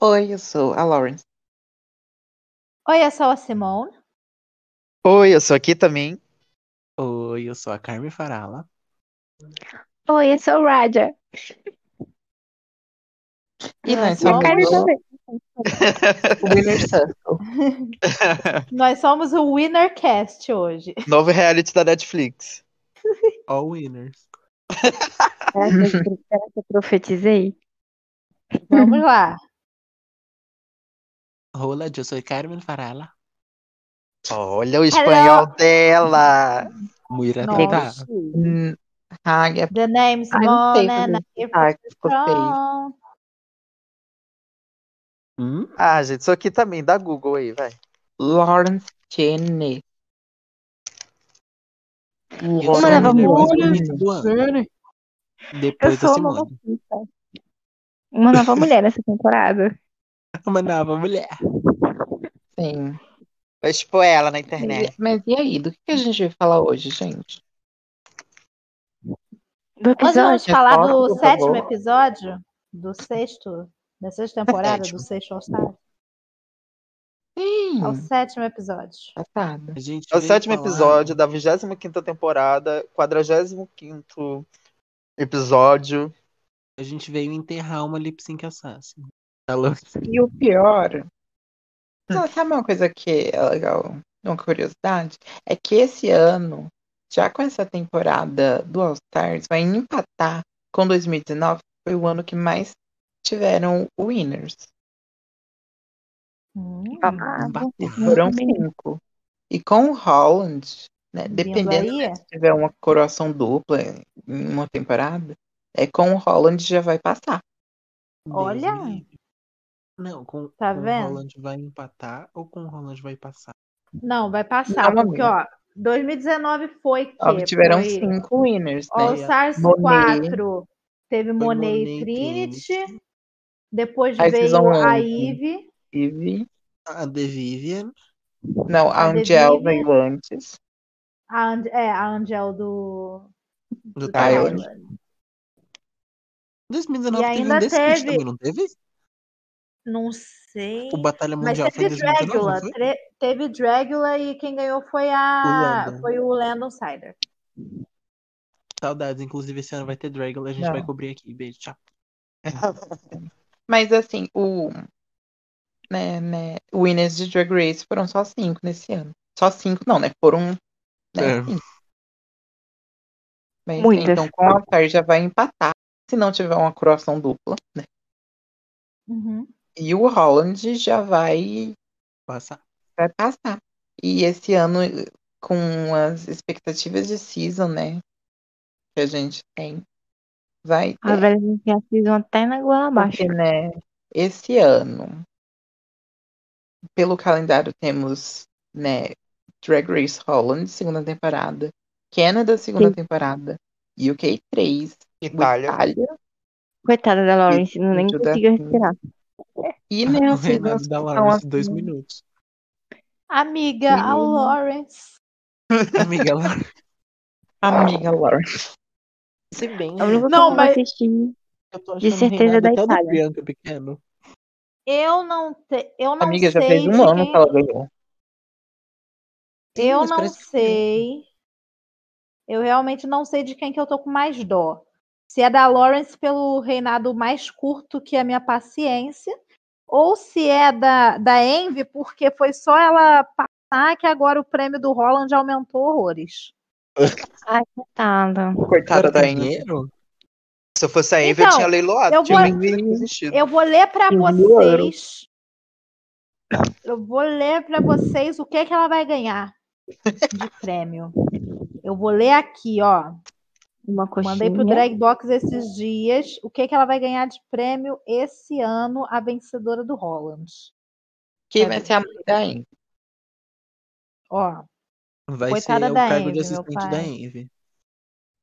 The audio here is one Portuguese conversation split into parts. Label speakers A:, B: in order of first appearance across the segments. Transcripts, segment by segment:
A: Oi, eu sou a Lawrence.
B: Oi, eu sou a Simone.
C: Oi, eu sou aqui também. Oi, eu sou a Carmen Farala.
D: Oi, eu sou Oh, é o Roger.
A: Ah, E nós
D: E a
A: somos
B: Vamos.
D: Karen
A: o
D: também.
A: Winner Circle.
B: Nós somos o Winnercast hoje.
C: Novo reality da Netflix.
E: All winners.
D: Será que eu- será que eu profetizei?
B: Vamos lá.
E: Hola, eu sou Carmen Farala.
C: Olha o espanhol dela.
E: Muy
B: Nossa.
E: ratata.
A: Hum, Ai, é né,
B: The name
A: Ai, não sei fazer Ah,
B: Simone. né? name
A: sotaque, ficou feio.
B: from-
E: Hum?
C: Ah, gente, sou aqui também. Dá Google aí, vai.
A: Lawrence Cheney.
E: Eu
D: Mano,
E: sou a
D: vamos-
E: mulher mais
D: vamos-
B: né?
E: bonita do ano,
D: Eu
E: Depois da
D: sou a nova
E: Simone.
D: fita. Uma nova mulher nessa temporada.
E: Uma nova mulher.
A: Sim.
C: Vai expor ela na internet.
A: Mas e aí, do que que a gente vai falar hoje, gente?
D: Do
A: Então,
B: Nós vamos
D: episódio.
B: falar
A: corta,
B: do
A: por
B: sétimo
A: favor.
B: episódio, do sexto, da sexta temporada,
A: Sétimo. Hum.
B: do sexto ao sábado.
A: Sim,
B: É o sétimo episódio.
A: passada.
E: A gente
C: É o
E: veio
C: sétimo
E: falar-
C: episódio da 25ª temporada, 45º episódio.
E: A gente veio enterrar uma lip sync assassin. Alô?
A: E o
B: Hum.
A: pior. Sabe sabe uma coisa que é legal? Uma curiosidade? É que esse ano, já com essa temporada do All Stars, vai empatar com 2019, que foi o ano que mais tiveram winners.
B: Hum,
A: Ah.
D: Amado.
E: Bateu.
B: Uhum.
A: Foram
D: Muito bem.
A: cinco. E com o Holland, né,
B: Vindo
A: dependendo
B: aí.
A: né, se tiver uma coroação dupla em uma temporada, é com o Holland já vai passar.
E: Deus
B: Olha.
E: me livre. Não, com,
B: Tá
E: com
B: vendo?
E: o Roland vai empatar ou com o Roland vai passar?
B: Não, vai passar,
A: Não,
B: porque, ó, 2019 foi que
A: Tiveram
B: foi
A: cinco winners, né?
B: All Stars
A: Monet.
B: 4, teve Monet,
E: Monet
B: e
E: e
B: Trinity.
E: Trinity.
B: Depois
A: Aí vocês
B: veio
A: vão
B: a
A: onde?
B: Eve.
A: Inclusive.
E: A The Vivian.
A: Não, a
B: A
A: Angel
B: Vivian.
A: veio antes.
B: A, And- é, a Angel do.
E: Do
B: Ah,
A: Tá, eu-
E: Thailand. 2019
B: E
E: teve
B: ainda
E: um desse bicho
B: teve-
E: também, não teve?
B: Não sei.
E: O Batalha
B: Mas
E: Mundial foi
B: teve
E: em 2019, não
B: Dragula.
E: foi?
B: tre- Teve Dragula e quem ganhou foi a.
E: O Landon.
B: foi o Landon Sider.
E: Saudades, inclusive esse ano vai ter Dragula, a gente
A: Não.
E: vai cobrir aqui. Beijo, tchau.
A: Mas assim, o. Né, né, winners de Drag Race foram só cinco nesse ano. Só cinco, não, né? Foram. Né,
E: É.
A: cinco. Mas,
D: Muitas.
A: Então, com a Star já vai empatar. Se não tiver uma coroação dupla, né?
B: Uhum.
A: E o Holland já vai,
E: Passa.
A: vai passar. E esse ano, com as expectativas de season, né? Que a gente tem, vai
D: A
A: ter.
D: velha gente já fez uma até na goela abaixo.
A: Porque, né, esse ano, pelo calendário, temos, né, Drag Race Holland, segunda temporada, Canada, segunda
D: Sim.
A: temporada, UK 3,
C: Itália.
A: Itália,
D: Coitada da Lawrence, não nem
A: Vídeo da
D: consigo respirar.
A: e, né,
E: O
A: as
E: Renato
A: seasons
E: da
A: que
E: Lawrence,
A: estão,
E: dois
A: assim,
E: minutos.
B: Amiga, a
A: Menina.
B: Lawrence.
E: Amiga, ela...
A: Amiga Lawrence.
E: Se bem,
D: Eu não vou
B: Não,
D: não,
B: mas-
D: assistir.
E: eu tô
D: de
E: achando
D: certeza
E: o Renato
D: da
E: até o
D: Itália.
E: do Bianca pequeno.
B: Eu não, te- eu não
A: Amiga, já
B: sei.
A: fez
B: de
A: um ano
B: quem-
A: que ela ganhou.
C: Sim,
B: eu
C: mas
B: não
C: parece que-
B: sei. Eu realmente não sei de quem que eu tô com mais dó. Se é da Lawrence pelo reinado mais curto que a minha paciência, ou se é da, da Envy, porque foi só ela passar que agora o prêmio do Holland aumentou horrores.
D: Coitada.
A: Coitada
E: Era
A: da Amy.
E: dinheiro?
C: Se eu fosse a Envy,
B: Então,
C: eu tinha leiloado.
B: eu
C: tinha um
B: vou-
C: vendido aqui vestido.
B: Eu vou ler para
A: Sim, mil
B: vocês. Eu vou ler para vocês o que que ela vai ganhar de prêmio. Eu vou ler aqui, ó.
D: Uma coxinha.
B: Mandei pro Drag Box esses dias. O que, que ela vai ganhar de prêmio esse ano, a vencedora do Holland?
A: Que vai ser a mãe da Amy.
B: Ó,
E: Vai
B: Coitada
E: ser o
B: da
E: cargo
B: Envy,
E: de
B: meu
E: assistente
B: pai.
E: da Envy.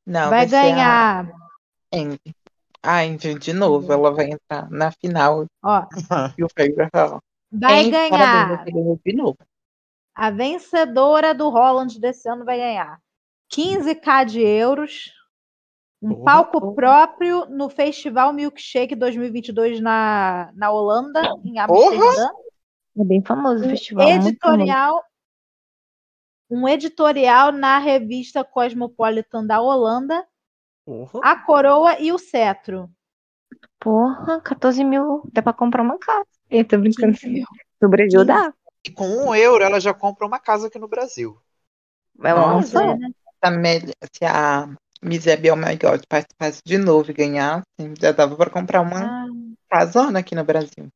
A: Não, vai,
B: vai
A: ser a
B: ganhar.
A: Envy. A Envy, de novo, ela vai entrar na final
B: Ó,
A: e o Fred vai falar.
B: vai
A: Envy, Parabéns,
B: ganhar.
A: você ganhou de novo.
B: A vencedora do Holland desse ano vai ganhar 15k de euros, Um
E: Porra,
B: palco
E: porra.
B: próprio no Festival Milkshake 2022 na, na Holanda, em Amsterdã. um
D: É bem famoso o festival. né? muito
B: editorial um editorial na revista Cosmopolitan da Holanda,
E: Porra.
B: A Coroa e o Cetro.
D: famoso. Porra, 14 mil. Dá pra comprar uma casa. Eu tô brincando.
A: 15 mil.
D: Sobreviveu dá.
C: E com um euro ela já compra uma casa aqui no Brasil.
D: É uma
A: Nossa.
D: mansão.
A: Se a, Mel- se a Miss Abby, oh my God, participasse de novo e ganhasse, assim, já dava pra comprar uma
B: Ah,
A: casona aqui no Brasil.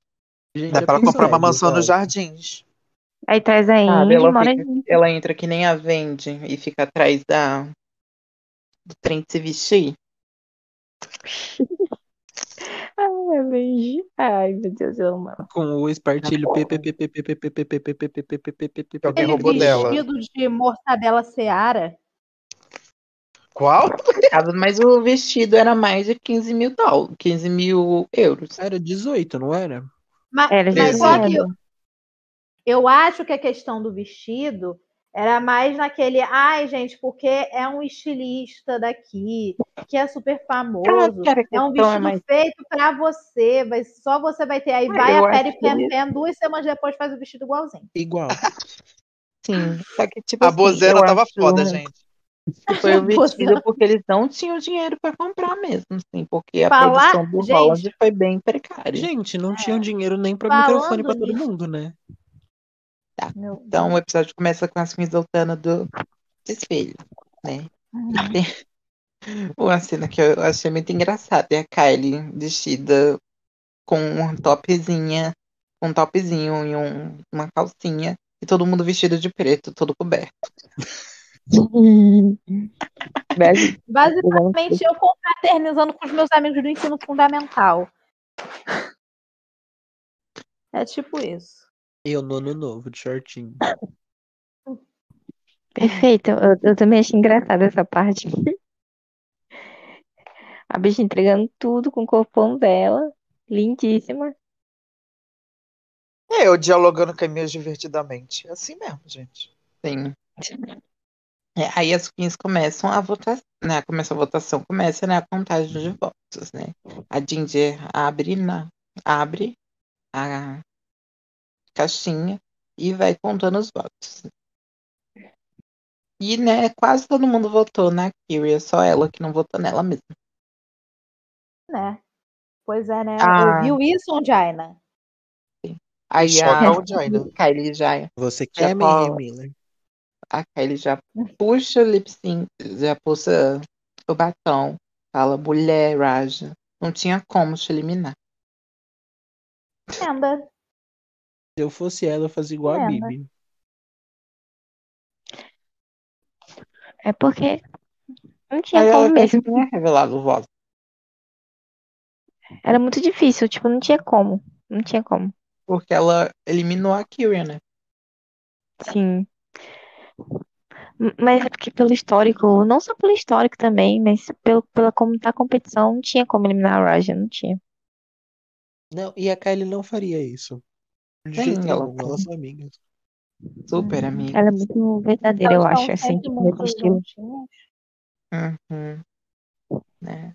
E: Gente,
C: Dá
E: já
C: pra ela
E: pensou,
C: comprar uma
E: Eduardo?
C: mansão nos jardins.
D: Aí traz a
A: Sabe,
D: Indy,
A: ela
D: mora
A: fica-
D: junto.
A: Ela entra que nem a vende e fica atrás da do trem de se vestir.
D: Ai, beijo. Ai, meu Deus, eu amo ela.
E: Com o
A: Tá
E: espartilho
A: bom.
E: PPPPPPPPPPPPPPPP.
C: Alguém
B: aquele
C: roubou dela.
B: vestido de mortadela seara.
C: Qual?
A: Tava- Mas o vestido era mais de 15 mil dólares, 15 mil euros.
E: Era 18, não era?
B: Mas,
D: Ela É, já
B: mas só
D: era.
B: que eu, eu acho que a questão do vestido era mais naquele, ai, gente, porque é um estilista daqui, que é super famoso. É um vestido feito pra você, vai, só você vai ter. Aí vai
A: eu
B: a Peri
A: acho
B: Pen
A: que-
B: Pen, duas semanas depois faz o vestido igualzinho.
E: Igual.
A: Sim. Só que, tipo
C: A
A: assim,
C: bozena
A: eu
C: tava
A: acho
C: foda, gente.
A: que Foi o
B: Bozena.
A: vestido porque eles não tinham dinheiro pra comprar mesmo, assim, porque a
B: Falar-
A: produção do
B: Gente.
A: Holland foi bem precária.
E: Gente, não tinham dinheiro nem pra
B: Falando
E: microfone pra todo
B: nisso.
E: mundo, né?
B: Meu
A: Então o episódio começa com a Asmin soltando do espelho, né? Uma cena que eu achei muito engraçada é a Kylie vestida com um topzinha, um topzinho e um- uma calcinha, e todo mundo vestido de preto, todo coberto.
D: Beijo.
B: Basicamente, eu confraternizando com os meus amigos do ensino fundamental. É tipo isso.
E: Eu no ano novo, de shortinho.
D: Perfeito. Eu, eu também achei engraçada essa parte. A bicha entregando tudo com o corpão dela. Lindíssima.
C: É, eu dialogando com a minha divertidamente. É assim mesmo, gente.
A: Sim. É, aí as queens começam a votação, né? Começa a votação, começa, né, a contagem de votos, né? A Ginger abre na abre a caixinha e vai contando os votos. E, né, quase todo mundo votou na Kyria, só ela que não votou nela mesma.
B: Né? Pois é, né?
A: Ah.
B: Ouviu isso, Jaina?
A: Aí
C: Choca
A: a
C: o Jaina.
A: Kylie já é.
E: Você
A: Já
E: quer, Mary
A: fala.
E: Miller?
A: a Kylie já puxa o lip sync, já puxa o batom, fala mulher, Raja. Não tinha como te eliminar.
B: Entenda.
E: Se eu fosse ela, eu fazia igual
B: É,
E: a
B: né?
E: Bibi.
D: É porque não tinha
A: Aí
D: como
A: ela até
D: mesmo.
A: tinha revelado o voto.
D: Era muito difícil, tipo, não tinha como. Não tinha como.
A: Porque ela eliminou a Kyria, né?
D: Sim. M- Mas é porque pelo histórico, não só pelo histórico também, mas pelo, pela como tá a competição, não tinha como eliminar a Raja, não tinha.
E: Não, e a Kylie não faria isso. De
A: Sim,
E: jeito
A: ela
E: nenhum, elas são amigas.
A: Super amiga.
D: Ela é muito verdadeira, eu
B: Elas
D: acho,
B: estão
D: assim,
B: sempre
D: nesse
B: muito
D: estilo.
B: juntinhas.
A: Uhum. Né?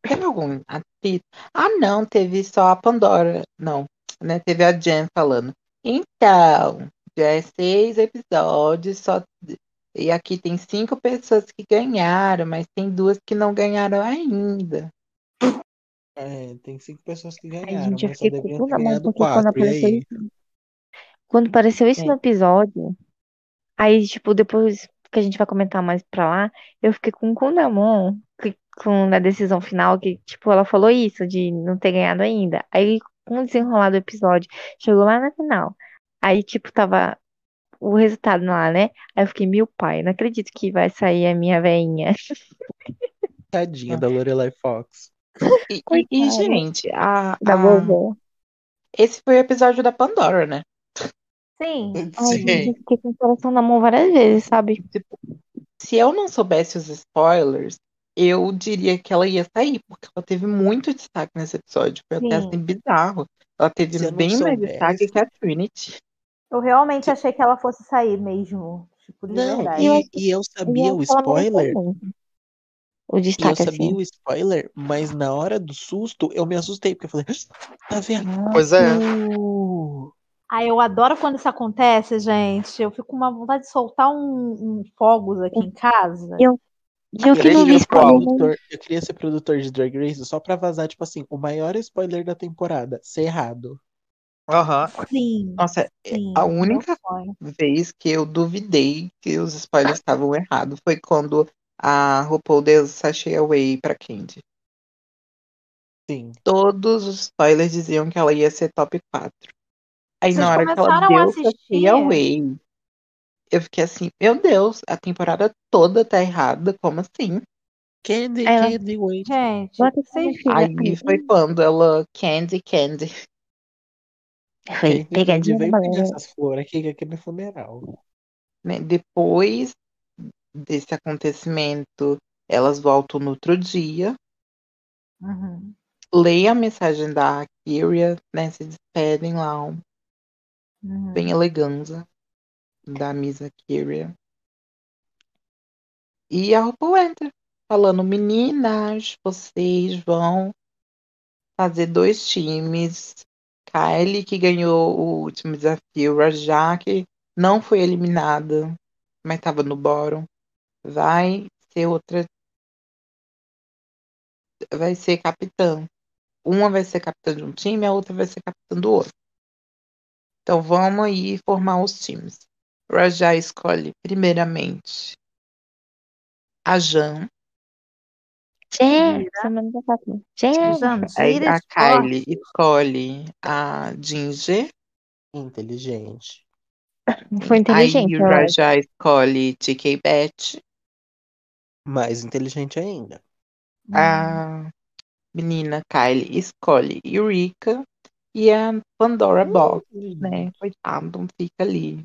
A: Teve algum atrito? Ah, não, teve só a Pandora. Não, né? Teve a Jen falando. Então, já é seis episódios, só. E aqui tem cinco pessoas que ganharam, mas tem duas que não ganharam ainda.
E: É, tem cinco pessoas que
D: Ai,
E: ganharam,
D: gente, eu
E: mas só
D: fiquei com
E: deviam
D: tudo
E: ter
D: na mão,
E: ganhado
D: porque quando
E: quatro. E
D: apareceu
E: aí?
D: isso. Quando apareceu isso no episódio, aí, tipo, depois que a gente vai comentar mais pra lá, eu fiquei com o cu na mão, que- com na decisão final, que, tipo, ela falou isso, de não ter ganhado ainda. Aí, com o desenrolar do episódio, chegou lá na final. Aí, tipo, tava o resultado lá, né? Aí eu fiquei, meu pai, não acredito que vai sair a minha veinha. Ah.
E: Tadinha da Lorelai Fox.
A: E, e- e,
D: Coitada.
A: gente, a,
D: Da
E: Ah.
A: a-
D: vovó.
A: esse foi o episódio da Pandora, né?
B: Sim.
D: Ai, gente,
C: Sim.
D: eu fiquei com o coração na mão várias vezes, sabe?
A: Se eu não soubesse os spoilers, eu diria que ela ia sair, porque ela teve muito destaque nesse episódio. Foi até
B: Sim.
A: assim bizarro. Ela teve
E: Se eu não
A: bem mais
E: soubesse-
A: destaque que a Trinity.
B: Eu realmente achei que ela fosse sair mesmo. Tipo, de
E: Não,
B: verdade.
E: e, e eu
D: é E
E: sabia
D: ela
E: o
D: falou muito
E: spoiler
D: bem. o
E: E eu
D: destaque,
E: sabia
D: assim.
E: o spoiler, mas na hora do susto eu me assustei, porque eu falei, "Ah, tá vendo?
F: Pois é.
B: Ah, eu adoro quando isso acontece, gente. Eu fico com uma vontade de soltar um, um fogos aqui em casa.
D: E eu que
F: Ele
D: não vi
F: viu qual?
D: spoiler. né?
E: Produtor- eu queria ser produtor de Drag Race só pra vazar, tipo assim, o maior spoiler da temporada, ser errado.
F: Aham.
B: Sim,
A: Nossa,
B: sim.
A: a
B: meu
A: única
B: sonho.
A: vez que eu duvidei que os spoilers estavam errados foi quando a RuPaul deu o sachê away pra Candy.
E: Sim.
A: Todos os spoilers diziam que ela ia ser top 4. Aí
B: Vocês
A: na hora que ela
B: começaram a
A: deu o sachê
B: assistir?
A: away, eu fiquei assim, meu Deus, a temporada toda tá errada, como assim?
E: Candy,
D: Ela-
E: Candy, wait.
B: Gente,
D: Bota essa
B: vocês...
D: minha
A: Aí
D: filha
A: foi quando ela, Candy, Candy.
D: aqui. Foi
E: Candy,
D: pegadinha
E: Candy,
D: da
E: vem pegar
D: malandra.
E: essas flores aqui, que aqui é meu funeral.
A: né? Depois desse acontecimento, elas voltam no outro dia,
B: Uhum.
A: leem a mensagem da Kyria, né? Se despedem lá, um-
B: uhum.
A: bem elegância da Misa Kyria. E a RuPaul entra, falando: meninas, vocês vão fazer dois times. Kylie, que ganhou o último desafio, Rajá, que não foi eliminada, mas estava no bórum, vai ser outra vai ser capitã. Uma vai ser capitã de um time, a outra vai ser capitã do outro. Então vamos aí formar os times. Rajá escolhe primeiramente a Jan,
D: Gente, semana passada. Gente,
A: aí
B: Jandira
A: a
B: Scott.
A: Kylie escolhe a Ginger,
E: Inteligente.
D: foi
A: aí
D: inteligente,
A: o
D: eu acho.
A: Rajá escolhe TK Bet,
E: Mais inteligente ainda.
A: a menina Kylie escolhe Eureka e a Pandora Box, né? Coitado, fica ali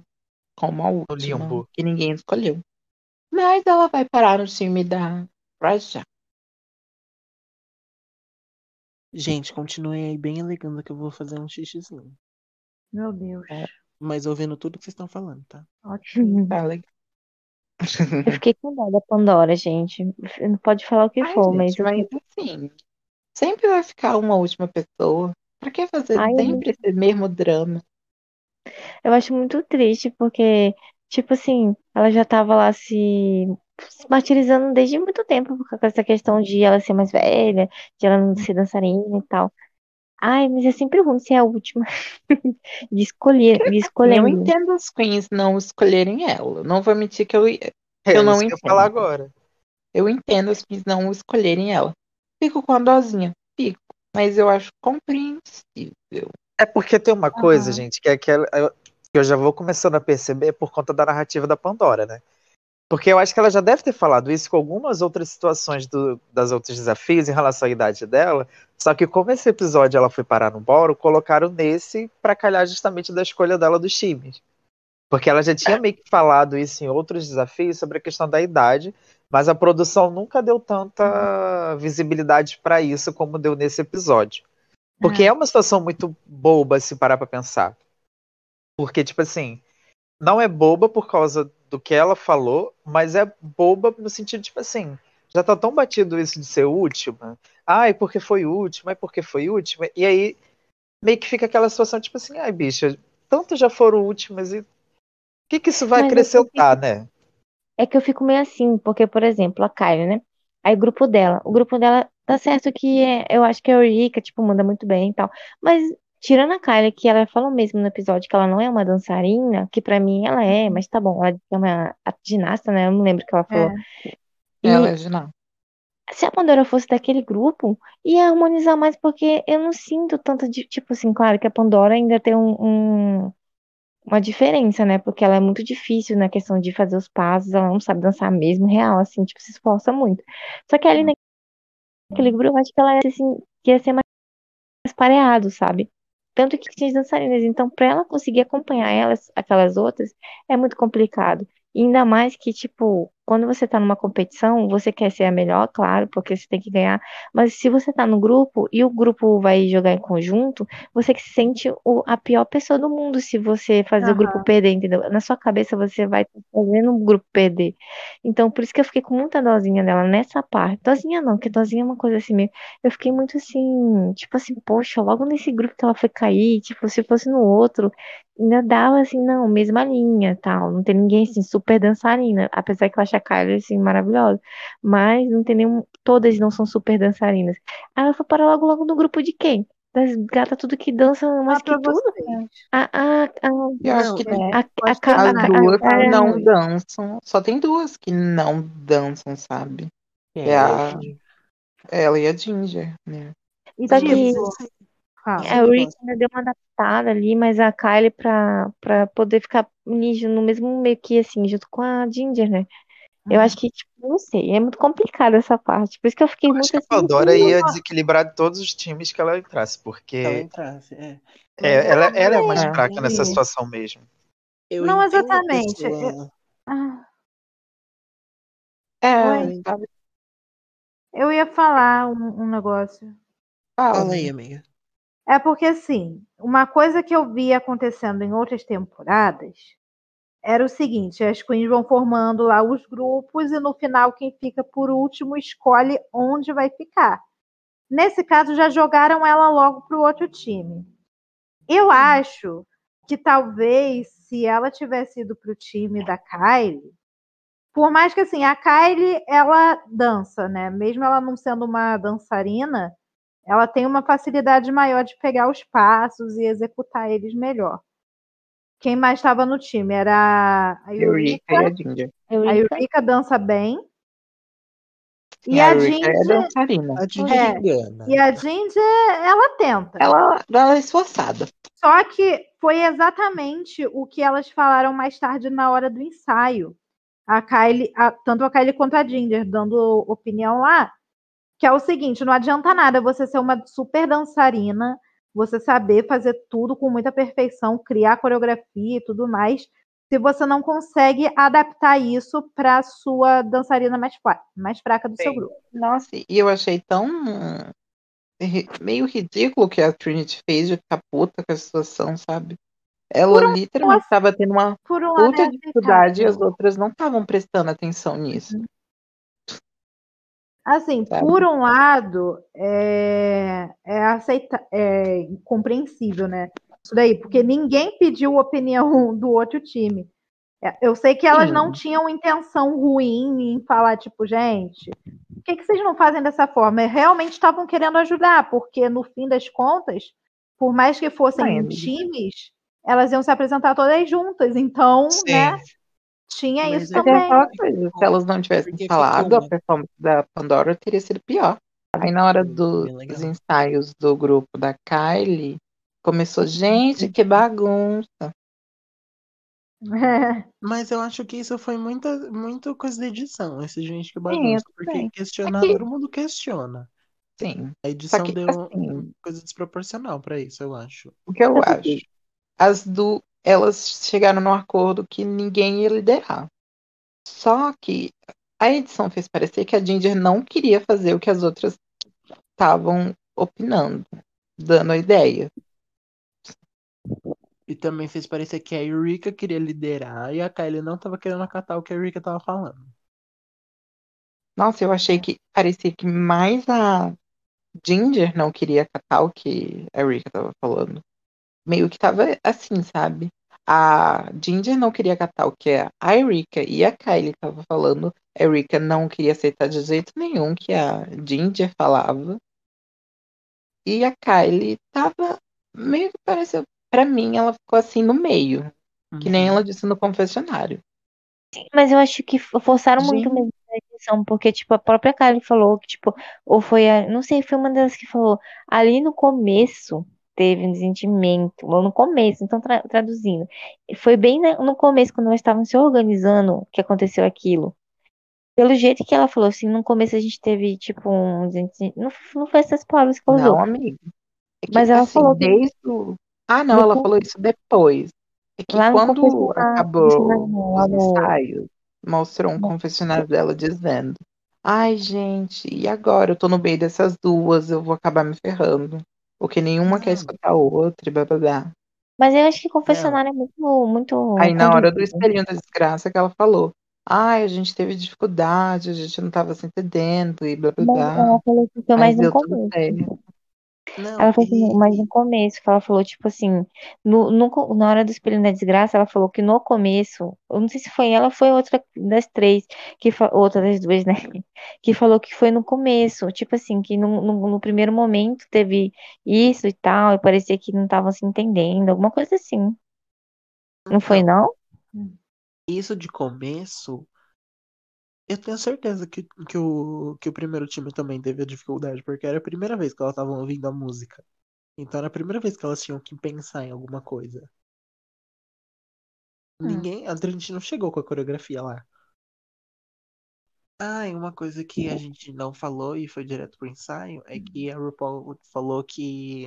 A: como a
D: um
A: última,
E: limbo.
A: que ninguém escolheu. Mas ela vai parar no time da Raja.
E: Gente, continuem aí bem elegando que eu vou fazer um xixizinho.
B: Meu Deus.
E: Mas ouvindo tudo que vocês estão falando, tá?
B: Ótimo.
A: Tá legal.
D: Eu fiquei com dó da Pandora, gente. Não pode falar o que
A: Ai,
D: for, mas
A: gente,
D: eu
A: mas assim, sempre vai ficar uma última pessoa. Pra que fazer
D: Ai,
A: sempre esse mesmo drama?
D: Eu acho muito triste, porque, tipo assim, ela já tava lá se, se martirizando desde muito tempo por causa dessa questão de ela ser mais velha, de ela não ser dançarina e tal. Ai, mas é sempre ruim ser a última de escolher, de
A: Eu
D: escolhendo.
A: entendo as queens não escolherem ela. Não vou mentir que eu,
C: É
A: Eu não
F: isso que eu ia falar
A: entendo.
F: agora.
A: eu entendo as queens não escolherem ela. Fico com a dozinha, fico. Mas eu acho compreensível.
F: É porque tem uma coisa,
B: Aham.
F: gente, que é aquela eu- que eu já vou começando a perceber por conta da narrativa da Pandora, né? Porque eu acho que ela já deve ter falado isso com algumas outras situações do- das outros desafios em relação à idade dela. Só que como esse episódio ela foi parar no boro, colocaram nesse pra calhar justamente da escolha dela dos times. Porque ela já tinha meio que falado isso em outros desafios sobre a questão da idade, mas a produção nunca deu tanta visibilidade pra isso como deu nesse episódio. Porque é uma situação muito boba se parar pra pensar. Porque, tipo assim, não é boba por causa do que ela falou, mas é boba no sentido, tipo assim, já tá tão batido isso de ser última. Ai, porque foi última, é porque foi última. E aí meio que fica aquela situação, tipo assim, ai, bicha, tanto já foram últimas e. O que, que isso vai
D: Mas eu
F: acrescentar, né?
D: É que eu fico meio assim, porque, por exemplo, a Kylie, né? Aí o grupo dela. O grupo dela tá certo que é- eu acho que a Eurica, tipo, manda muito bem e tal. Mas tirando a Kylie, que ela falou mesmo no episódio que ela não é uma dançarina, que pra mim ela
A: Uhum.
D: é, mas tá bom, ela é uma a- ginasta, né? Eu não lembro o que ela falou. E
A: Ela é ginástica.
D: se a Pandora fosse daquele grupo, ia harmonizar mais, porque eu não sinto tanto de, tipo assim, claro que a Pandora ainda tem um, um- uma diferença, né? Porque ela é muito difícil na questão de fazer os passos, ela não sabe dançar mesmo, real, assim, tipo, se esforça muito. Só que ali naquele grupo, eu acho que ela ia ser, assim, que ia ser mais pareado, sabe? Tanto que tinha as dançarinas, então pra ela conseguir acompanhar elas, aquelas outras, é muito complicado. E ainda mais que, tipo, quando você tá numa competição, você quer ser a melhor, claro, porque você tem que ganhar. Mas se você tá no grupo e o grupo vai jogar em conjunto, você que se sente o- a pior pessoa do mundo se você fazer o grupo perder, entendeu? Na sua cabeça você vai tá fazendo o grupo perder. Então, por isso que eu fiquei com muita dosinha dela nessa parte. Dosinha não, porque dosinha é uma coisa assim meio. Eu fiquei muito assim, tipo assim, poxa, logo nesse grupo que ela foi cair, tipo, se fosse no outro ainda dava assim, não, mesma linha, tal. Não tem ninguém assim, super dançarina. Apesar que eu acho a Kylie assim, maravilhosa. Mas não tem nenhum. Todas não são super dançarinas. Aí ela foi parar logo, logo no grupo de quem? Das gatas tudo que dançam
A: Ah,
D: mais
B: Só
D: que
B: pra
D: tudo.
B: você.
D: A, a, a,
A: Eu acho que
B: é,
D: a, a,
B: pode
D: Ka-
B: ter
D: a,
A: as
B: mais.
D: a-
A: duas
D: a-
A: não
B: Oi.
A: dançam. Só tem duas que não dançam, sabe?
E: Quem
A: É a
E: é?
A: ela e a Ginger, né?
B: E
D: só
B: digo,
D: que é.
B: fala.
D: a Rich ainda deu uma adaptada ali, mas a Kylie pra, pra poder ficar nijo no mesmo meio que assim, junto com a Ginger, né?
C: Uhum.
D: Eu acho que, tipo, não sei, é muito complicado essa parte. Por isso que eu fiquei
C: Eu acho
D: muito
C: que a
D: assim.
C: Pandora ia desequilibrar todos os times que ela entrasse,
E: Ela
C: porque
E: entrasse, é.
C: é, ela, ela é mais
A: É.
C: fraca nessa
B: Sim.
C: situação mesmo.
E: Eu
B: Não
E: entendo a
B: exatamente.
E: pessoa-
B: Ah,
A: É,
B: Oi.
A: sabe?
B: Eu ia falar um, um negócio.
A: Fala.
E: Fala aí, amiga.
B: É porque, assim, uma coisa que eu vi acontecendo em outras temporadas era o seguinte: as queens vão formando lá os grupos e no final quem fica por último escolhe onde vai ficar. Nesse caso, já jogaram ela logo para o outro time.
A: Uhum.
B: Eu acho que talvez se ela tivesse ido para o time da Kylie, por mais que assim, a Kylie ela dança, né? Mesmo ela não sendo uma dançarina, ela tem uma facilidade maior de pegar os passos e executar eles melhor. Quem mais estava no time era a Yurika.
A: Eureka e a Ginger.
B: A
D: Eurica.
B: Yurika dança bem. E
A: a
B: a,
A: Eureka é
B: Ginger,
A: dançarina.
E: A Didi
B: É.
E: engana.
B: e a Ginger, ela tenta.
A: Ela, ela é esforçada.
B: Só que foi exatamente o que elas falaram mais tarde na hora do ensaio. A Kylie, a- tanto a Kylie quanto a Ginger, dando opinião lá, que é o seguinte: não adianta nada você ser uma super dançarina, você saber fazer tudo com muita perfeição, criar coreografia e tudo mais, se você não consegue adaptar isso para a sua dançarina mais, fra- mais fraca do seu
A: Sim.
B: grupo.
A: Nossa, e eu achei tão ri- meio ridículo o que a Trinity fez de ficar puta com a situação, sabe? Ela literalmente
B: assim,
A: estava tendo uma
B: Por um lado, é
A: puta dificuldade e
B: aceitável.
A: as outras não estavam prestando atenção nisso.
B: Assim,
E: Tá.
A: Sabe?
B: por um lado, é, é, aceita, é compreensível, né? Isso daí,
E: Uhum.
B: porque ninguém pediu opinião do outro time. É, Eu sei que elas não tinham intenção ruim em falar, tipo, gente, por que, que vocês não fazem dessa forma? É, Realmente estavam querendo ajudar, porque no fim das contas, por mais que fossem
A: Ah, é.
B: em times, elas iam se apresentar todas juntas. Então, né,
C: Sim.
B: tinha
E: Mas
B: isso
E: é
A: Mas é
B: também.
A: aquela coisa, se elas não tivessem
E: Porque
A: falado,
E: ficou
A: a performance da Pandora teria sido pior. Aí na hora do-
E: Hum, Bem legal.
A: dos ensaios do grupo da Kylie, começou, gente,
E: Uhum.
A: que bagunça.
B: É.
E: Mas eu acho que isso foi muita, muito coisa da edição, esse gente que
A: Sim,
E: bagunça.
A: eu
E: Porque
A: também.
E: questionar,
A: É que-
E: todo mundo questiona.
A: Sim.
E: A
A: Só
E: edição
A: que,
E: deu uma
A: assim,
E: coisa desproporcional pra isso, eu acho.
A: o que eu
D: É porque-
A: acho? As do. Elas chegaram num acordo que ninguém ia liderar. Só que a edição fez parecer que a Ginger não queria fazer o que as outras estavam opinando, dando a ideia.
E: E também fez parecer que a Eureka queria liderar e a Kylie não tava querendo acatar o que a Eureka tava falando.
A: Nossa, eu achei que parecia que mais a Ginger não queria catar o que a Rika tava falando. Meio que tava assim, sabe? A Ginger não queria catar o que a Erika e a Kylie tava falando. A Erika não queria aceitar de jeito nenhum que a Ginger falava. E a Kylie tava meio que pareceu. Pra mim, ela ficou assim no meio. Que nem
E: Uhum.
A: ela disse no confessionário.
D: Mas eu acho que fo- forçaram muito
A: Gente.
D: mesmo a edição, porque, tipo, a própria Karen falou que, tipo, ou foi a, não sei, foi uma delas que falou, ali no começo teve um desentendimento, ou no começo, então tra- traduzindo, foi bem na- no começo, quando nós estávamos se organizando, que aconteceu aquilo. Pelo jeito que ela falou, assim, no começo a gente teve, tipo, um desentendimento, não, f- não foi essas palavras que ela usou,
A: Não, amiga. É que,
D: mas ela
A: assim,
D: falou que
A: desde o... Ah, não,
D: no
A: ela
D: con-
A: falou isso depois. É que
D: lá no
A: quando
D: confessionário,
A: acabou os
D: no-
A: ensaios, mostrou um confessionário dela dizendo: Ai, gente, e agora? Eu tô no meio dessas duas, eu vou acabar me ferrando. Porque nenhuma quer escutar a outra, e blá blá blá.
D: Mas eu acho que confessionário é muito, muito.
A: Aí na hora do
D: conduzido.
A: espelhinho da desgraça que ela falou: Ai, a gente teve dificuldade, a gente não tava se entendendo, e blá blá
D: Bom,
A: blá.
D: ela falou que foi
A: Mas
D: mais no
A: deu tudo
D: começo.
A: certo. Não,
D: Ela foi
A: e-
D: assim, mas no começo, que ela falou, tipo assim, no, no co- na hora do espelho da desgraça, ela falou que no começo, eu não sei se foi ela ou foi outra das três, que fa- outra das duas, né? Que falou que foi no começo, tipo assim, que no, no, no primeiro momento teve isso e tal, e parecia que não estavam se entendendo, alguma coisa assim. Não foi,
A: Então,
D: não?
E: Isso de começo, eu tenho certeza que, que, o, que o primeiro time também teve a dificuldade, porque era a primeira vez que elas estavam ouvindo a música. Então era a primeira vez que elas tinham que pensar em alguma coisa.
B: Hum.
E: Ninguém, a gente não chegou com a coreografia lá. Ah, e uma coisa que a gente não falou e foi direto pro ensaio é que a RuPaul falou que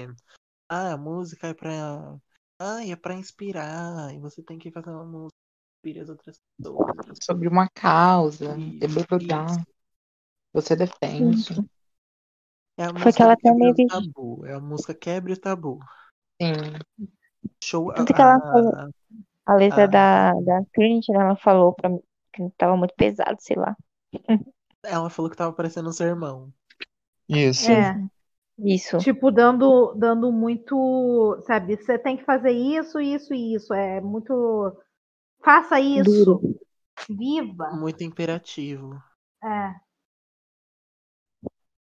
E: ah, a música é pra ah, é pra inspirar, e você tem que fazer uma música que inspire as outras pessoas.
A: sobre uma causa, e blá blá blá.
E: Isso, isso.
A: Você defende.
E: É a
D: Foi
E: música
D: que ela
E: que quebra
D: também
E: o
D: vi-
E: tabu. É a música quebra o tabu.
A: Sim.
E: Show a,
D: Tanto que ela falou-
E: a-
D: A letra
E: Ah.
D: da, da Trinity, né, ela falou pra mim que tava muito pesado, sei lá.
E: ela falou que tava parecendo um sermão.
C: Isso.
B: É.
D: Isso.
B: Tipo, dando, dando muito, sabe, você tem que fazer isso, isso e isso. É muito. Faça isso.
D: Duro.
B: Viva.
E: Muito imperativo.
B: É.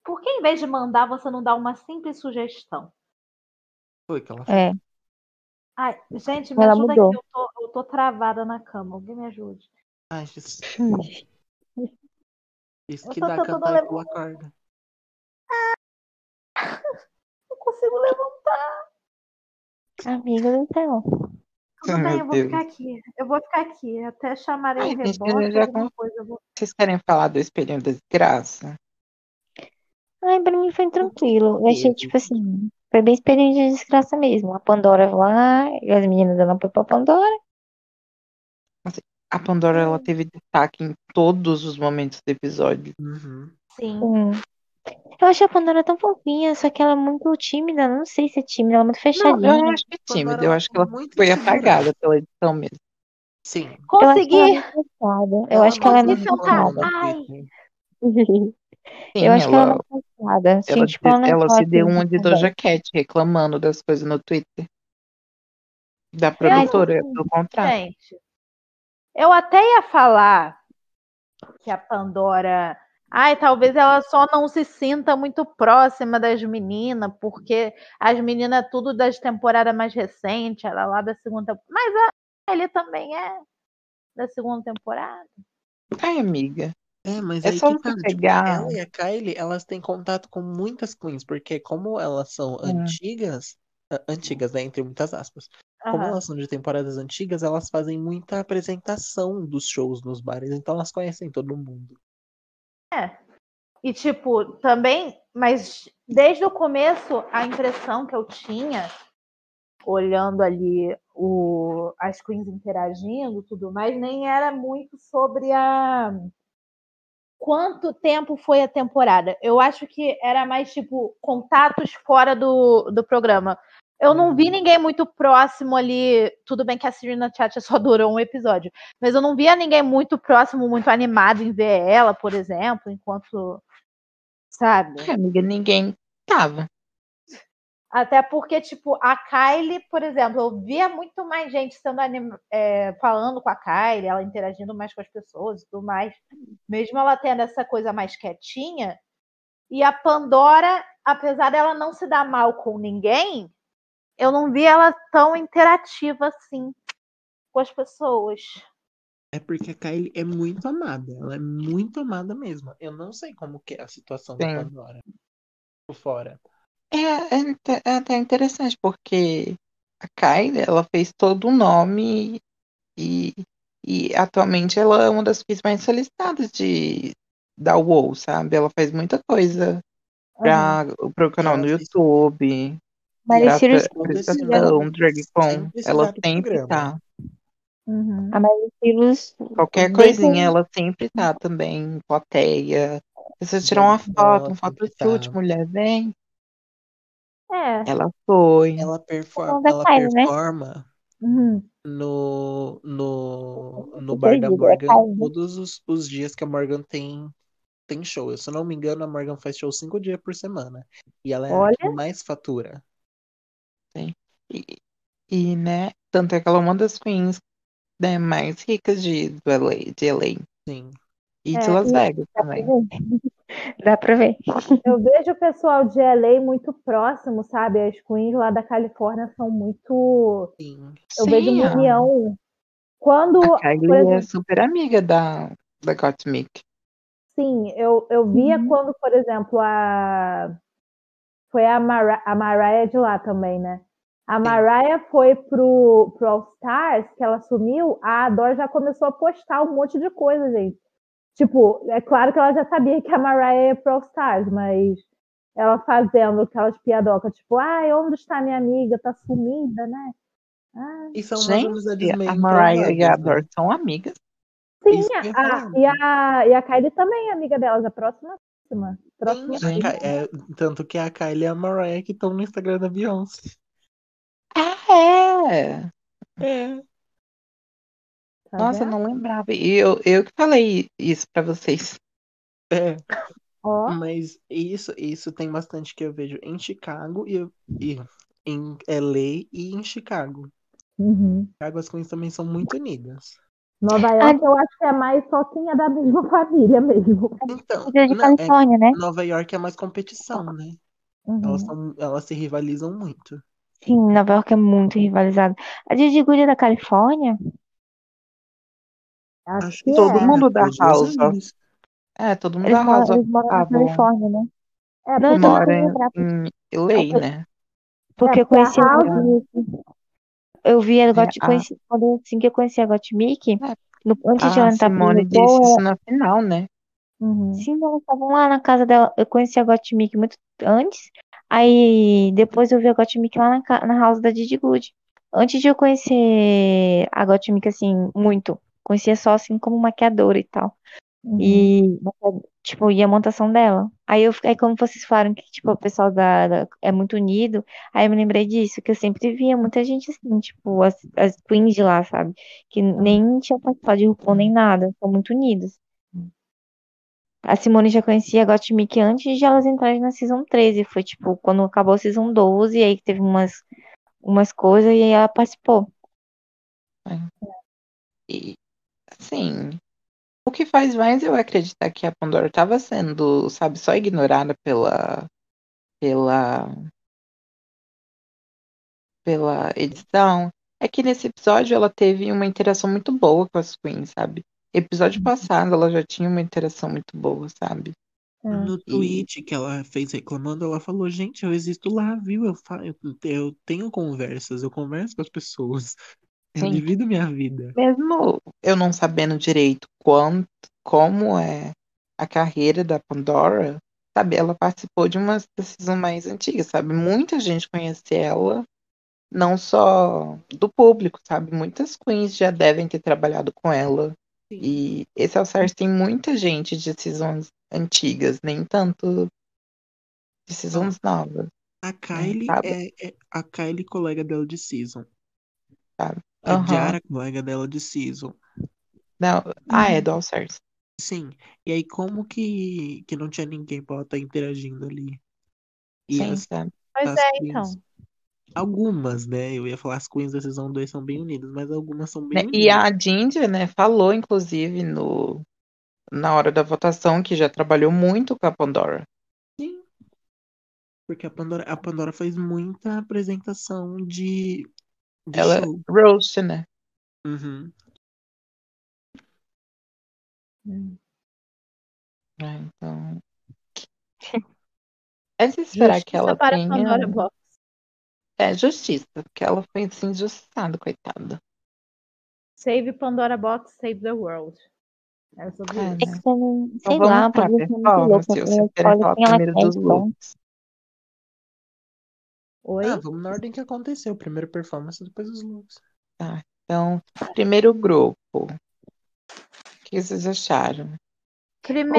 B: Por que em vez de mandar, você não dá uma simples sugestão?
E: Foi que ela
D: É.
B: Ai, gente, me
D: Ela
B: ajuda
D: mudou.
B: aqui. Eu tô, eu tô travada na cama. Alguém me ajude.
E: Ah, isso, isso
B: Eu
E: que
B: tô
E: dá
B: tentando
E: cantar
B: levar-
E: pela corda.
B: Não consigo levantar.
A: Tipo,
D: Amiga do céu.
A: Ai,
B: Tudo bem,
A: meu
B: eu vou
A: Deus.
B: ficar aqui. Eu vou ficar aqui. Até chamarem
A: Ai,
B: o
A: gente, mas
B: reboque,
A: já
B: alguma
A: com-
B: coisa. Eu vou...
A: Vocês querem falar do espelhinho da desgraça?
D: Ai, pra mim foi tranquilo. Eu achei,
E: teve?
D: tipo assim, foi bem experiência de desgraça mesmo. A Pandora lá, e as meninas dando apoio pra Pandora.
A: A Pandora, ela teve destaque em todos os momentos do episódio.
E: Uhum.
B: Sim.
D: Hum. Eu achei a Pandora tão fofinha, só que ela é muito tímida. Não sei se é tímida, ela é muito
A: Não, eu não
D: fechadinha.
A: acho que é
E: Pandora
A: tímida, eu acho que ela
E: muito
A: foi
E: insegura.
A: apagada pela edição mesmo.
E: Sim.
D: Eu acho que ela é
B: Consegui!
D: muito fechada. Eu
E: Ela
D: acho que ela é
E: não
D: muito
B: Consegui soltar.
E: falou
D: fechada.
E: na
B: Ai!
E: Disney.
A: Sim,
D: Eu acho que ela é
A: ela,
D: muito fechada. Assim,
A: ela,
D: tipo, ela
A: de-
D: não é
A: ela
D: aquela
A: se deu
D: que
A: um de Doja Cat reclamando das coisas no Twitter. Da produtora,
D: sim.
A: pelo contrário.
B: Gente, eu até ia falar que a Pandora. Ai, talvez ela só não se sinta muito próxima das meninas, porque as meninas é tudo das temporadas mais recentes, ela é lá da segunda temporada. Mas a ele também é da segunda temporada.
A: Ai, amiga.
E: É, mas
A: É
E: aí
A: só
E: que
A: você
E: tá, tipo,
A: pegar.
E: ela e a Kylie, elas têm contato com muitas queens, porque como elas são
A: Hum.
E: antigas, a- antigas, né, entre muitas aspas, como
B: Aham.
E: elas são de temporadas antigas, elas fazem muita apresentação dos shows nos bares, então elas conhecem todo mundo.
B: E, tipo, também, mas desde o começo, a impressão que eu tinha, olhando ali o, as queens interagindo e tudo mais, nem era muito sobre a. Quanto tempo foi a temporada? Eu acho que era mais, tipo, contatos fora do, do programa. Eu não vi ninguém muito próximo ali. Tudo bem que a Serena Chacha só durou um episódio. Mas eu não via ninguém muito próximo, muito animado em ver ela, por exemplo, enquanto. Sabe?
A: Ai, amiga, ninguém tava.
B: Até porque, tipo, a Kylie, por exemplo, eu via muito mais gente sendo anim- é, falando com a Kylie, ela interagindo mais com as pessoas e tudo mais. Mesmo ela tendo essa coisa mais quietinha. E a Pandora, apesar dela não se dar mal com ninguém, eu não vi ela tão interativa assim com as pessoas.
E: É porque a Kylie é muito amada, ela é muito amada mesmo. Eu não sei como que é a situação da
A: Sim.
E: Pandora por fora.
A: É, é inte- é até interessante, porque a Kylie, ela fez todo o nome e, e atualmente ela é uma das queens mais solicitadas de, da UOL, sabe? Ela faz muita coisa para o canal
E: É. Ela
A: no
E: fez-
A: YouTube,
D: Mary
A: pra
D: Cyrus
A: pre-
E: Aconteceu.
A: apresentação, DragCon,
E: Sem precisar
A: ela
E: do
A: sempre
E: programa.
A: tá.
B: Uhum.
D: A Miley Cyrus
A: Qualquer
D: Bem
A: coisinha,
E: assim
D: bem.
A: ela sempre tá também, em plateia. Você tirar uma
E: Bem
A: foto, um
E: bom, sempre
A: photoshoot,
E: é tá.
A: mulher, vem.
B: É.
A: Ela foi.
E: Ela, perfor-
D: Não, vai
E: ela
D: Kylie, né?
E: performa
B: Uhum.
E: no, no, no
D: tô
E: bar
D: perdida,
E: da
D: é
E: Morgan
D: Kylie.
E: todos os, os dias que a Morgan tem, tem show. Se eu não me engano, a Morgan faz show cinco dias por semana. E ela é
B: Olha.
E: a que mais fatura.
A: E, e, né, tanto é que ela é uma das queens, né, mais ricas de, do LA, de LA.
E: Sim.
A: E
B: É.
A: de Las Vegas
D: Dá pra
A: também.
D: ver. Dá pra ver.
B: Eu vejo o pessoal de LA muito próximo, sabe? As queens lá da Califórnia são muito.
E: Sim.
B: Eu vejo
A: Sim,
B: uma
A: a,
B: união. Quando,
A: a
B: por
A: Kylie é
B: exemplo,
A: super amiga da, da Gottmik.
B: sim, eu, eu via
D: Uhum.
B: quando, por exemplo, a. Foi a, Mara, a Mariah de lá também, né? A Mariah foi pro, pro All Stars, que ela sumiu, a Adore já começou a postar um monte de coisa, gente. Tipo, é claro que ela já sabia que a Mariah ia pro All Stars, mas ela fazendo aquelas piadocas, tipo, ai, onde está minha amiga? Tá sumida, né? Ah,
E: E são umas amizades
A: Gente,
E: meio
A: a Mariah e a
E: entrosadas, né?
A: Adore são amigas.
B: sim,
E: Isso que eu ia
B: a,
E: falar.
B: e, a, e a Kylie também é amiga delas, a próxima. Próxima.
E: Sim,
B: próxima
E: a
A: Gente.
E: Ky- é, tanto que a Kylie e a Mariah que estão no Instagram da Beyoncé.
A: Ah, é!
E: É.
B: tá
A: Nossa, eu
B: vendo?
A: não lembrava. E eu, eu que falei isso pra vocês.
E: É.
B: Ó,
E: Mas isso, isso tem bastante que eu vejo em Chicago e, e em LA e em Chicago.
B: uhum.
E: Chicago as coisas também são muito unidas.
B: Nova
D: Ah,
B: York eu acho que é mais só quem é da mesma família mesmo.
E: Então,
D: Vida de
E: não, é,
D: Califórnia, né?
E: Nova York é mais competição, né? Elas,
B: Uhum.
E: são, elas se rivalizam muito.
D: Sim, Nova York é muito rivalizado. A Didi Guria da Califórnia,
B: Acho
E: Acho
B: que
E: que
A: Todo
B: é.
E: sim,
A: mundo
E: acho que
A: da
E: os dois
A: House of,
E: anos.
A: é, todo mundo
D: eles
A: da House of
D: moram, eles moram na
A: Fable
D: Califórnia, né?
B: É
D: Não, eu
B: porque,
D: tô
A: mora
D: tentando
A: em,
D: lembrar, porque,
A: em
D: é,
A: LA,
D: porque-
A: né?
B: é
D: porque eu
B: porque a
D: conheci a
B: House.
D: Gotmik. Eu vi a
A: É,
D: Got,
A: a,
D: conheci, quando, assim que eu conheci a Gotmik,
A: é,
D: no- antes de
A: a
D: ela
B: tá
D: entrar pro
A: Simone disse
D: RuPaul,
A: isso
D: ela,
A: na final, né?
B: Uhum.
D: sim, elas estavam lá na casa dela. Eu conheci a Gotmik muito antes. Aí depois eu vi a Gotmik lá na, ca- na house da Didi Good. Antes de eu conhecer a Gotmik, assim, muito. Conhecia só assim como maquiadora e tal.
B: Uhum.
D: E, tipo, e a montação dela. Aí eu fiquei, como vocês falaram que, tipo, o pessoal da, da- é muito unido, aí eu me lembrei disso, que eu sempre via muita gente assim, tipo, as, as queens de lá, sabe? Que
B: Uhum.
D: nem tinha participado de RuPaul nem nada, são muito unidos.
B: Uhum.
D: A Simone já conhecia a Gottmik antes de elas entrarem na Season 13, foi, tipo, quando acabou a Season 12, aí que teve umas, umas coisas e aí ela participou.
A: É. E, assim, o que faz mais eu acreditar que a Pandora estava sendo, sabe, só ignorada pela, pela, pela edição é que nesse episódio ela teve uma interação muito boa com as queens, sabe? Episódio passado ela já tinha uma interação muito boa, sabe?
B: É.
E: No
A: E
E: tweet que ela fez reclamando, ela falou: Gente, eu existo lá, viu? Eu, fa- eu, eu tenho conversas, eu converso com as pessoas, eu
A: sim,
E: divido minha vida.
A: mesmo eu não sabendo direito quanto, como é a carreira da Pandora, sabe? Ela participou de uma decisão mais antiga, sabe? Muita gente conhece ela, não só do público, sabe? Muitas queens já devem ter trabalhado com ela.
E: Sim.
A: E esse All Stars tem muita gente de seasons antigas, nem tanto de seasons novas,
E: A
A: né?
E: Kylie
A: Sabe?
E: é, é- a Kylie, colega dela de season.
A: Sabe?
E: A
A: Aham.
E: Diara, colega dela de season.
A: Não. Ah, é do All Stars.
E: Sim. E aí, como que, que não tinha ninguém pra ela estar interagindo ali? E
A: Sim,
E: as,
A: sabe?
B: Pois
E: as
B: é,
E: queens.
B: então.
E: Algumas, né? Eu ia falar as queens da Season 2 são bem unidas, mas algumas são bem
A: Né? E
E: unidas.
A: a Ginger, né, falou, inclusive, no, na hora da votação, que já trabalhou muito com a Pandora.
E: Sim, porque a Pandora, a Pandora faz muita apresentação de, de
A: Ela
E: show.
A: roast, né?
E: Uhum.
A: É, Então, é de esperar que
B: Justiça
A: ela
B: para a
A: tenha
B: Pandora Box.
A: é, justiça, porque ela foi assim, injustiçada, coitada.
B: Save Pandora Box, save the world. É sobre
A: É,
B: isso.
A: né?
D: Então,
A: Então
D: sei
A: vamos
D: lá, a
A: pra
D: Pandora é muito
A: performance,
D: louca,
A: se
D: ela
A: vocês querem
D: escolhe
A: falar
D: quem ela
A: primeiro
D: quer,
A: dos
D: então.
A: looks.
E: Ah,
B: Oi?
E: vamos na ordem que aconteceu. Primeiro performance, depois os looks.
A: Tá, Então, primeiro grupo. O que vocês acharam?
B: Primeiro,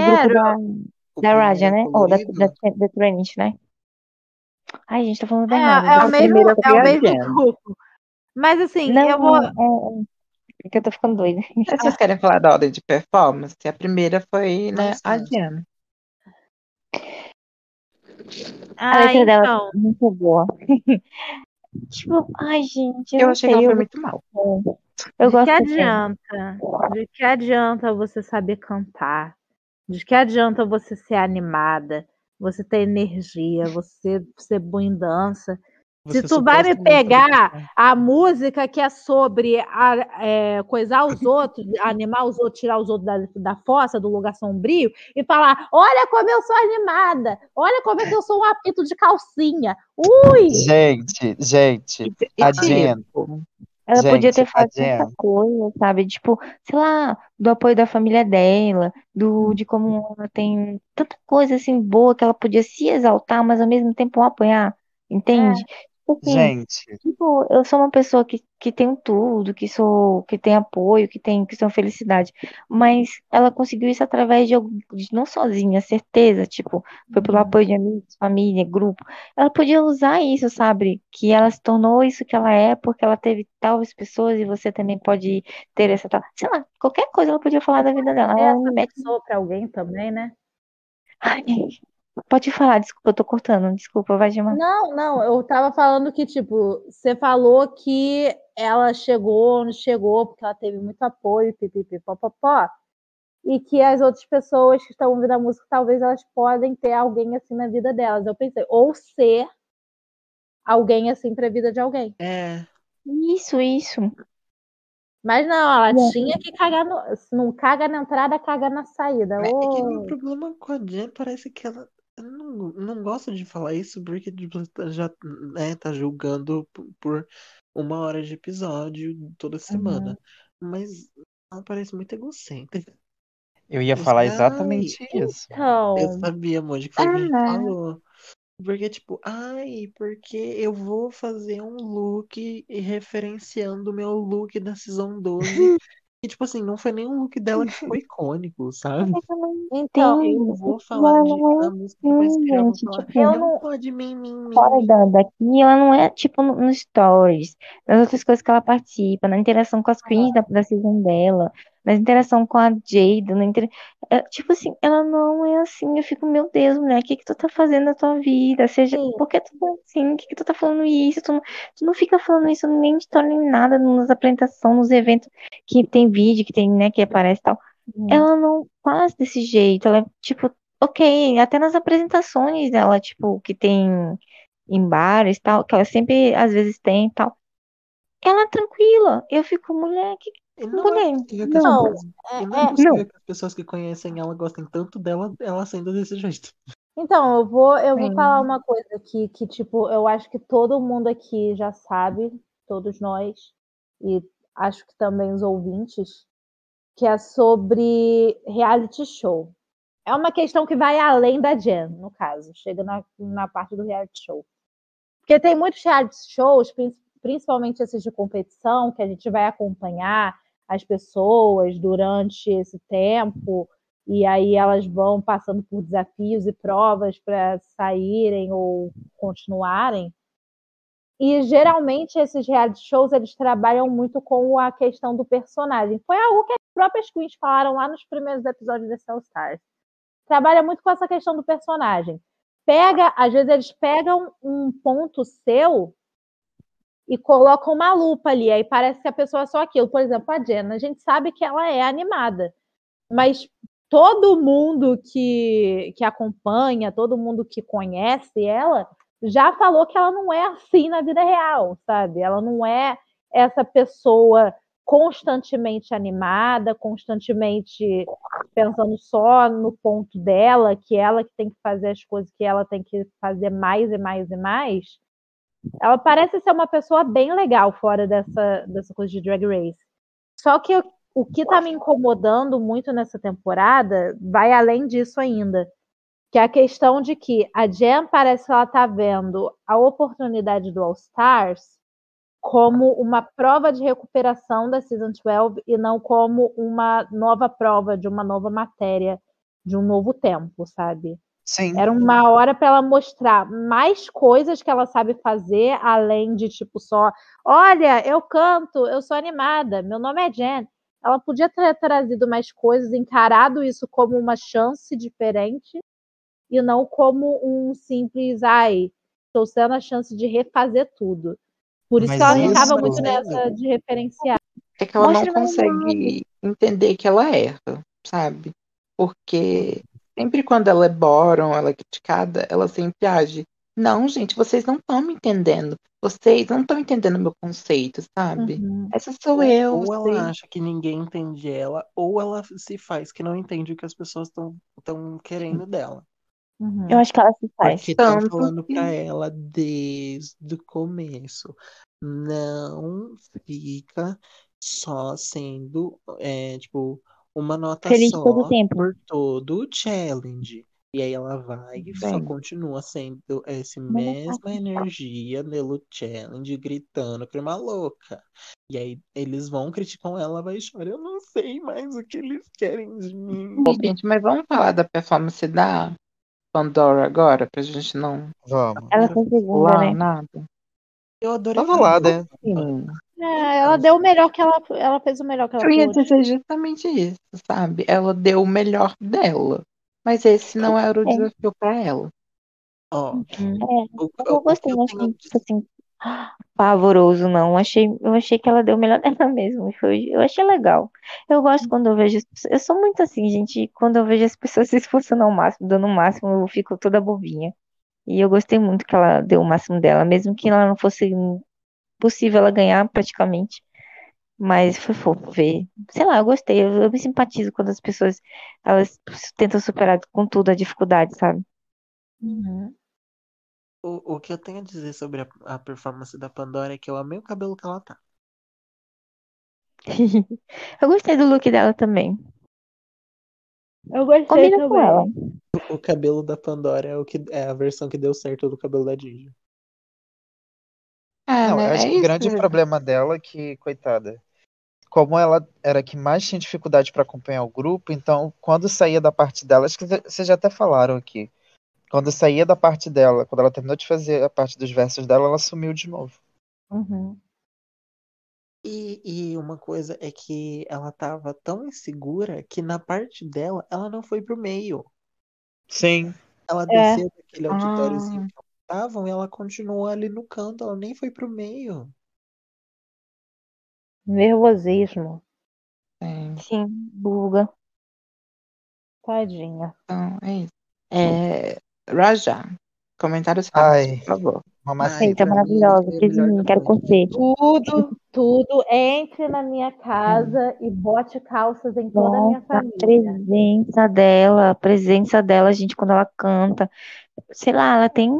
E: O
D: da Raja, né?
E: primeiro
D: Ou da,
E: colorido?
D: da, da Trinity, né? Ai, gente, tá falando da Raja.
B: é, é o mesmo,
D: primeiro
B: é o
D: fui a
B: mesmo
D: Jen.
B: grupo. Mas assim,
D: Não,
B: eu vou.
D: é, é, é que eu tô ficando doida.
A: Vocês querem falar da ordem de performance? A primeira foi, né, a
E: Nossa.
A: Diana.
D: A
B: Ah,
D: letra dela
B: então.
D: é muito boa. Tipo, ai, gente, eu,
A: Eu
D: não
A: achei
D: sei,
A: que ela foi
D: eu,
A: muito mal.
D: gosto- eu
B: De que
D: gosto assim.
B: adianta? De que adianta você saber cantar? De que adianta você ser animada? Você ter energia, você ser boa em dança. Se
E: Você
B: tu vai me
E: suposta muito né?
B: pegar
E: bem.
B: a música que é sobre a- é, coisar os outros, animar os outros, tirar os outros da, da fossa, do lugar sombrio, e falar: olha como eu sou animada, olha como é que eu sou um apito de calcinha. Ui!
C: Gente, gente,
A: E, e
C: a
E: Ah.
C: Jen,
A: tipo,
D: Ela podia
C: gente,
D: ter
C: a
D: falado tanta
C: Jen,
D: coisa, sabe? Tipo, sei lá, do apoio da família dela, do de como ela tem tanta coisa assim boa que ela podia se exaltar, mas ao mesmo tempo apoiar, entende? Tipo assim,
C: gente,
D: tipo, eu sou uma pessoa que, que tenho tudo, que sou, que tem apoio, que tem, que sou felicidade, mas ela conseguiu isso através de, algu- de não sozinha, certeza, tipo, foi pelo apoio de amigos, família, grupo ela podia usar isso, sabe? Que ela se tornou isso que ela é porque ela teve tais pessoas e você também pode ter essa tal. Sei lá, qualquer coisa ela podia falar da vida dela. Ela
B: Essa
D: me mete.
B: pessoa pra alguém também, né?
D: Ai, pode falar, desculpa, eu tô cortando, desculpa, vai Gilmar.
B: Não, não, eu tava falando que, tipo, você falou que ela chegou onde chegou, porque ela teve muito apoio, pipipi, popopó, e que as outras pessoas que estão ouvindo a música, talvez elas podem ter alguém assim na vida delas. Eu pensei, ou ser alguém assim pra vida de alguém.
E: É,
D: Isso, isso.
B: Mas não, ela
D: Não.
B: tinha que cagar no. Se não caga na entrada, caga na saída.
E: mas é que meu
B: Ô,
E: problema com a Jen parece que ela eu não, não gosta de falar isso porque tipo, tá- já né, tá julgando p- por uma hora de episódio toda semana.
B: Uhum.
E: Mas ela parece muito egocêntrica.
C: eu ia
E: Tipo assim,
C: falar
E: ai,
C: exatamente isso.
E: eu
D: É.
B: então.
E: sabia, Moji, que foi o que a gente
D: Ah,
E: falou. Porque, tipo, ai, porque eu vou fazer um look e referenciando o meu look da Season 12. E, tipo assim, não foi nem um look dela que ficou icônico, sabe?
D: eu não
B: Então,
E: Eu
D: entendo.
E: vou falar
D: Ela
E: de,
D: não é
E: da música que vai
D: assim,
E: inspirar, eu vou
D: gente.
E: falar,
B: eu
D: Tipo,
E: eu
B: não.
E: tô de mim, mim, mim,
D: fora
E: mim.
D: da, daqui, ela não é tipo no, no stories, nas outras coisas que ela participa, na interação com as queens da, da season dela, na interação com a Jada, na inter... é, tipo assim, ela não é assim, eu fico, meu Deus, mulher, o que que tu tá fazendo na tua vida? Seja,
B: Sim,
D: por que tu tá assim? O que que tu tá falando isso? Tu não, tu não fica falando isso nem em story, nem nada, nas apresentações, nos eventos que tem vídeo, que tem, né, que aparece e tal
B: Uhum.
D: ela não faz desse jeito. Ela, é, tipo, ok, até nas apresentações dela, tipo, que tem em bares e tal, que ela sempre, às vezes, tem e tal. Ela é tranquila. Eu fico, mulher, que
E: E não é
D: mulher,
E: possível que as
D: não,
B: Não,
E: pessoas, e não é
B: é, é-
D: não.
E: possível que as pessoas que conhecem ela gostem tanto dela, ela sendo desse jeito.
B: Então, eu vou, eu vou falar
D: Sim.
B: uma coisa aqui que, tipo, eu acho que todo mundo aqui já sabe, todos nós, e acho que também os ouvintes, que é sobre reality show. É uma questão que vai além da Jen, no caso, chega na, na parte do reality show. Porque tem muitos reality shows, prin- principalmente esses de competição, que a gente vai acompanhar as pessoas durante esse tempo, e aí elas vão passando por desafios e provas para saírem ou continuarem. E geralmente esses reality shows eles trabalham muito com a questão do personagem. Foi algo que as próprias queens falaram lá nos primeiros episódios desse All Stars trabalha muito com essa questão do personagem. Pega, às vezes eles pegam um ponto seu e colocam uma lupa ali, aí parece que a pessoa é só aquilo. Por exemplo, a Jenna, a gente sabe que ela é animada, mas todo mundo que, que acompanha, todo mundo que conhece ela, já falou que ela não é assim na vida real, sabe? Ela não é essa pessoa constantemente animada, constantemente pensando só no ponto dela, que é ela que tem que fazer as coisas, que ela tem que fazer mais e mais e mais. Ela parece ser uma pessoa bem legal fora dessa, dessa coisa de drag race. Só que o- o que tá me incomodando muito nessa temporada vai além disso ainda. Que é a questão de que a Jen parece que ela tá vendo a oportunidade do All Stars como uma prova de recuperação da Season 12 e não como uma nova prova de uma nova matéria, de um novo tempo, sabe?
C: Sim.
B: Era um uma hora para ela mostrar mais coisas que ela sabe fazer, além de tipo só, olha, eu canto, eu sou animada, meu nome é Jen. Ela podia ter trazido mais coisas, encarado isso como uma chance diferente e não como um simples, ai, estou sendo a chance de refazer tudo. Por isso
C: Mas
B: que ela
C: isso- é
B: ficava muito nessa de referenciar.
A: É que ela
D: Mostra
A: não consegue entender que ela erra, sabe? Porque sempre quando ela é bórum, ela é criticada, ela sempre age. Não, gente, vocês não estão me entendendo. Vocês não estão entendendo meu conceito, sabe?
B: Uhum.
A: Essa sou eu.
E: ou ela
A: sei.
E: acha que ninguém entende ela, ou ela se faz que não entende o que as pessoas estão querendo dela.
B: Uhum.
D: Eu acho que ela se faz.
E: Porque estão
A: Tanto
E: falando
A: que-
E: pra ela desde o começo. Não fica só sendo, é, tipo, uma nota
D: Feliz
E: só
D: todo o tempo.
E: por todo o challenge. E aí ela vai e só
A: Bem.
E: continua sendo essa
D: Mas é
E: mesma energia pelo challenge, gritando que é uma louca. E aí eles vão, criticam ela, vai chorar. Eu não sei mais o que eles querem de mim.
A: Pô, gente, mas vamos falar da performance da Pandora agora, pra gente não
C: Vamos.
D: Ela foi segunda,
A: pular
D: né?
A: nada.
E: Eu adorei.
C: Tava lá, né?
A: Sim.
B: É, ela deu o melhor que ela, ela fez o melhor que ela
A: Eu ia
B: pôde.
A: dizer justamente isso, sabe? Ela deu o melhor dela. Mas esse não era o
D: Sim.
A: desafio pra ela.
E: Ó,
D: né? É.
E: o,
D: Mas
E: o-
D: eu
E: o que
D: gostei,
E: eu
D: não
E: tenho
D: achei,
E: de
D: tipo assim, pavoroso, não. Achei, eu achei que ela deu o melhor dela mesmo. Foi, eu achei legal. Eu gosto quando eu vejo as pessoas. Eu sou muito assim, gente. Quando eu vejo as pessoas se esforçando ao máximo, dando o máximo, eu fico toda bobinha. E eu gostei muito que ela deu o máximo dela, mesmo que ela não fosse possível ela ganhar praticamente. Mas foi fofo ver. Sei lá, eu gostei. Eu, eu me simpatizo quando as pessoas elas tentam superar com tudo a dificuldade, sabe?
B: Uhum.
E: O, o que eu tenho a dizer sobre a, a performance da Pandora é que eu amei o cabelo que ela tá.
D: Eu gostei do look dela também.
B: Eu gostei
D: Combina com
B: também.
D: ela.
E: O, o cabelo da Pandora é, o que, é a versão que deu certo do cabelo da Ginger.
A: É,
C: Não,
A: né?
C: eu acho
A: É
C: que o
A: isso,
C: grande
A: gente.
C: problema dela é que, coitada, como ela era a que mais tinha dificuldade para acompanhar o grupo, então quando saía da parte dela, acho que vocês já até falaram aqui, quando saía da parte dela, quando ela terminou de fazer a parte dos versos dela, ela sumiu de novo.
B: Uhum.
E: E, e uma coisa é que ela tava tão insegura que na parte dela ela não foi pro meio.
C: Sim.
E: Ela
B: É.
E: desceu daquele auditóriozinho que ela estavam e ela continuou ali no canto, ela nem foi pro meio.
B: Nervosismo.
A: Sim,
D: Sim, buga.
B: Tadinha.
A: então é isso. É, Raja, comentários rápidos,
C: Ai.
A: por favor.
C: Uma
E: Ai,
C: maceta.
D: Feita
E: pra mim,
D: maravilhosa.
E: foi a
D: Fez em
E: melhor
D: mim,
E: da
D: quero
E: noite.
D: correr.
B: Tudo, tudo. Entre na minha casa
C: Hum.
B: e bote calças em toda a minha
D: Nossa, a
B: família.
D: presença dela, a presença dela, gente, quando ela canta. Sei lá, ela tem.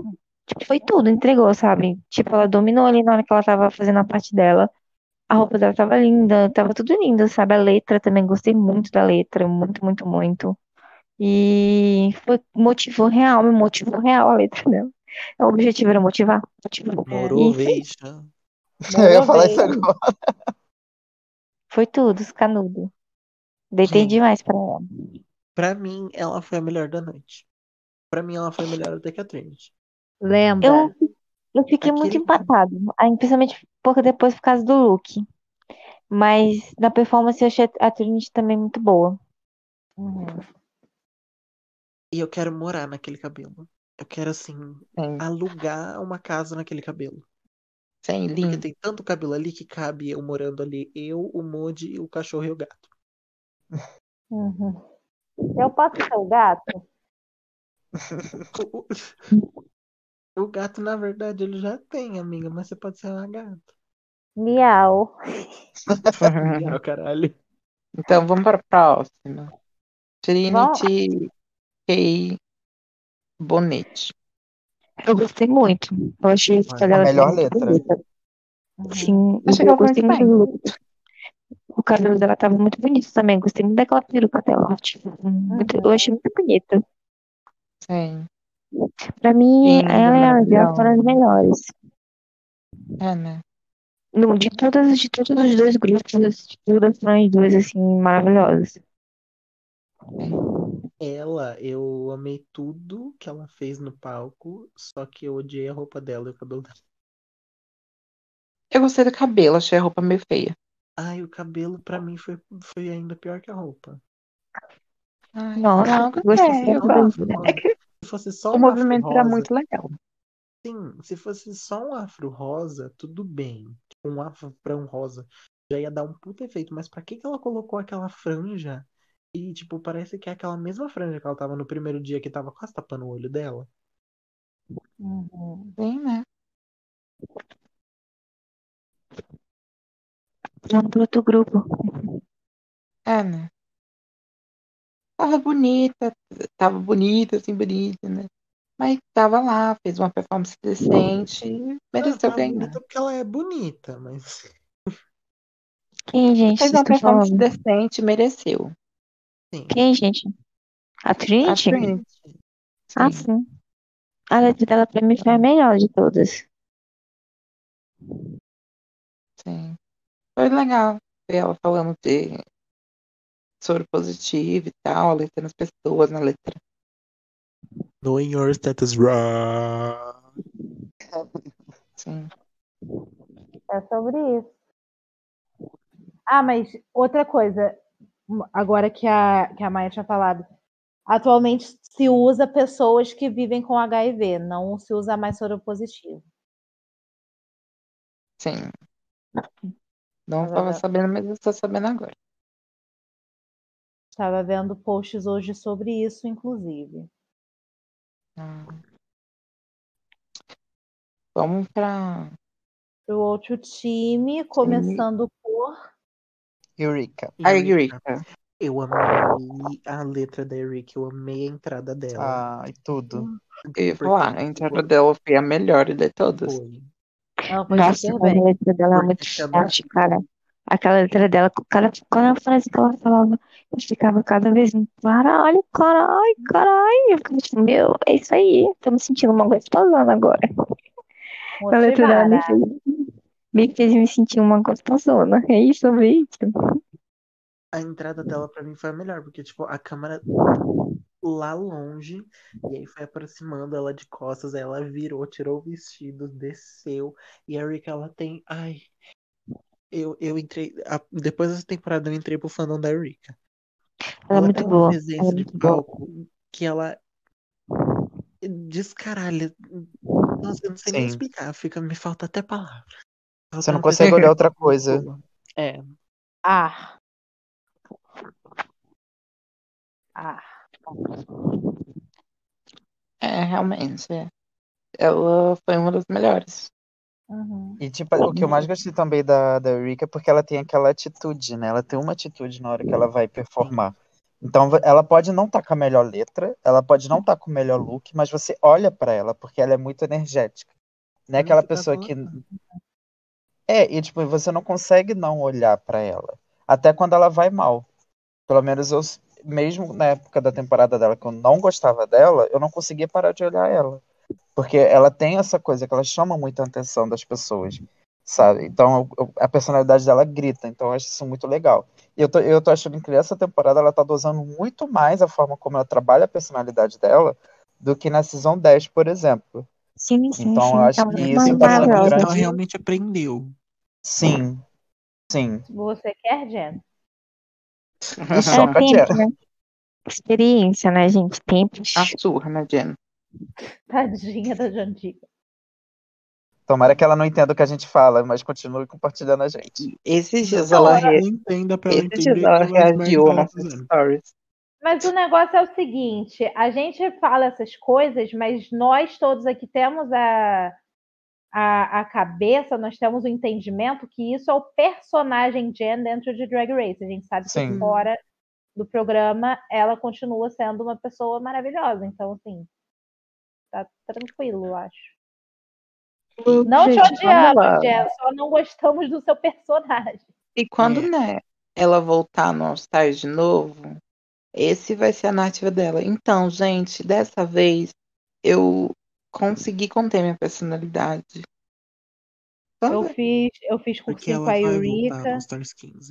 D: Tipo, foi tudo, entregou, sabe? Tipo, ela dominou ali na hora que ela tava fazendo a parte dela. A roupa dela tava linda, tava tudo lindo, sabe? A letra também, gostei muito da letra, muito, muito, muito. E foi motivou real, me motivou real a letra dela. O objetivo era motivar, motivou. E foi,
E: Morovation.
C: Eu ia
B: Morou
C: falar isso
B: bem.
C: agora.
D: foi tudo, os canudos. Deitei
E: Gente,
D: demais pra ela.
E: pra mim, ela foi a melhor da noite. Pra mim, ela foi melhor até que a Trinity.
B: Lembra?
D: Eu, eu fiquei muito
E: Aquele-
D: empatado, aí, principalmente pouco depois por causa do look. Mas na performance eu achei a Trinity também muito boa.
B: Uhum.
E: E eu quero morar naquele cabelo. Eu quero, assim,
A: Sim,
E: alugar uma casa naquele cabelo.
A: sim,
E: Porque
A: lindo.
E: tem tanto cabelo ali que cabe eu morando ali. Eu, o Moody, o cachorro e o gato.
B: Uhum. Eu posso ser o gato?
E: O, o- o gato, na verdade, ele já tem, amiga, mas você pode ser uma gata.
B: Miau.
E: Miau, caralho.
A: Então vamos para a próxima. Trinity K. Bonetti.
D: Eu gostei muito. Eu achei a
E: Olha,
D: história
C: A
D: dela
C: melhor
D: também muito
C: letra.
D: bonita.
B: Uhum.
D: Sim,
A: Acho que
D: eu
A: ela foi
D: gostei
A: muito
D: muito
A: bem.
D: do look. O cabelo dela tava muito bonito também. Gostei muito daquela peruca dela. Tipo, muito, eu achei muito bonita.
A: Sim,
D: Pra mim,
A: linda,
C: é
D: ela e a Ravel
A: maravilhosa.
D: foram as melhores.
A: É, né?
D: Não, de todas, de todos os dois grupos, de todas foram as duas, assim, maravilhosas.
E: Ela, eu amei tudo que ela fez no palco, só que eu odiei a roupa dela e o cabelo dela.
A: Eu gostei do cabelo, achei a roupa meio feia.
E: Ai, o cabelo pra mim foi, foi ainda pior que a roupa.
A: Ai,
D: Nossa,
A: não, eu
D: gostei
A: gostei,
D: do
A: eu
D: cabelo.
A: gosto. né?
D: É que
E: Se fosse só
A: O
E: um
A: movimento
E: afro
A: era
E: rosa,
A: muito legal.
E: sim, se fosse só um afro rosa, tudo bem. Tipo, Um afro pra um rosa já ia dar um puta efeito, mas pra que que ela colocou aquela franja? E, tipo, parece que é aquela mesma franja que ela tava no primeiro dia que tava quase tapando o olho dela.
B: Uhum.
A: Bem, né?
D: vamos pro outro grupo.
A: É, né? Tava bonita, tava bonita, assim, bonita, né? Mas tava lá, fez uma performance decente, e
E: Ela
A: mereceu
E: tá
A: ganhar.
E: bonita porque ela é bonita, mas.
D: Quem, gente,
A: Fez
D: vocês
A: uma
D: estão
A: performance
D: falando?
A: decente, mereceu.
E: Sim.
D: Quem, gente? A
A: A
D: Trinity?
A: Trinity,
D: Ah,
A: sim.
D: sim. A letra dela pra mim foi a melhor de todas.
A: Sim. Foi legal ver ela falando de soro positivo e tal, a letra nas pessoas, na letra.
E: Knowing your status wrong.
A: Sim.
B: É sobre isso. Ah, mas outra coisa, agora que a, que a Maia tinha falado. Atualmente se usa pessoas que vivem com HIV, não se usa mais soropositivo.
A: Sim. Não
B: Tava
A: tava
B: vendo.
A: sabendo, mas eu estou sabendo agora.
B: Estava vendo posts hoje sobre isso, inclusive.
A: Ah. Vamos pra.
B: O outro time, começando por.
F: Eureka.
A: A
E: Eureka.
A: Eureka.
E: Eu amei a letra da Eureka, eu amei a entrada dela.
F: Ah, e tudo.
A: Eu ia
E: Porque
A: falar, a
E: ela
A: entrada
E: foi-
A: dela foi a melhor de todas.
E: foi.
B: Ela foi
D: Nossa,
B: super
D: a
B: bem.
D: letra dela é muito
E: Porque também
D: forte, cara. Aquela letra dela, cara, quando a frase que ela falava, eu ficava cada vez mais, caralho, caralho, caralho. Eu ficava tipo, meu, é isso aí. Tô me sentindo uma gostosona agora. A letra dela me
B: Motivada.
D: fez, me fez me sentir uma gostosona. É isso, sobre isso.
E: a entrada dela pra mim foi a melhor, porque tipo, a câmera lá longe, e aí foi aproximando ela de costas, aí ela virou, tirou o vestido, desceu, e a Eureka ela tem, ai, eu, eu entrei, a- depois dessa temporada eu entrei pro fandom da Eureka.
D: Ela é
E: Ela
D: muito
E: tem uma
D: boa. Ela é
E: presença de
D: muito boa.
E: palco que ela descaralha. Nossa, eu não sei nem
F: Sim.
E: explicar, fica, me falta até palavra. Ela
F: Você
E: tem
F: não
E: uma
F: consegue
E: presença
F: olhar outra
E: muito
F: coisa.
E: boa. É,
B: Ah. Ah.
A: É, realmente. é. Ela foi uma das melhores.
B: Uhum.
F: E tipo, o que eu mais gostei também da, da Eureka é porque ela tem aquela atitude, né? Ela tem uma atitude na hora que ela vai performar. Então va- ela pode não estar com a melhor letra, ela pode não estar com o melhor look, mas você olha pra ela porque ela é muito energética. Não é
E: ela
F: aquela
E: fica
F: pessoa que
E: louca.
F: é, e tipo, você não consegue não olhar pra ela, até quando ela vai mal. Pelo menos eu s- mesmo na época da temporada dela que eu não gostava dela, eu não conseguia parar de olhar ela. Porque ela tem essa coisa que ela chama muita atenção das pessoas, sabe? Então eu- eu- a personalidade dela grita, então eu acho isso muito legal. E eu tô, eu tô achando que essa temporada ela tá dosando muito mais a forma como ela trabalha a personalidade dela do que na Season 10, por exemplo.
D: Sim, sim,
F: Então eu
D: sim. Tá
F: acho que
D: muito
E: É,
F: isso tá
E: ela,
F: sendo um
E: ela,
D: maravilhosa.
E: ela
F: grande
E: realmente aprendeu.
F: sim, sim.
B: Você é quer, Jen?
A: é
D: Era
F: Choca a
D: tempo,
F: Jera.
D: né? Experiência, né, gente?
A: A
D: Tempos.
A: surra, né, Jen?
B: Tadinha da Jandica.
F: Tomara que ela não entenda o que a gente fala, mas continue compartilhando a gente.
A: Esses dias
E: Não,
A: ela,
E: ela
A: re...
E: não entenda pra ela
A: Esses dias
E: entender
A: ela
E: aquela merda
A: reagiu
E: que
A: a
E: ela tá
A: nossos
E: fazendo.
A: stories.
B: Mas o negócio é o seguinte: a gente fala essas coisas, mas nós todos aqui temos a, a, a cabeça, nós temos o entendimento que isso é o personagem Jen dentro de Drag Race. A gente sabe que
F: Sim.
B: fora do programa ela continua sendo uma pessoa maravilhosa. Então, assim, tá tranquilo, eu acho. Não te
A: Gente, quando
B: odiamos,
A: ela.
B: Jen, só não gostamos do seu personagem.
A: E quando,
E: É.
A: né, ela voltar no All Stars de novo, esse vai ser a narrativa dela. Então, gente, dessa vez eu consegui conter minha personalidade.
B: Eu fiz, eu fiz
E: Porque
B: cursinho
E: ela
B: com a
E: vai voltar
B: Eureka.
E: no Stars 15.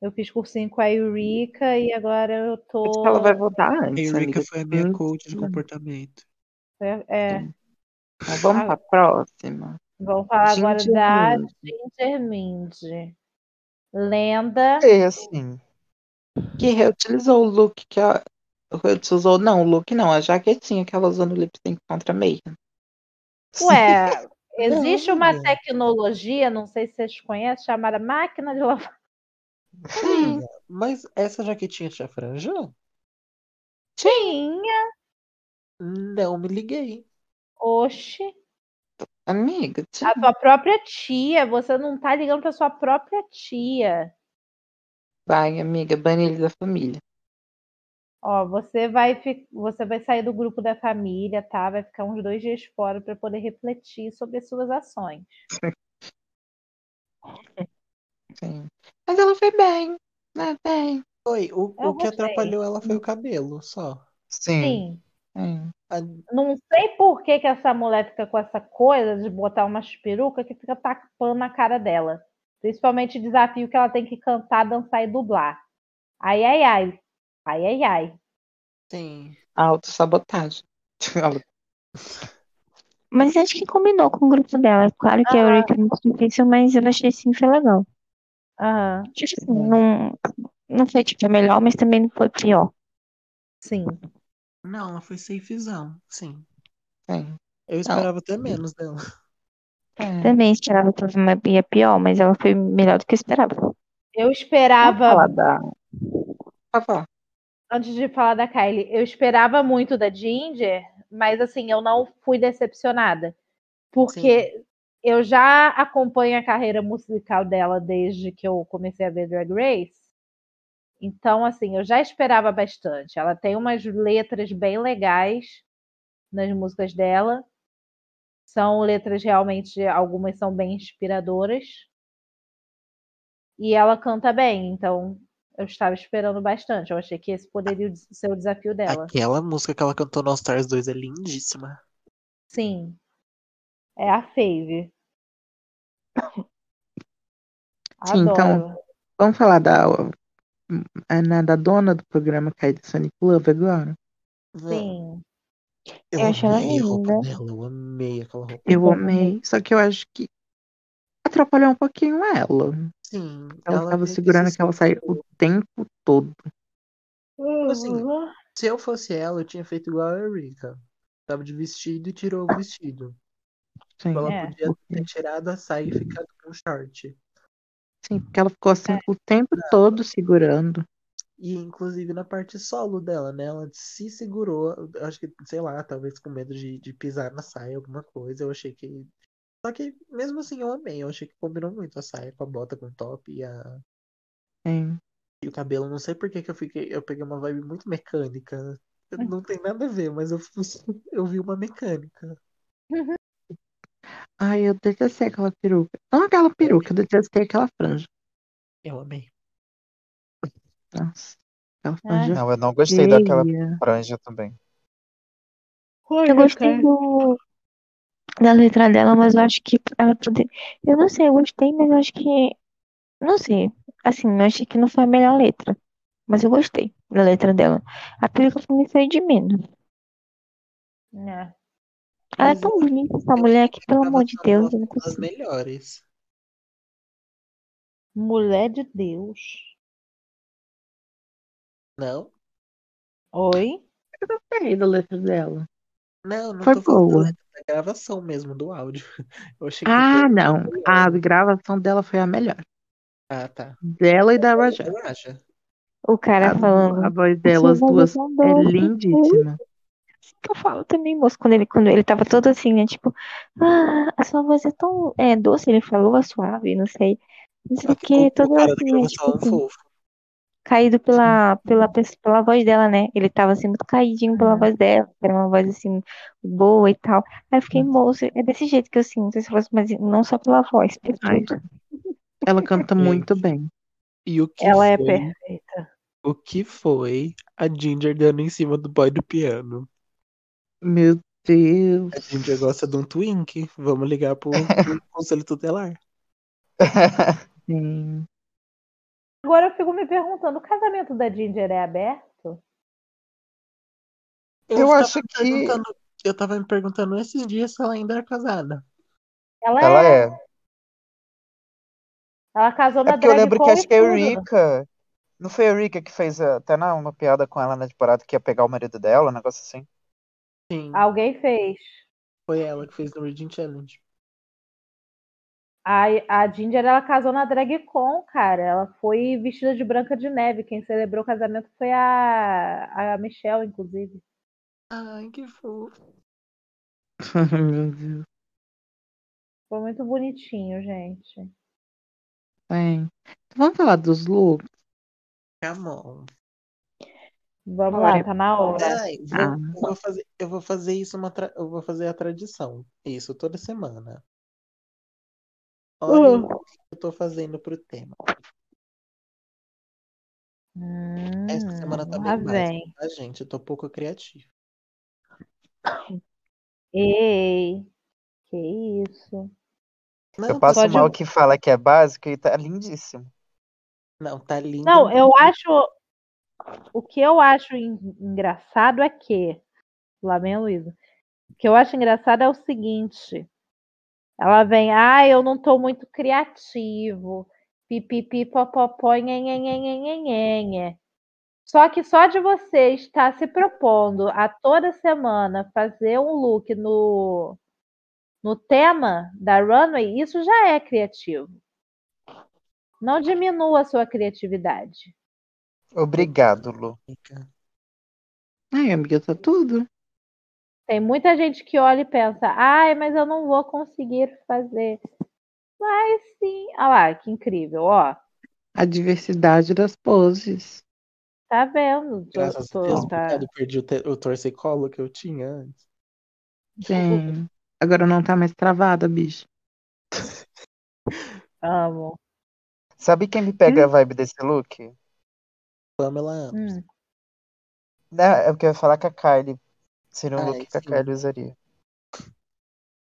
B: Eu fiz cursinho com a Eureka e agora eu
D: Acho
B: tô.
D: que Ela vai voltar
E: A
D: antes,
E: Eureka
D: amiga.
E: foi a minha
D: Hum,
E: coach de
D: hum.
E: comportamento.
B: É,
A: Mas Então, vamos pra
B: Ah.
A: próxima.
B: vamos falar agora
E: é
A: Ginger
B: da
A: Mint.
B: Ginger Mind. Lenda.
C: É, assim.
A: Que reutilizou o look que a. Reutilizou, não, o look não, a jaquetinha que ela usou no lip sync contra a meia.
B: Ué, existe uma
E: Lenda.
B: tecnologia, não sei se vocês conhecem, chamada máquina de lavar.
E: Amiga, mas essa jaquetinha tinha franja?
B: Tinha.
E: Não me liguei.
B: Oxe.
A: Amiga, tinha.
B: A tua própria tia. Você não tá ligando pra sua própria tia.
A: Vai, amiga, bane ele da família.
B: Ó, você vai, fi- você vai sair do grupo da família, tá? Vai ficar uns dois dias fora pra poder refletir sobre as suas ações.
A: Sim. Mas ela foi bem, né? Bem.
E: Oi, o,
B: Eu
E: o que
B: gostei.
E: atrapalhou ela foi o cabelo, só.
C: Sim.
B: Sim.
A: sim.
E: A-
B: Não sei por que, que essa mulher fica com essa coisa de botar umas perucas que fica tapando a cara dela. Principalmente desafio que ela tem que cantar, dançar e dublar. Ai, ai, ai. Ai, ai, ai.
E: Sim.
A: Autossabotagem. Ela-
D: Mas acho que combinou com o grupo dela. Claro que a Eureka é muito difícil, mas eu achei sim foi legal.
B: Aham,
D: Acho que assim, não, não foi tipo a melhor, mas também não foi pior.
B: sim.
E: Não, ela foi safezão, sim.
A: Sim.
E: Eu esperava até menos dela.
A: É.
D: Também esperava que ela ia pior, mas ela foi melhor do que eu esperava.
B: Eu
A: Vamos
B: esperava,
A: falar da. Por favor.
B: antes de falar da Kylie, eu esperava muito da Ginger, mas assim, eu não fui decepcionada. Porque eu já acompanho a carreira musical dela desde que eu comecei a ver Drag Race. Então, assim, eu já esperava bastante. Ela tem umas letras bem legais nas músicas dela. São letras realmente, algumas são bem inspiradoras. E ela canta bem, então eu estava esperando bastante. Eu achei que esse poderia ser o desafio dela.
E: Aquela música que ela cantou no All Stars 2 é lindíssima.
B: Sim. É a Fave.
A: Sim, então,
B: Adoro. ela.
A: Vamos falar da. a- na- Da dona do programa é Kylie Sonic Love agora?
E: é.
B: Sim.
E: Eu
D: Eu achei ela
E: amei a roupa
D: linda.
E: dela, eu amei aquela roupa.
A: Eu
D: Bom,
A: amei, só que eu acho que atrapalhou um pouquinho ela.
E: Sim,
A: Ela
E: ela
A: tava
E: meio que
A: segurando
E: se
A: aquela saia o
E: soltou.
A: tempo todo.
E: Assim, se eu fosse ela, eu tinha feito igual a Erika. Tava de vestido e tirou o vestido.
A: Sim,
E: Ela
B: É.
E: podia ter tirado a saia e ficado com o short.
A: sim, porque ela ficou assim o tempo todo segurando.
E: E inclusive na parte solo dela, né? Ela se segurou, eu acho que, sei lá, talvez com medo de, de pisar na saia, alguma coisa. Eu achei que. Só que mesmo assim eu amei, eu achei que combinou muito a saia com a bota, com o top e, a...
A: Sim.
E: e o cabelo. Não sei por que que eu fiquei. Eu peguei uma vibe muito mecânica. Eu- Não tem nada a ver, mas eu, fui- eu vi uma mecânica.
A: Ai, eu detestei aquela peruca. Não aquela peruca, eu detestei aquela franja.
E: Eu amei.
A: Nossa, aquela
B: Ai.
A: franja
C: Não, eu não gostei daquela
A: feia.
C: franja também.
D: Eu gostei do, da letra dela, mas eu acho que ela poderia. Eu não sei, eu gostei, mas eu acho que. Não sei. Assim, eu achei que não foi a melhor letra. Mas eu gostei da letra dela. A peruca pra mim foi de menos.
B: É.
D: Ela é
E: Mas
D: tão
E: eu-
D: bonita essa
E: eu
D: mulher que, pelo
E: tava
D: amor de
E: falando
D: Deus, eu não
E: das
D: consigo.
E: melhores.
B: Mulher de Deus.
E: Não?
B: Oi?
A: Eu gostei da letra dela.
E: Não, não
A: Foi
E: tô falando da
A: boa.
E: letra, da gravação mesmo, do áudio. Eu achei que
A: Ah,
E: foi.
A: não. A gravação dela foi a melhor.
E: Ah, tá.
A: Dela e da Rajá.
E: Eu acho.
D: O cara
A: A,
D: Tá falando.
A: a voz
D: "Essa
A: delas
D: voz
A: duas
D: tão
A: é
D: doce, é
A: lindíssima.
D: isso que eu falo também, moço, quando ele, quando ele tava todo assim, né, tipo, ah, a sua voz é tão é, doce, ele falou, a suave, não sei, não sei o
E: O,
D: que,
E: o
D: todo
E: cara da
D: assim, né, tipo
E: gravação é um
D: assim,
E: fofo.
D: caído pela, pela, pes- pela voz dela, né, ele tava assim, muito caidinho pela voz dela, que era uma voz assim, boa e tal, aí eu fiquei, moço, é desse jeito que eu sinto esse rosto, mas não só pela voz, por
A: Ai,
D: tudo.
A: ela canta muito bem.
E: E o que
B: Ela é
E: foi,
B: perfeita.
E: o que foi a Ginger dando em cima do boy do piano?
A: Meu
C: Deus.
E: A gente gosta de um Twink. Vamos ligar pro, pro conselho tutelar.
C: Sim.
B: Agora eu fico me perguntando, o casamento da Ginger é aberto?
A: Eu
E: tava
A: acho
E: me
A: que-
E: perguntando- Eu tava me perguntando esses dias se ela ainda era casada.
B: Ela,
C: Ela
B: é.
C: é.
B: Ela casou na
C: É porque eu
B: drag
C: lembro que
B: con
C: acho
B: e
C: que a
B: tudo.
C: Eureka. Não foi a Eureka que fez eh, até na, uma piada com ela na temporada que ia pegar o marido dela, um negócio assim?
E: Sim.
B: Alguém fez.
E: Foi ela que fez no Reading Challenge.
B: A, a Ginger, ela casou na drag con, cara. Ela foi vestida de Branca de Neve. Quem celebrou o casamento foi a, a Michelle, inclusive.
E: Ai, que fofo.
C: Meu Deus.
B: Foi muito bonitinho, gente.
A: Bem, vamos falar dos looks?
E: Tá Camon.
B: Vamos
D: Bora.
B: lá, tá na hora.
E: Ai, vou,
A: Ah.
E: eu, vou fazer, eu vou fazer isso uma tra- eu vou fazer a tradição. Isso toda semana. Olha
B: Hum.
E: o que eu tô fazendo pro tema. Essa semana tá
B: Hum,
E: bem
B: lá
E: básica,
B: vem.
E: tá, gente? Eu tô pouco criativo.
B: Ei, que isso.
E: Não,
C: Eu
E: tá-
C: passo
B: pode-
C: mal que fala que é básico e tá lindíssimo.
E: não tá lindo.
B: Não, eu acho. O que eu acho en- engraçado é que. Lá vem a Luísa. O que eu acho engraçado é o seguinte. Ela vem, ah, eu não tô muito criativo. Pipipi, popopó, nhenhenhenhenhenhenhenhen. Só que só de você estar se propondo a toda semana fazer um look no, no tema da runway, isso já é criativo. Não diminua a sua criatividade.
C: Obrigado, Lu.
A: Ai, amiga, tá tudo.
B: Tem muita gente que olha e pensa, ai, mas eu não vou conseguir fazer. Mas sim, olha lá, que incrível, ó.
A: A diversidade das poses.
B: Tá vendo? Tô-
E: Graças a
B: tô-
E: Deus,
B: tá-
E: obrigado, perdi o, te- o torcicolo que eu tinha antes.
A: Sim. Agora não tá mais travada, bicho.
B: Amo.
C: Sabe quem me pega a vibe desse look?
E: Pamela Anderson.
B: Hum.
C: Né, É porque eu ia falar com a Kylie. Seria um
E: Ai,
C: look que a
E: sim.
C: Kylie usaria.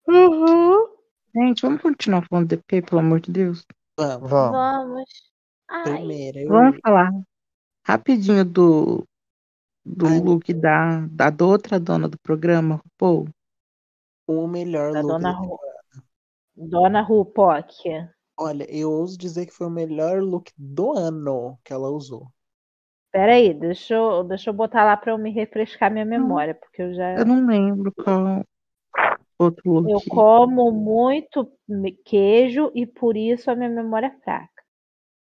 D: Uhum.
A: Gente, vamos continuar falando de P, pelo amor de Deus.
E: Vamos,
C: Vamos.
B: Vamos. Ai,
E: primeiro.
A: Vamos
E: Eu...
A: falar rapidinho do, do
E: Ai,
A: look da, da da outra dona do programa, RuPaul.
E: O melhor
B: da
E: look.
B: tá Dona
E: da-
B: Ru... Dona Rupoc.
E: Olha, eu ouso dizer que foi o melhor look do ano que ela usou.
B: Peraí, deixa eu, deixa eu botar lá pra eu me refrescar minha memória, porque eu
E: É
B: já.
A: Eu não lembro qual outro look.
B: Eu como muito me- queijo e por isso a minha memória é fraca.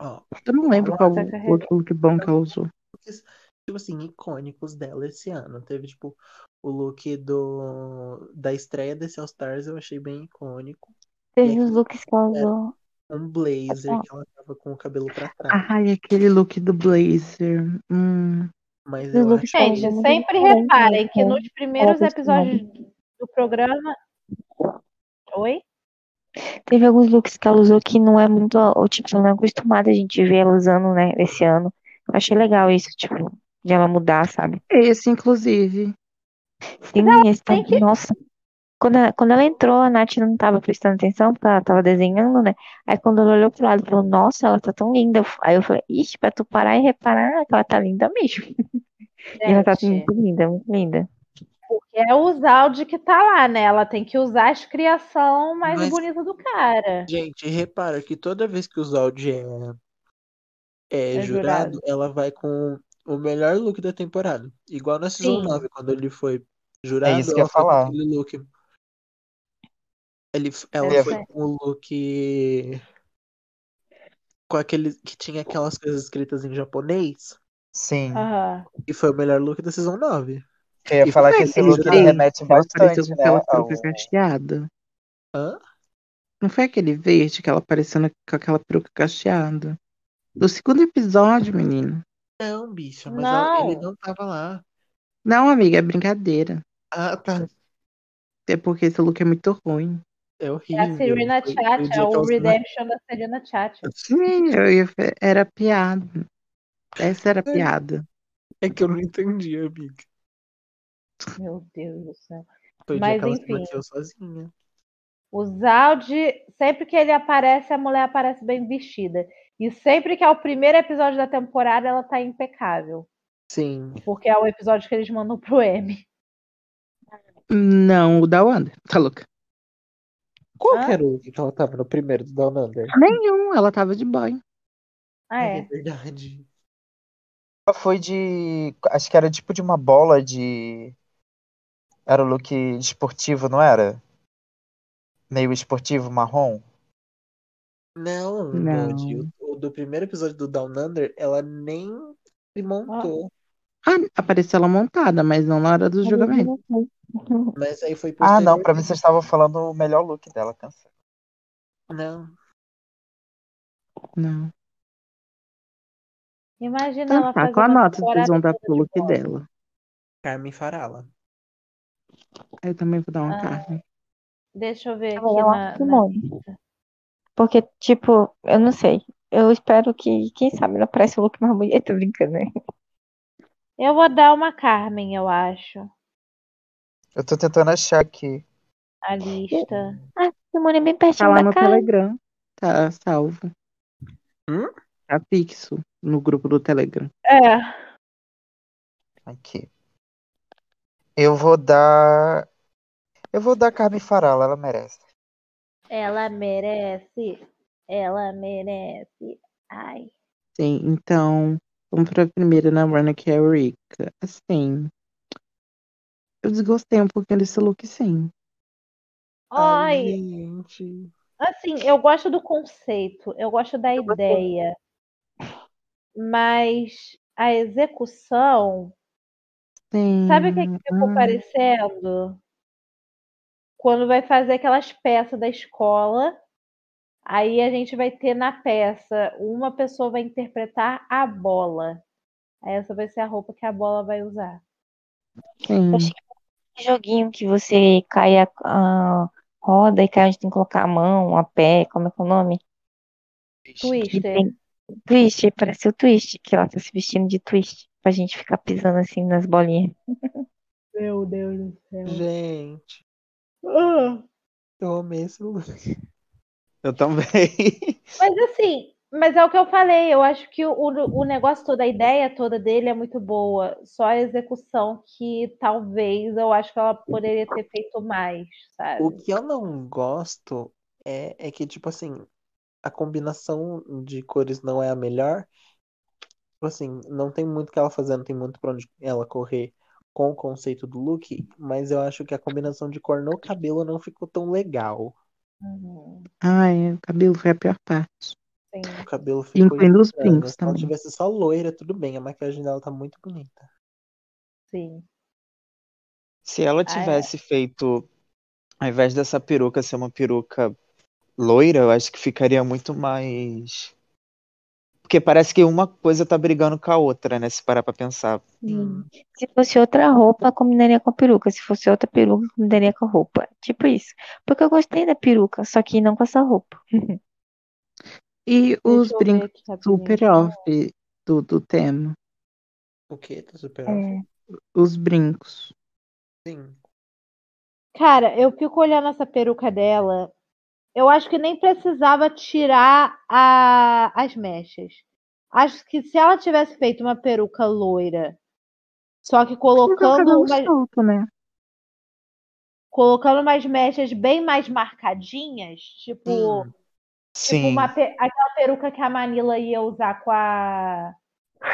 E: Ó,
A: Eu não lembro
B: Ela
A: qual
B: tá carregando.
A: outro look bom que ela usou.
E: looks, tipo assim, icônicos dela esse ano. Teve, tipo, o look do... da estreia desse All Stars, eu achei bem icônico.
D: Teve os looks que ela usou.
E: Um blazer que ela tava com o cabelo pra
C: Tá.
E: trás.
A: Ai, aquele look do blazer. Hum.
E: Mas
D: Os
E: eu
D: looks
E: acho
D: que ela
B: Gente,
D: usou muito
B: sempre
D: diferente,
B: reparem
D: né,
B: que
D: cara?
B: nos primeiros
D: Ela costumava.
B: episódios do programa. Oi?
D: Teve alguns looks que ela usou que não é muito, ou tipo, não é acostumada a gente ver ela usando, né, esse ano. Eu achei legal isso, tipo, de ela mudar, sabe?
A: Esse, inclusive.
D: Sim, esse tá-
B: tem que-
D: nossa. Quando ela, quando ela entrou, a Nath não tava prestando atenção, porque ela tava desenhando, né? Aí quando ela olhou pro lado, falou, nossa, ela tá tão linda. Eu f- Aí eu falei, ixi, pra tu parar e reparar que ela tá linda mesmo. E ela tá
B: Gente,
D: muito linda, muito linda.
B: porque é usar o de que tá lá, né? Ela tem que usar as criação mais
E: Mas-
B: bonita do cara.
E: Gente, repara que toda vez que o Zaldi é, é
B: É
E: jurado,
B: jurado.
E: ela vai com o melhor look da temporada. Igual na Season
B: Sim.
E: 9, quando ele foi jurado,
C: É isso que eu
E: ela
C: ia
E: foi com
C: falar.
E: aquele look. Ele, ela
B: Deve
E: foi
B: ser.
E: com o look. Com aquele que tinha aquelas coisas escritas em japonês.
C: Sim.
B: Aham.
E: E foi o melhor look da Season 9.
C: Eu ia
E: E
C: falar
E: foi
C: que
A: Não é
C: esse
A: aquele
C: look ele
A: verde
C: remete
A: que ela apareceu
C: bastante,
A: com
C: né?
A: aquela
C: ao-
A: peruca cacheada?
E: Hã?
A: Não foi aquele verde que ela apareceu na- com aquela peruca cacheada? Do segundo episódio, menino.
E: Não, bicha, mas ela- ele
B: Não.
E: não tava lá.
A: Não, amiga, é brincadeira.
E: Ah, tá.
A: É porque esse look é muito ruim.
E: É
B: É a
E: horrível.
B: Serena
E: Foi- foi o
B: Chacha,
E: dia que
B: o
E: ela-
B: Redemption da Serena Chacha.
A: Sim, eu ia fe- era piada. Essa era piada.
E: É que eu não entendi, amiga.
B: Meu Deus do céu.
E: Foi o dia
B: Mas,
E: que ela se
B: enfim.
E: maquiou sozinha.
B: O Zaldi, sempre que ele aparece, a mulher aparece bem vestida. E sempre que é o primeiro episódio da temporada, ela tá impecável.
E: Sim.
B: Porque é o episódio que eles mandam pro M.
A: Não, o da Wanda. Tá louca.
E: Qual
B: Hã?
E: que era o que ela tava no primeiro do Down Under?
A: Nenhum, ela tava de banho.
B: Ah, é.
E: verdade.
C: Ela foi de. Acho que era tipo de uma bola de. Era o look esportivo, não era? Meio esportivo, marrom.
E: Não,
A: Não.
E: Bud, o- o do primeiro episódio do Down Under, ela nem se montou.
A: Ah, apareceu ela montada, mas não na hora do julgamento.
E: Mas aí foi
C: Ah,
E: posterior.
C: não, pra mim vocês estavam falando o melhor look dela, cancela.
E: Não.
A: Não.
B: Imagina
A: Então tá,
B: ela fazendo
A: qual a
B: uma
A: nota que vocês vão dar pro
B: temporada toda tipo,
A: look
B: de bola.
A: dela?
E: Carmen Farala.
A: Eu também vou dar um uma
B: Ah.
A: carne.
B: Deixa eu ver
D: Tá Eu
B: aqui
D: acho
B: na,
D: que
B: na
D: não.
B: lista.
D: Porque, tipo, eu não sei. Eu espero que, quem sabe, não apareça o look mais bonito, tô brincando, né?
B: Eu vou dar uma Carmen, eu acho.
C: Eu tô tentando achar aqui.
B: A lista.
D: Eu
B: é
D: moro bem
A: Tá
D: pertinho
A: lá
D: da
A: no
D: cara.
A: Telegram. Tá salvo.
E: Hum?
A: Tá fixo no grupo do Telegram.
B: É.
C: Aqui. Eu vou dar. Eu vou dar Carmen Farala, ela merece.
B: Ela merece. Ela merece. Ai.
A: Sim, então, vamos pra primeira na Rana, que é a Rika. Assim, eu desgostei um pouquinho desse look, sim.
B: Ai.
E: gente.
B: Assim, eu gosto do conceito, eu gosto da
D: gostei.
B: ideia, mas a execução,
A: Sim.
B: sabe o que, que ficou
A: hum,
B: parecendo? Quando vai fazer aquelas peças da escola, aí a gente vai ter na peça uma pessoa vai interpretar a bola. Aí essa vai ser a roupa que a bola vai usar.
D: Eu
A: Sim.
D: achei que era um joguinho que você cai a, a roda e cai onde tem que colocar a mão, a pé, como é que é o nome? Que
B: Twister.
D: tem twist, parece o twist, que ela tá se vestindo de twist, pra gente ficar pisando assim nas bolinhas.
B: Meu Deus do céu.
E: Gente,
B: Ah.
E: eu amei esse lugar.
C: Eu também.
B: Mas assim, mas é o que eu falei, eu acho que o, o negócio todo, a ideia toda dele é muito boa, só a execução que talvez eu acho que ela poderia ter feito mais,
E: O
B: sabe?
E: que eu não gosto é, é que, tipo assim, a combinação de cores não é a melhor. Tipo assim, não tem muito o que ela fazer, não tem muito pra onde ela correr com o conceito do look, mas eu acho que a combinação de cor no cabelo não ficou tão legal.
B: Uhum,
A: Ai, o cabelo foi a pior parte.
B: sim.
E: O cabelo ficou
A: Incluindo os
E: estranho.
A: brincos
E: Se ela
A: também.
E: tivesse só loira, tudo bem. A maquiagem dela tá muito bonita.
B: Sim.
C: Se ela
B: Ah, é.
C: tivesse feito, ao invés dessa peruca ser uma peruca loira, eu acho que ficaria muito mais. Porque parece que uma coisa tá brigando com a outra, né? Se parar pra pensar.
B: Tipo
E: Sim.
D: Se fosse outra roupa, combinaria com a peruca. Se fosse outra peruca, combinaria com a roupa. Tipo isso. Porque eu gostei da peruca, só que não com essa roupa.
A: E os
B: Deixa eu ver
A: brincos
B: aqui rapidinho.
A: super off do, do tema.
E: O que tá super off?
D: É.
A: Os brincos.
E: Sim.
B: Cara, eu fico olhando essa peruca dela, eu acho que nem precisava tirar a- as mechas. Acho que se ela tivesse feito uma peruca loira, só que colocando
A: cabelo
B: uma,
A: solto, né?
B: colocando umas mechas bem mais marcadinhas, tipo,
E: Hum.
B: tipo
C: Sim.
B: uma pe- aquela peruca que a Manila ia usar com a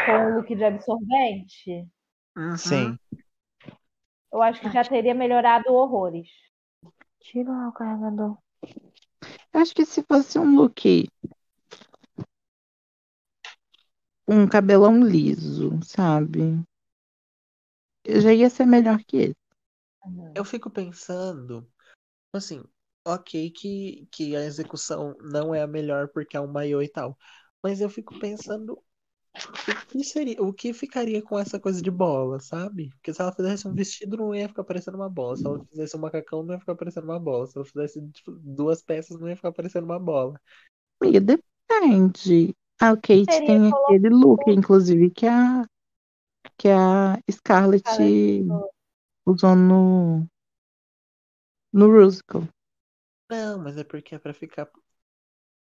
B: com o look de absorvente.
E: Uhum.
C: Sim.
B: Eu acho que já teria melhorado horrores.
D: Tira lá o carregador.
A: Acho que se fosse um look. Um cabelão liso, sabe? Eu já ia ser melhor que esse.
E: Eu fico pensando, assim, ok que, que a execução não é a melhor porque é um maiô e tal. Mas eu fico pensando o que seria, o que ficaria com essa coisa de bola, sabe? Porque se ela fizesse um vestido, não ia ficar parecendo uma bola. Se ela fizesse um macacão, não ia ficar parecendo uma bola. Se ela fizesse, tipo, duas peças, não ia ficar parecendo uma bola.
A: Amiga, depende. A Kate
B: Seria
A: tem aquele look, inclusive, que a, que a Scarlett
B: Scarlett usou.
A: usou no, no Rusical.
E: Não, mas é porque é pra ficar.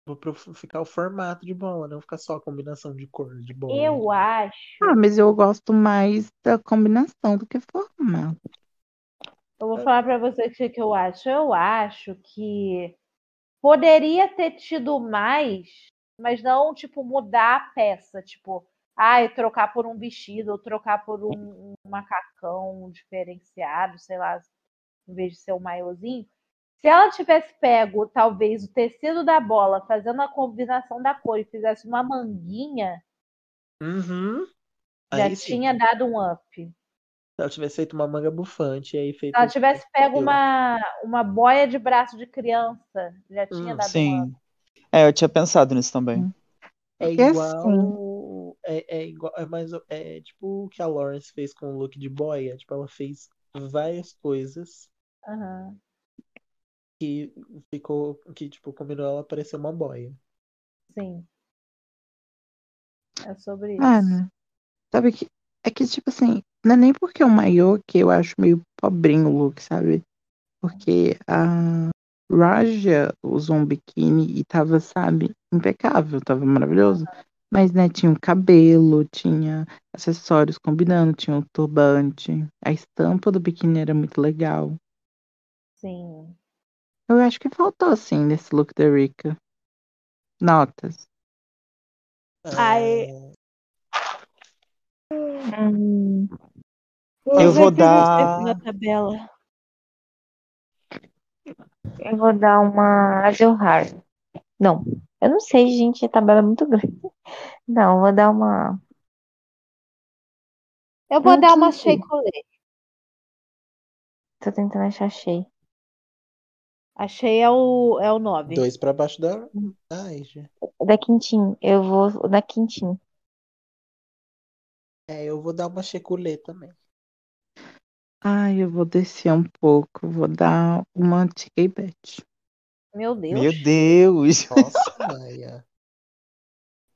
E: Vou pro- ficar o formato de bola, não ficar só a combinação de cor de bola.
B: Eu acho.
A: Ah, mas eu gosto mais da combinação do que formato.
B: Eu
E: É.
B: vou falar pra você o que que eu acho. Eu acho que poderia ter tido mais, mas não, tipo, mudar a peça. Tipo, ai, trocar por um vestido, ou trocar por um, um macacão diferenciado, sei lá, em vez de ser um maiozinho. Se ela tivesse pego, talvez, o tecido da bola, fazendo a combinação da cor e fizesse uma manguinha,
E: Uhum.
B: já
E: Aí sim,
B: tinha dado um up.
E: se ela tivesse feito uma manga bufante, aí feito.
B: Se ela tivesse pego
E: Eu-
B: uma, uma boia de braço de criança, já tinha dado um
E: Hum,
B: up.
F: Sim. É, eu tinha pensado nisso também.
E: É
A: Porque
E: igual. É, é igual. É mais. É tipo o que a Lawrence fez com o look de boia. Tipo, ela fez várias coisas
B: Aham.
E: que ficou. Que, tipo, combinou ela parecer uma boia.
B: Sim. É sobre isso.
A: Ana, sabe que. É que, tipo assim, não é nem porque é um maiô que eu acho meio pobrinho o look, sabe? Porque a Raja usou um biquíni e tava, sabe, impecável, tava maravilhoso. Mas, né, tinha o cabelo, tinha acessórios combinando, tinha o turbante. A estampa do biquíni era muito legal.
B: Sim.
A: Eu acho que faltou, assim, nesse look da Rika. Notas.
B: Ai,
D: Hum,
F: Eu vou dar.
B: tabela.
D: eu vou dar uma Azelhar. Não, eu não sei, gente. A tabela é muito grande. Não, eu vou dar uma.
B: Eu vou
D: Não
B: dar uma
D: sei.
B: Sheikulê.
D: Tô tentando achar cheio.
B: Achei é o, é o 9.
E: Dois pra baixo da. Ai, já.
D: Da Quintin. Eu vou da Quintin.
E: É, eu vou dar uma checulê também.
A: Ai, eu vou descer um pouco. Vou dar uma anti bet.
B: Meu Deus.
F: Meu Deus.
E: Nossa, Maia.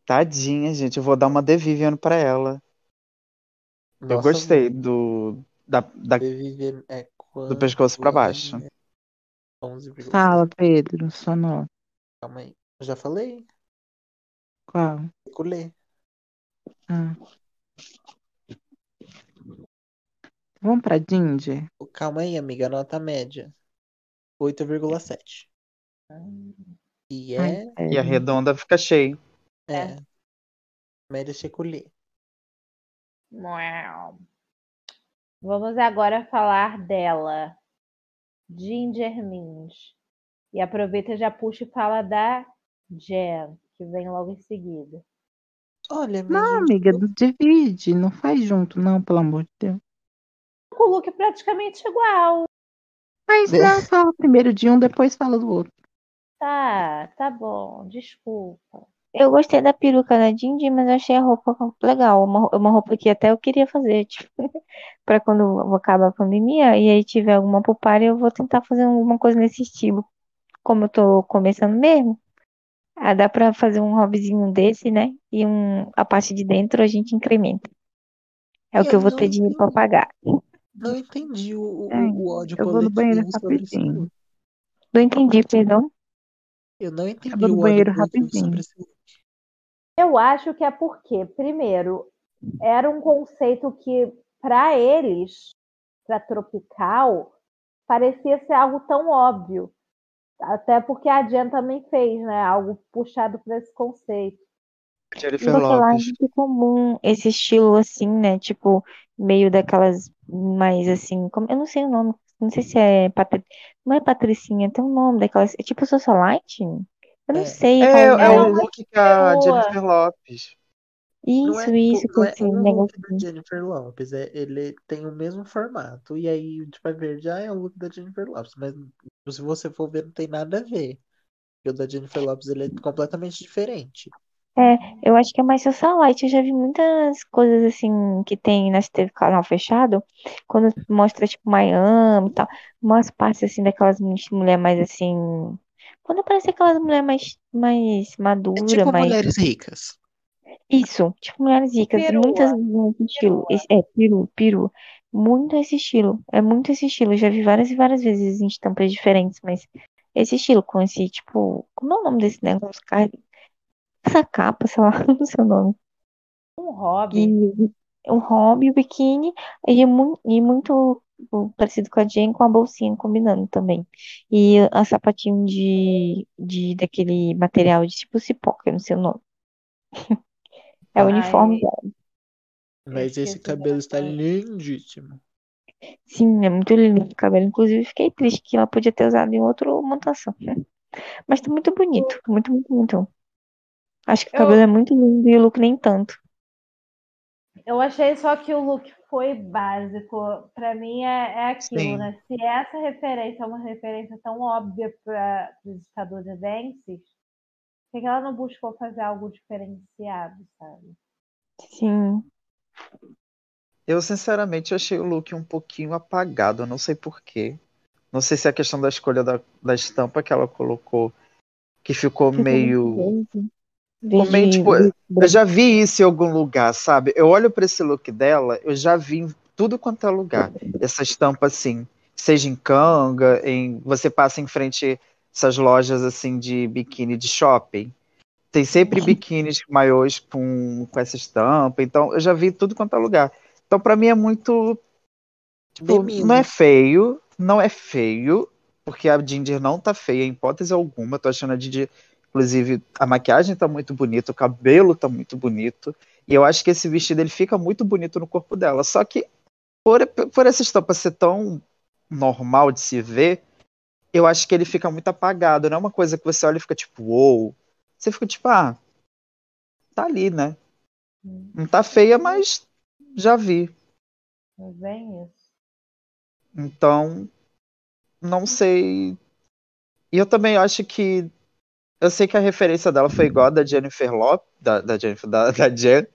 F: Tadinha, gente. Eu vou dar uma The Vivian pra ela. eu
E: Nossa,
F: gostei do. Da, da-
E: Maia. Vivian é
F: do pescoço pra baixo.
E: 11,6.
A: Fala, Pedro, sua nota.
E: Calma aí. Eu já falei?
A: Qual?
E: Checulê.
A: Ah. Vamos pra Ginger?
E: Calma aí, amiga. Nota média: 8,7. E
A: Ai,
E: é.
F: E a redonda fica cheia.
E: É. Média checulê.
B: Uau. Vamos agora falar dela, Ginger Minj. E aproveita, já puxa e fala da Jen, que vem logo em seguida.
E: Olha, minha
A: Não,
E: gente,
A: amiga,
E: eu-
A: divide. Não faz junto, não, pelo amor de Deus.
B: Com o look praticamente igual.
A: Mas não, fala primeiro de um, depois fala do outro.
B: Tá, tá bom, desculpa.
D: Eu gostei da peruca da Jindy, mas eu achei a roupa legal. Uma, ro- uma roupa que até eu queria fazer, tipo, pra quando eu acabar a pandemia e aí tiver alguma pulpária, eu vou tentar fazer alguma coisa nesse estilo. Como eu tô começando mesmo, ah, dá pra fazer um hobbyzinho desse, né? E um, a parte de dentro a gente incrementa. É o que
E: Eu
D: eu vou
E: não
D: ter dinheiro pra
E: entendi.
D: pagar.
E: não entendi o, o,
A: Ai,
E: o ódio
A: É, eu vou no banheiro
E: coletivo sobre esse
A: rapidinho.
E: look.
D: Não entendi, perdão.
E: Eu não
A: Eu vou
E: entendi
A: no
E: o
A: banheiro
E: ódio coletivo
A: rapidinho.
E: sobre esse look.
B: Eu acho que é porque, primeiro, era um conceito que, para eles, para tropical, parecia ser algo tão óbvio. Até porque a Jen também fez, né? Algo puxado para esse conceito.
F: Jennifer
D: Porque lá é
F: Lopes.
D: muito comum esse estilo assim, né? Tipo, meio daquelas mais assim, como, eu não sei o nome, não sei se é Patri... não é Patricinha, tem um nome daquelas, é tipo socialite? Eu não
E: É.
D: sei
F: É,
D: qual o
F: é
B: Ela
F: o
D: nome.
B: uma
F: look que a
B: pessoa.
F: Jennifer Lopes.
E: Não é,
D: Isso,
E: tipo,
D: isso,
E: não
D: com
E: é
D: esse
E: um look da
D: negocinho.
E: Jennifer Lopes, é, ele tem o mesmo formato. E aí, tipo, vai ver, já é o look da Jennifer Lopes, mas tipo, se você for ver, não tem nada a ver. Porque o da Jennifer Lopes, ele é completamente diferente.
D: É, eu acho que é mais socialite. Eu já vi muitas coisas assim que tem nas TV canal fechado, quando mostra tipo Miami e tal, umas partes assim daquelas mulheres mais assim, quando aparece aquelas mulheres mais mais
E: É
D: madura,
E: tipo
D: mais
E: Mulheres Ricas.
D: isso, tipo mulheres ricas,
B: Perua,
D: muitas nesse
B: perua.
D: estilo, Esse- é peru, peru. muito esse estilo. É muito esse estilo. Eu já vi várias e várias vezes em estampas diferentes, mas esse estilo, com esse, tipo, como é o nome desse negócio? Car- Essa capa, sei lá, não sei o nome.
B: Um hobby.
D: E um hobby, o biquíni, e, é mu- e muito tipo, parecido com a Jane, com a bolsinha combinando também. E a sapatinho de, de daquele material de tipo cipó, que eu não sei o nome. É o
B: Ai,
D: uniforme dela.
E: Mas
B: Eu
E: esse
B: esqueci o
E: cabelo está
B: detalhe.
E: lindíssimo.
D: Sim, é muito lindo o cabelo. Inclusive, fiquei triste que ela podia ter usado em outra montação. né? Mas tá muito bonito, muito, muito, muito. Acho que o
B: Eu-
D: cabelo é muito lindo e o look nem tanto.
B: Eu achei só que o look foi básico. Pra mim é, é aquilo,
F: Sim.
B: né? Se essa referência é uma referência tão óbvia para os estadunidenses, por que que ela não buscou fazer algo diferenciado, sabe?
D: Sim.
F: Eu, sinceramente, achei o look um pouquinho apagado, eu não sei porquê. Não sei se é a questão da escolha da, da estampa que ela colocou, que ficou
D: Fica
F: meio.
D: muito verde.
E: é,
F: Ficou meio,
D: Verde,
F: tipo,
D: verde,
F: Eu
D: branco.
F: já vi isso em algum lugar, sabe? Eu olho pra esse look dela, eu já vi em tudo quanto é lugar. Essa estampa assim, seja em canga, em você passa em frente essas lojas assim de biquíni de shopping. Tem sempre biquínis maiôs com, com essa estampa, então eu já vi em tudo quanto é lugar. Então pra mim é muito, tipo,
E: Mimimi.
F: não é feio, não é feio, porque a Ginger não tá feia em hipótese alguma. Tô achando a Ginger, inclusive, a maquiagem tá muito bonita, o cabelo tá muito bonito. E eu acho que esse vestido ele fica muito bonito no corpo dela. Só que por, por essa estampa ser tão normal de se ver, eu acho que ele fica muito apagado. Não é uma coisa que você olha e fica tipo, uou. Você fica tipo, ah, tá ali, né? Não tá feia, mas já vi.
B: Não vem É isso.
F: Então, não sei. E eu também acho que. Eu sei que a referência dela foi igual a da Jennifer Lopez. Da, da Jennifer. Da, da Jen.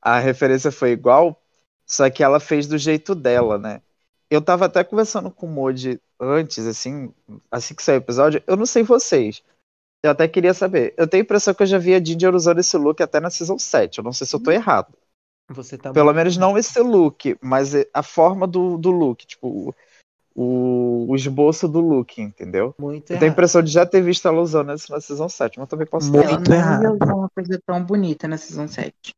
F: A referência foi igual, só que ela fez do jeito dela, né? Eu tava até conversando com o Modi antes, assim, assim que saiu o episódio. Eu não sei vocês. Eu até queria saber. Eu tenho a impressão que eu já vi a Ginger usando esse look até na Season 7. Eu não sei se eu tô errado.
E: Você tá
F: Pelo
E: muito-
F: menos não esse look, mas é a forma do, do look, tipo, o, o esboço do look, entendeu?
E: muito
F: Eu tenho a
E: errado.
F: impressão de já ter visto ela usando isso na Season 7, mas também posso
E: Muito
F: estar
A: Ela
F: errado.
A: não
E: errado.
A: ia usar uma coisa tão bonita na Season 7.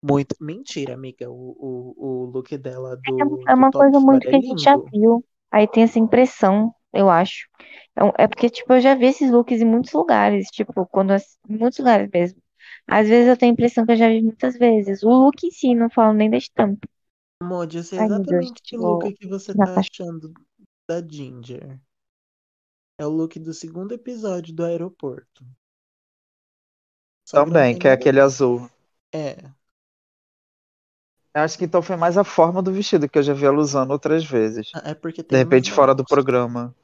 E: Muito. Mentira, amiga. O, o, o look dela do,
D: É
E: do
D: é uma
E: top
D: coisa
E: flare
D: muito
E: é
D: que a gente já
E: lindo.
D: viu. Aí tem essa impressão, eu acho. É um- É porque, tipo, eu já vi esses looks em muitos lugares, tipo, quando as- em muitos lugares mesmo. Às vezes eu tenho a impressão que eu já vi muitas vezes. O look em si, não falo nem da estampa.
E: Mod, eu sei
D: Ai, meu Deus,
E: exatamente que look
D: tipo,
E: que você
D: na
E: tá
D: parte-
E: achando da Ginger. É o look do segundo episódio do aeroporto. Só que não
F: Também,
E: tem
F: que é
E: nada a
F: aquele
E: ver.
F: azul.
E: É,
F: Eu acho que então foi mais a forma do vestido que eu já vi ela usando outras vezes.
E: é porque
F: De
E: tem mais
F: repente, fora do
E: logos.
F: programa.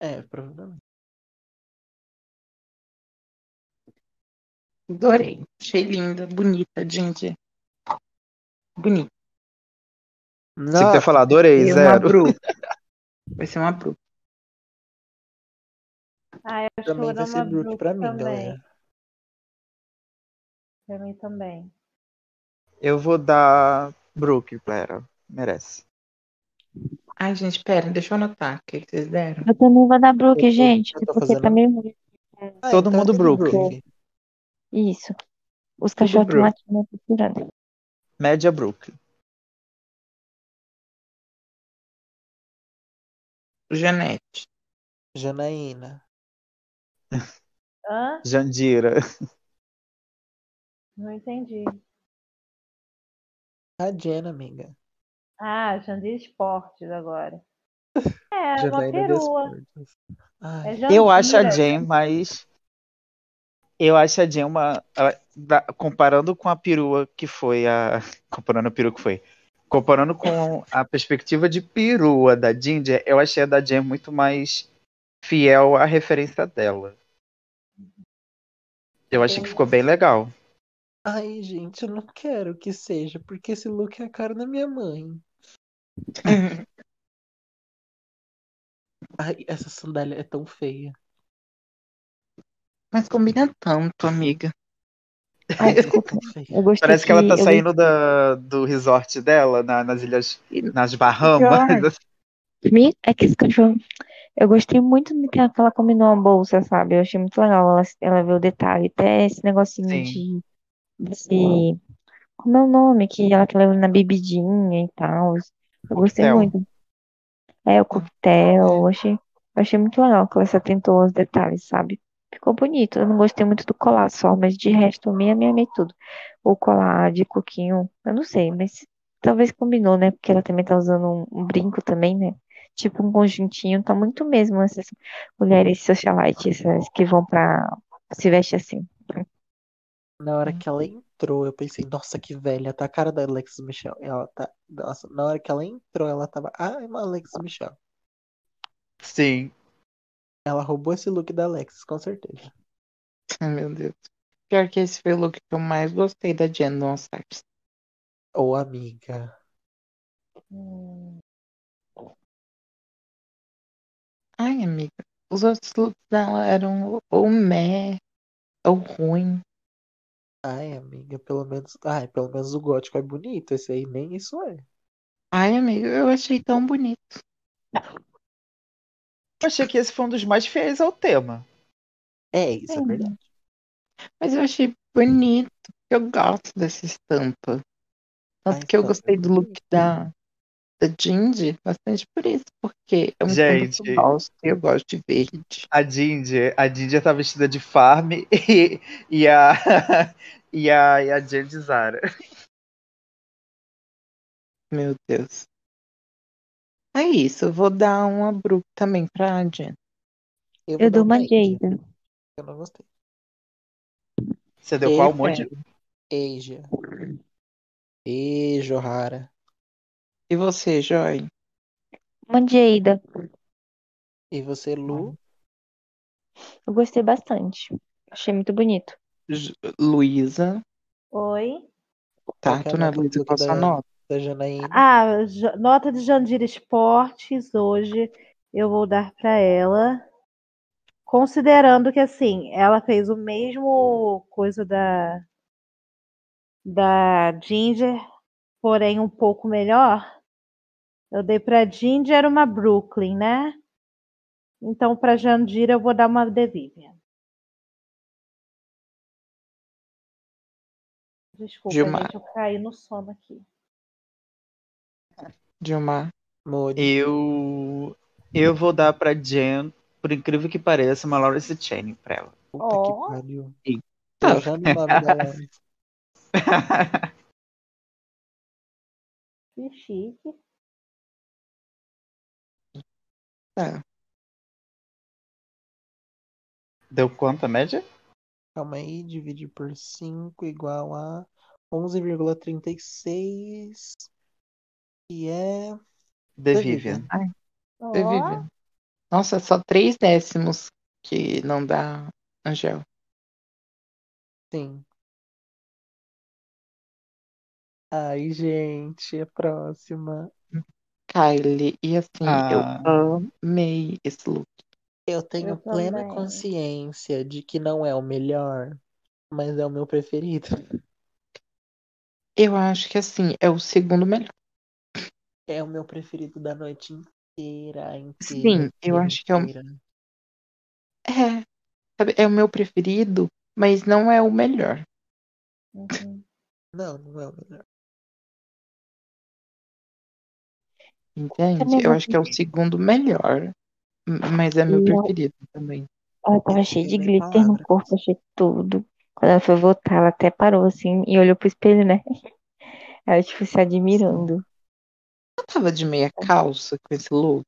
E: É, provavelmente.
A: Adorei. Achei linda, bonita, Ginger. Bonita.
F: Tem que ter
E: Nossa,
F: falado, adorei,
A: E uma
F: zero.
A: bruta. Vai ser uma bruta.
B: Ah, eu acho que eu
E: também
B: vou
E: vai
B: dar
E: ser
B: uma
E: Brook
B: Brooke
E: pra mim,
B: também.
E: galera.
B: Pra mim também.
F: Eu vou dar Brook, pera. Merece.
A: Ai, gente, pera, deixa eu anotar o que que vocês deram.
D: Eu também vou dar
E: Eu
D: Brook,
E: tô-
D: gente,
E: eu tô
D: porque
E: fazendo-
D: tá meio ruim.
E: Ah,
F: Todo
E: então
F: mundo
E: é do
F: Brook.
E: Brook.
D: Isso. Os
A: Tudo
D: cachorros
A: Brook.
D: latindo aqui tirando.
F: Média Brook.
A: Janete.
E: Janaína.
B: Hã?
F: Jandira.
B: Não entendi.
E: A Jenna, amiga.
B: Ah, Jandir Esportes agora. É, uma
E: Janaína
B: perua.
E: Desportes. Ai,
B: É
F: Eu acho a
B: Jandira.
F: Jen mais. Eu acho a Jen uma. a- da- Comparando com a perua que foi a. Comparando a perua que foi. Comparando com a perspectiva de perua da Ginger, eu achei a da Jen muito mais fiel à referência dela. Eu achei que ficou bem legal.
E: ai, gente, eu não quero que seja, porque esse look é a cara da minha mãe. Ai, essa sandália é tão feia.
A: Mas combina tanto, amiga.
D: Ai,
E: é
D: desculpa.
B: É
D: Eu gostei
F: Parece que ela tá
D: eu-
F: saindo da- do resort dela, na- nas ilhas, nas
A: Pior.
F: Bahamas.
D: Me- É que esse cachorro. Eu gostei muito de que ela que ela combinou a bolsa, sabe? Eu achei muito legal ela, ela ver o detalhe. Até esse negocinho
F: Sim.
D: de. desse- Como é o nome? Que ela que leva na bebidinha e tal. Eu gostei
F: Coquetel.
D: muito. É, o coquetel. Eu achei, eu achei muito legal que ela se atentou aos detalhes, sabe? Ficou bonito. Eu não gostei muito do colar só, mas de resto, eu me amei, amei tudo. O colar de coquinho, eu não sei, mas talvez combinou, né? Porque ela também tá usando um- um brinco também, né? tipo um conjuntinho, tá muito mesmo essas mulheres socialite, essas que vão pra. se veste assim.
E: Na hora que ela entrou, eu pensei, nossa, que velha, tá a cara da Alexis Michel. Ela tá. Nossa, na hora que ela entrou, ela tava. Ah, é uma Alexis Michel.
F: Sim.
E: Ela roubou esse look da Alexis, com certeza.
A: Ai, meu Deus. Pior que esse foi o look que eu mais gostei da Jen do All Stars.
E: Ou amiga.
A: Ai, amiga. Os outros looks dela eram ou meh, ou ruim.
E: Ai, amiga, pelo menos. Ai, pelo menos o gótico é bonito. Esse aí nem isso é.
A: Ai, amiga, eu achei tão bonito.
F: Eu achei que esse foi um dos mais fiéis ao tema.
E: É, isso é
A: Hum.
E: verdade.
A: Mas eu achei bonito. Eu gosto dessa estampa. Tanto
E: A
A: que eu
E: estampa é
A: gostei do look
E: bonita.
A: da, da Jindy bastante por isso. Porque é um estampa que eu
F: Gente.
A: gosto. e Eu gosto de verde.
F: A Ginger, a Ginger tá vestida de farm e, e a e a, e a Jen de Zara.
A: Meu Deus. É isso. Eu vou dar um abrupto também pra Jen.
E: Eu,
D: Eu dou uma
E: Jade.
D: jeida.
E: Eu não gostei.
F: Você deu qual
A: Eita.
F: monte?
E: Asia. Beijo, Rara.
A: E você, Joy?
D: Uma jeida.
E: E você, Lu?
D: Eu gostei bastante. Achei muito bonito.
A: Ju- Luísa?
B: Oi.
A: Tá,
E: Qual que é a
A: tu não é
E: nota do
A: Luísa?
E: look
A: Qual a sua
E: da-
A: nota?
E: Da Janaína.
B: Ah, jo- nota de Jandira Esportes hoje eu vou dar para ela, considerando que assim, ela fez o mesmo coisa da da Ginger, porém um pouco melhor. Eu dei para Ginger uma Brooklyn, né? Então para Jandira eu vou dar uma The Vivian. Desculpa,
A: Gilmar.
B: gente, eu caí no sono aqui.
A: Dilmar?
E: Modi.
F: Eu eu vou dar pra Jen, por incrível que pareça, uma Lawrence Channing pra ela.
E: Puta
B: Ó.
E: que pariu.
F: Sim.
E: Eu já não nome da Lawrence.
B: Que chique.
A: Tá.
F: Deu quanto a média?
E: Calma aí, divide por 5 igual a 11,36, que é
F: The
E: The
F: Vivian.
E: Vivian.
B: Ó,
A: Você vive. Nossa, é só três décimos que não dá, Angel.
E: Sim. Ai, gente, a próxima.
A: Kylie. E assim, eu
F: Ah.
A: amei esse look.
E: Eu tenho
B: Eu
E: plena
B: também.
E: consciência de que não é o melhor, mas é o meu preferido.
A: Eu acho que assim, é o segundo melhor.
E: É o meu preferido da noite inteira, inteira,
A: Sim, eu
E: inteira,
A: acho que é o-
E: inteira.
A: É, sabe, é o meu preferido, mas não é o melhor.
B: Uhum.
E: Não, não é o melhor.
A: Entende?
D: Também
A: Eu
D: não-
A: acho que é o segundo melhor, m- mas é meu
D: E eu-
A: preferido também.
D: Ela tava
E: Eu
D: cheia
E: não
D: de
E: tenho nem
D: glitter no
E: palavras.
D: corpo, achei tudo. Quando ela foi voltar, ela até parou assim e olhou pro espelho, né? Ela, tipo, se admirando.
A: Ela tava de meia calça com esse look.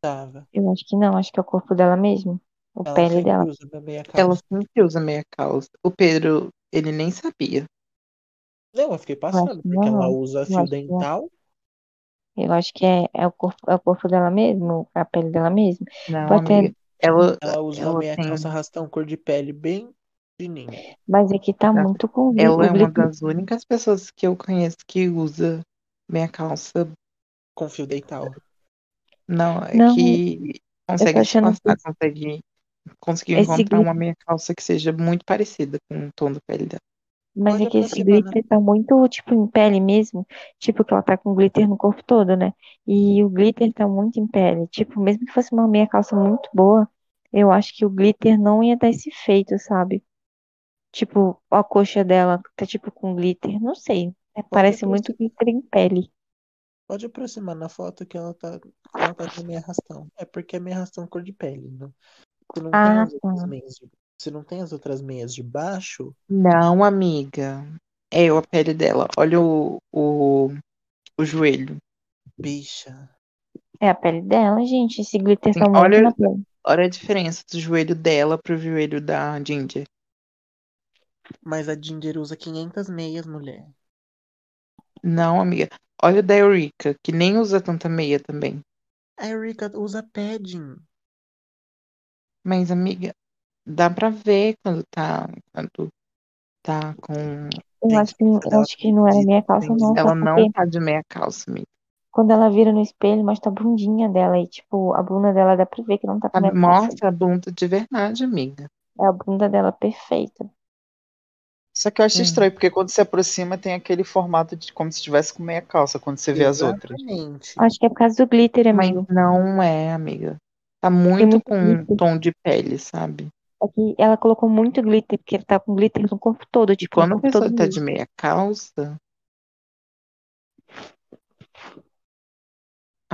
E: Tava.
D: Eu acho que não, acho que é o corpo dela mesmo. O
E: Ela
D: pele
E: sempre
D: dela.
E: usa pra meia
A: Ela
E: calça.
A: sempre usa meia calça. O Pedro, ele nem sabia.
E: Não, eu fiquei passando,
D: que
E: porque ela
D: não.
E: usa
D: Eu
E: fio
D: acho que não.
E: dental.
D: Eu acho que é, é o corpo, é o corpo dela mesmo, a pele dela mesmo.
A: Não,
D: Vou até
A: amiga. Ela,
E: Ela usa uma
A: ela
E: meia
A: tem
E: calça rastão cor de pele bem fininha.
D: Mas aqui tá
A: Tá.
D: muito com gli-
A: Ela
D: o
A: é uma
D: glitter.
A: das únicas pessoas que eu conheço que usa meia calça.
E: Com fio dental.
A: Não, é
D: Não,
A: que
D: eu tô
A: consegue
D: achando
A: disfarçar,
D: que
A: consegue conseguiu
D: esse
A: encontrar
D: glitter,
A: uma meia calça que seja muito parecida com o tom da pele dela.
D: Mas
E: Olha
D: é que
E: pra
D: esse
E: cima, né?
D: glitter tá muito, tipo, em pele mesmo. Tipo, que ela tá com glitter no corpo todo, né? E o glitter tá muito em pele. Tipo, mesmo que fosse uma meia calça muito boa, eu acho que o glitter não ia dar esse efeito, sabe? Tipo, a coxa dela tá, tipo, com glitter. Não sei. É, Parece
E: pra
D: muito glitter em pele.
E: Pode aproximar na foto que ela tá, que ela tá com meia arrastão. É porque é meia arrastão cor de pele, né? Se não tem
D: Ah,
E: as outras
D: tá.
E: meias de, se não tem as outras meias de baixo,
A: Não, amiga. É eu, a pele dela. Olha o, o, o joelho.
E: bicha.
D: É a pele dela, gente. Esse glitter tá
A: Sim,
D: muito
A: olha-
D: na pele.
A: Olha a diferença do joelho dela pro joelho da Ginger.
E: Mas a Ginger usa 500 meias, mulher.
A: Não, amiga. Olha o da Eureka, que nem usa tanta meia também.
E: A Erika usa padding.
A: Mas, amiga, dá pra ver quando tá, quando tá com.
D: Eu
E: Gente,
D: acho que, eu
E: ela
D: acho que não era
E: tem-
D: meia calça,
E: tem-
D: não,
A: Ela
D: sabe por quê?
A: não tá de meia calça, amiga.
D: Quando ela vira no espelho, mostra a bundinha dela. E, tipo, a bunda dela dá pra ver que não tá com
A: Tá-
D: meia calça.
A: Mostra a bunda de verdade, amiga.
D: É a bunda dela perfeita.
F: Só que eu acho
A: Hum.
F: estranho, porque quando se aproxima tem aquele formato de como se estivesse com meia calça quando você vê as outras.
E: Exatamente.
D: Acho que é por causa do glitter,
A: Mas
D: amigo.
A: não é, amiga. Tá muito
D: muito
A: com
D: glitter.
A: tom de pele, sabe?
D: É que ela colocou muito glitter, porque ele tá com glitter no corpo todo,
A: E
D: tipo, no
A: quando a
D: corpo
A: pessoa
D: todo
A: tá de
D: mesmo.
A: meia calça.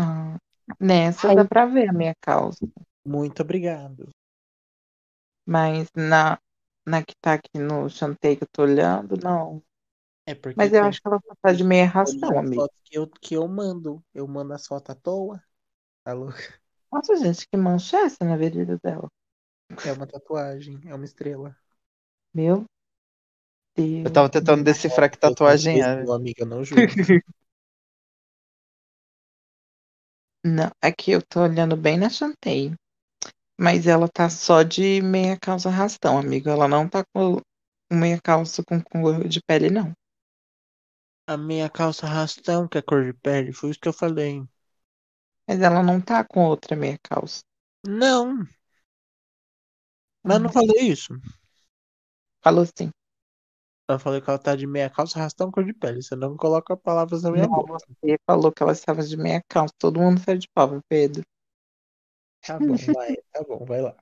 A: ah, nessa
D: Aí,
A: dá pra ver a meia calça.
E: Muito obrigado.
A: Mas na, na que tá aqui no chantei que eu tô olhando, não.
E: É porque
A: Mas eu
E: tem-
A: acho que ela só tá de meia arrastão,
E: olha as
A: amigo.
E: fotos que eu, que eu mando. Eu mando as fotos à toa. Tá Alô?
A: Nossa, gente, que mancha é essa na virilha dela?
E: É uma tatuagem, é uma estrela.
A: Meu Deus.
F: Eu tava tentando decifrar que tatuagem era.
E: Meu amigo, eu não julgo.
A: Não, aqui eu tô olhando bem na chantei. Mas ela tá só de meia calça arrastão, amigo. Ela não tá com meia calça com cor de pele, não.
E: A minha calça rastão, que é cor de pele, foi isso que eu falei.
A: Mas ela não tá com outra meia calça.
E: Não, mas eu não
A: Ah,
E: falei isso.
A: Falou assim, sim.
E: Eu falei que ela tá de meia calça rastão, cor de pele. Você não coloca palavras na minha
A: Não,
E: boca.
F: assim.
A: você falou que ela estava de meia calça. Todo mundo fez de pau, Pedro.
E: Tá bom, vai. Tá bom, vai lá.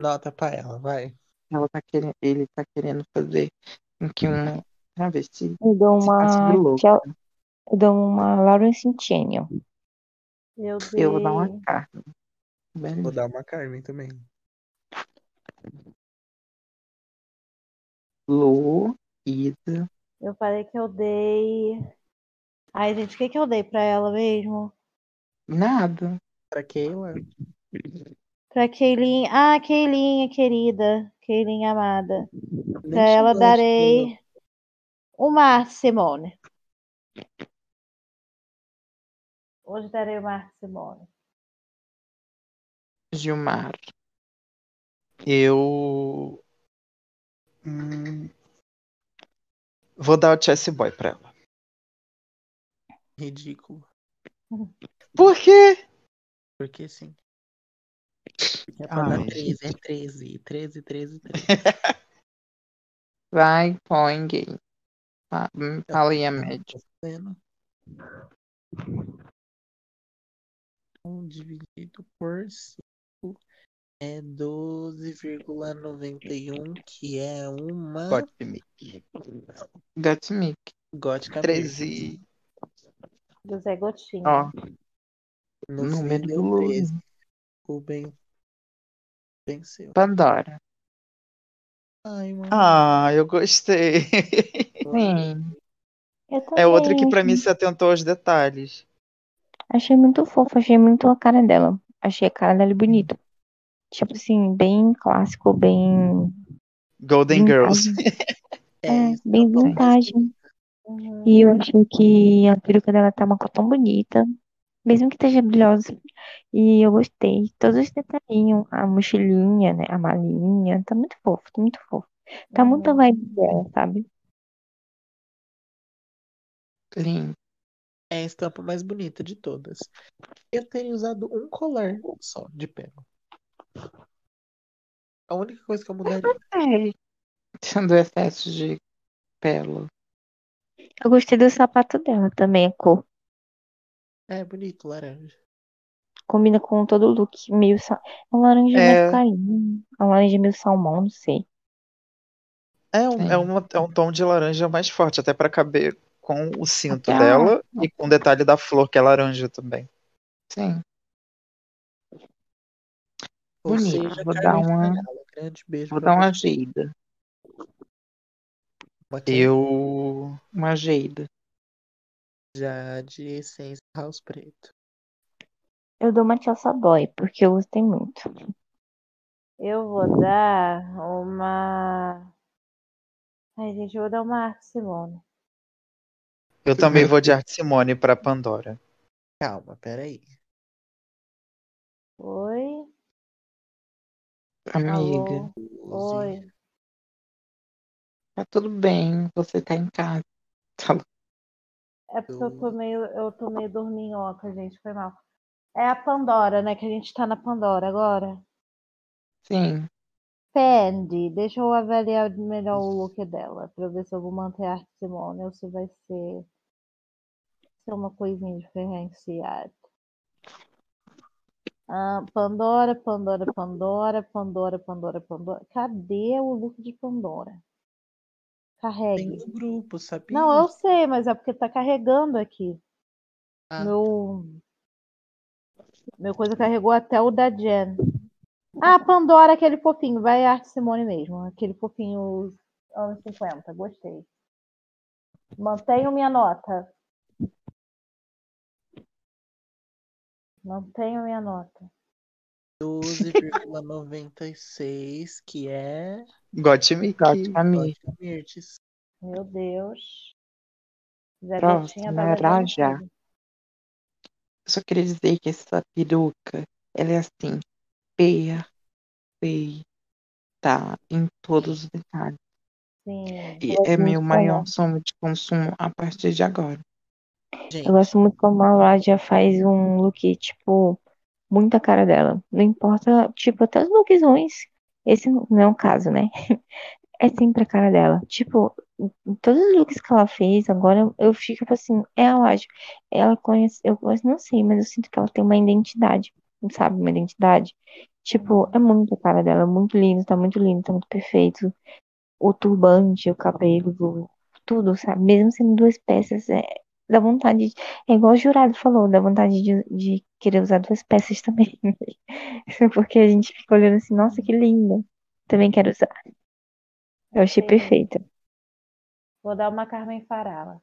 E: Nota pra ela, vai.
A: Ela tá querendo, ele tá querendo fazer com
F: Hum.
A: que uma travesti
D: eu dou
A: se passe de
D: uma.
A: louco. né?
D: Kel- Eu dou uma Laurence Chenio.
B: Eu
A: Eu vou dar um uma
B: dei.
A: carta. Bem,
E: Vou dar uma Carmen também.
A: Lu, Isa.
B: Eu falei que eu dei. Ai, gente, o que, que eu dei pra ela mesmo?
A: Nada.
E: Pra Keila?
B: Pra Keilinha. Ah, Keilinha, querida. Keilinha amada.
E: Nem
B: Pra ela
E: chegou a
B: darei uma Arte Simone. Hoje darei uma Arte Simone.
A: Gilmar.
F: Eu. Hum, Vou dar o Chess Boy pra ela.
E: Ridículo.
F: Por quê?
E: Porque sim. Porque é pra
A: Ai,
E: dar
F: gente.
E: 13, é 13. 13, 13, 13.
A: Vai, põe gay. Fa-
E: Então,
A: hum, Fala aí a média.
E: Tá vendo? Um dividido por 5 é 12,91, que é uma
F: Pode me.
A: Gatmic.
E: gótica mesmo.
F: 13.
B: Do Zé Gotinha.
A: Ó,
E: No fim
A: número do
E: deu
A: Lu.
E: 13. O Ben venceu.
A: Pandora.
E: Ai, mano.
F: Ah, eu gostei.
A: Sim.
D: Eu
F: É outro que
D: também
F: pra mim
D: achei-
F: se atentou aos detalhes.
D: Achei muito fofo, achei muito a cara dela. Achei a cara dela bonita. Tipo assim, bem clássico, bem.
F: Golden
C: Então,
F: Girls.
D: Vintage.
E: É
D: É,
E: isso que
D: bem
E: eu tô
D: vintage.
B: Uhum.
D: E eu achei que a peruca dela tá uma cor tão bonita, mesmo que esteja brilhosa. E eu gostei. Todos os detalhinhos, a mochilinha, né? A malinha. Tá muito fofo, tá muito fofo. Tá muito a
B: Uhum.
D: vibe dela, sabe?
A: Lindo.
E: É a estampa mais bonita de todas. Eu teria usado um colar só de pérola. A única coisa que eu mudaria.
D: É,
A: Tendo excesso de pelo.
D: eu gostei do sapato dela também, a cor.
E: É bonito, laranja.
D: Combina com todo o look meio sal... um laranja
C: É.
D: meio clarinho, um laranja meio salmão, não sei.
C: É um,
A: Sim.
C: é uma- é um tom de laranja mais forte, até pra caber com o cinto
A: Até a-
C: dela e com o detalhe da flor, que é laranja também.
A: Sim.
E: Ou
A: Bonito,
E: seja,
A: vou dar
E: Carmen
A: uma-
E: Farala, grande beijo
A: Vou
E: pra
A: dar uma
E: você.
A: ajeida.
E: Uma quem?
C: Eu.
A: Uma ajeida.
E: Já de essência House Preto.
D: Eu dou uma Chelsea Boy, porque eu gostei muito.
B: Eu vou dar uma. Ai, gente, eu vou dar uma Arcelona.
C: Eu também vou de Arte Simone pra Pandora.
E: Calma, peraí.
B: Oi?
A: Amiga,
B: Alô? Oi.
A: tá tudo bem. Você tá em casa. Tá bom.
B: É porque eu tô
E: Eu-
B: meio, eu tô meio dorminhoca, gente, foi mal. É a Pandora, né? Que a gente tá na Pandora agora.
A: Sim.
B: Pende, deixa eu avaliar melhor o look dela, pra eu ver se eu vou manter a Arte Simone ou se vai ser, ser uma coisinha diferenciada. Ah, Pandora, Pandora, Pandora, Pandora, Pandora, Pandora. Cadê o look de Pandora?
E: Tem
B: Carregue.
E: no grupo, sabia?
B: Não, eu sei, mas é porque tá carregando aqui.
E: Ah,
B: Meu. Meu coisa carregou até o da Jen. Ah, Pandora, aquele fofinho. Vai Arte Simone mesmo. Aquele fofinho anos 50. Gostei. Mantenho minha nota. Mantenho minha nota.
E: 12,96, que é.
C: Got me.
A: Gosto da minha.
E: Vodka Mirtes.
B: Meu Deus. Zé tá
A: Próximo,
B: Gotinha
A: é
B: da
A: Araja. Só queria dizer que essa peruca, ela é assim, perfeita em todos os detalhes.
B: Sim.
A: E
D: Ela é
A: é meu
D: muito
A: maior
D: famosa.
A: sonho de consumo a partir de agora.
E: Gente,
D: Eu gosto muito como a Raja faz um look, tipo, muita cara dela. Não importa, tipo, até os looks ruins. Esse não é um caso, né? É sempre a cara dela. Tipo, em todos os looks que ela fez agora, eu fico tipo assim, é a Raja. Ela conhece, eu conheço, não sei, mas eu sinto que ela tem uma identidade, sabe? Uma identidade. Tipo, é muito a cara dela, é muito lindo, tá muito lindo, tá muito perfeito. O turbante, o cabelo, tudo, sabe? Mesmo sendo duas peças, é, dá vontade de. É igual o jurado falou, dá vontade de, de querer usar duas peças também. Porque a gente fica olhando assim, nossa, que linda. Também quero usar. Eu achei
B: Sim.
D: perfeita.
B: Vou dar uma Carmen Farala.